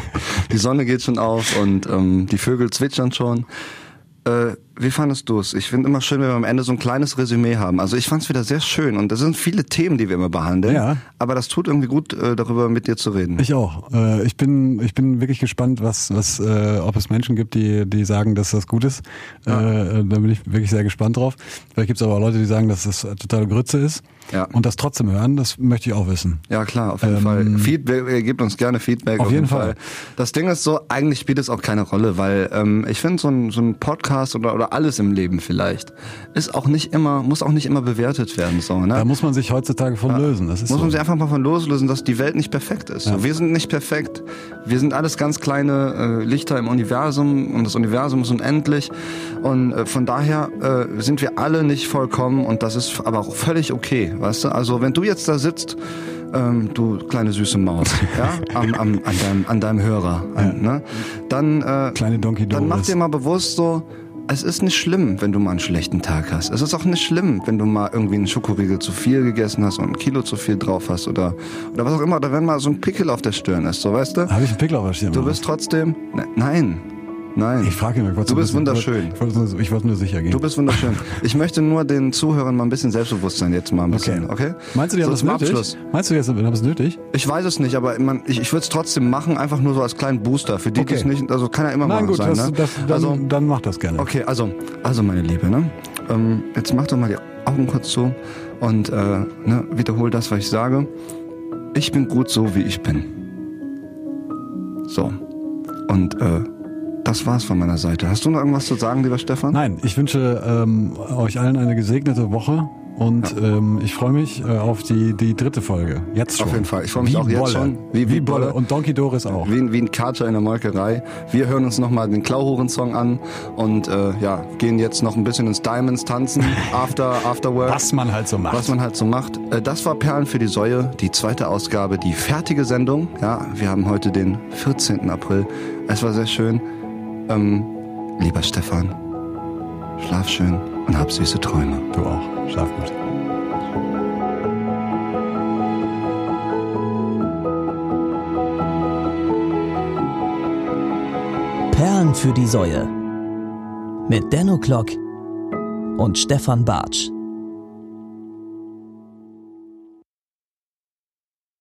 [SPEAKER 3] die Sonne geht schon auf und ähm, die Vögel zwitschern schon. Äh, wie fandest du es? Ich finde immer schön, wenn wir am Ende so ein kleines Resümee haben. Also ich fand es wieder sehr schön und das sind viele Themen, die wir immer behandeln.
[SPEAKER 4] Ja.
[SPEAKER 3] Aber das tut irgendwie gut, äh, darüber mit dir zu reden.
[SPEAKER 4] Ich auch. Äh, ich bin, ich bin wirklich gespannt, was, was, äh, ob es Menschen gibt, die, die sagen, dass das gut ist. Äh, äh, da bin ich wirklich sehr gespannt drauf. Vielleicht gibt es aber auch Leute, die sagen, dass das äh, totale Grütze ist.
[SPEAKER 3] Ja.
[SPEAKER 4] Und das trotzdem hören, das möchte ich auch wissen.
[SPEAKER 3] ja klar, auf jeden Fall. Feedback, ihr gebt uns gerne Feedback.
[SPEAKER 4] Ähm, Auf jeden Fall.
[SPEAKER 3] Das Ding ist so, eigentlich spielt es auch keine Rolle, weil ähm, ich finde so ein, so ein Podcast oder, oder alles im Leben vielleicht ist auch nicht immer, muss auch nicht immer bewertet werden. So, ne?
[SPEAKER 4] Da muss man sich heutzutage von lösen. Das ist
[SPEAKER 3] Muss
[SPEAKER 4] so.
[SPEAKER 3] man sich einfach mal von loslösen, dass die Welt nicht perfekt ist. So, Wir sind nicht perfekt. Wir sind alles ganz kleine äh, Lichter im Universum und das Universum ist unendlich. Und äh, von daher äh, sind wir alle nicht vollkommen und das ist aber auch völlig okay, weißt du? Also wenn du jetzt da sitzt, ähm, du kleine süße Maus, ja, am, am, an, deinem, an deinem Hörer, an, ne? Dann, äh,
[SPEAKER 4] Kleine Donkey
[SPEAKER 3] dann mach
[SPEAKER 4] Doris.
[SPEAKER 3] dir mal bewusst so, es ist nicht schlimm, wenn du mal einen schlechten Tag hast. Es ist auch nicht schlimm, wenn du mal irgendwie einen Schokoriegel zu viel gegessen hast und ein Kilo zu viel drauf hast oder, oder was auch immer. Oder wenn mal so ein Pickel auf der Stirn ist, so weißt du?
[SPEAKER 4] Habe ich einen Pickel auf der Stirn?
[SPEAKER 3] Du
[SPEAKER 4] oder
[SPEAKER 3] bist trotzdem... Ne- Nein, nein.
[SPEAKER 4] was? Ich frage ihn, ich wollte
[SPEAKER 3] Du
[SPEAKER 4] so ein
[SPEAKER 3] bist
[SPEAKER 4] bisschen-
[SPEAKER 3] wunderschön.
[SPEAKER 4] Ich wollte, nur- ich wollte nur sicher gehen.
[SPEAKER 3] Du bist wunderschön. Ich möchte nur den Zuhörern mal ein bisschen Selbstbewusstsein jetzt mal ein bisschen, okay?
[SPEAKER 4] Meinst du, die haben
[SPEAKER 3] so
[SPEAKER 4] das
[SPEAKER 3] zum
[SPEAKER 4] nötig?
[SPEAKER 3] Abschluss.
[SPEAKER 4] Meinst du, die haben das nötig?
[SPEAKER 3] Ich weiß es nicht, aber man, ich, ich würde es trotzdem machen, einfach nur so als kleinen Booster. Für die, die
[SPEAKER 4] Okay.
[SPEAKER 3] es nicht, also kann ja immer
[SPEAKER 4] Nein,
[SPEAKER 3] mal
[SPEAKER 4] gut,
[SPEAKER 3] sein.
[SPEAKER 4] das,
[SPEAKER 3] ne?
[SPEAKER 4] das, dann,
[SPEAKER 3] also,
[SPEAKER 4] dann mach das gerne.
[SPEAKER 3] okay, also, also meine Liebe, ne? Ähm, jetzt mach doch mal die Augen kurz zu und äh, ne, wiederhol das, was ich sage. Ich bin gut so, wie ich bin. So. Und äh, das war's von meiner Seite. Hast du noch irgendwas zu sagen, lieber Stefan?
[SPEAKER 4] Nein, ich wünsche ähm, euch allen eine gesegnete Woche und ähm, ich freue mich äh, auf die, die dritte Folge. Jetzt schon.
[SPEAKER 3] Auf jeden Fall. Ich freue mich
[SPEAKER 4] Wie
[SPEAKER 3] auch jetzt
[SPEAKER 4] Bolle.
[SPEAKER 3] schon.
[SPEAKER 4] Wie, wie, Bolle.
[SPEAKER 3] Bolle.
[SPEAKER 4] Und Donkey Doris auch.
[SPEAKER 3] Wie, ein- wie ein Kater in der Molkerei. Wir hören uns nochmal den Klauhuren-Song an und äh, ja, gehen jetzt noch ein bisschen ins Diamonds tanzen, after, after work.
[SPEAKER 4] Was man halt so macht.
[SPEAKER 3] Was man halt so macht. Äh, Das war Perlen für die Säue, die zweite Ausgabe, die fertige Sendung. Ja, wir haben heute den 14. April. Es war sehr schön. Ähm, lieber Stefan, schlaf schön und hab süße Träume.
[SPEAKER 4] du auch. Schlaf gut.
[SPEAKER 2] Perlen für die Säue. Mit Denno Klock und Stefan Bartsch.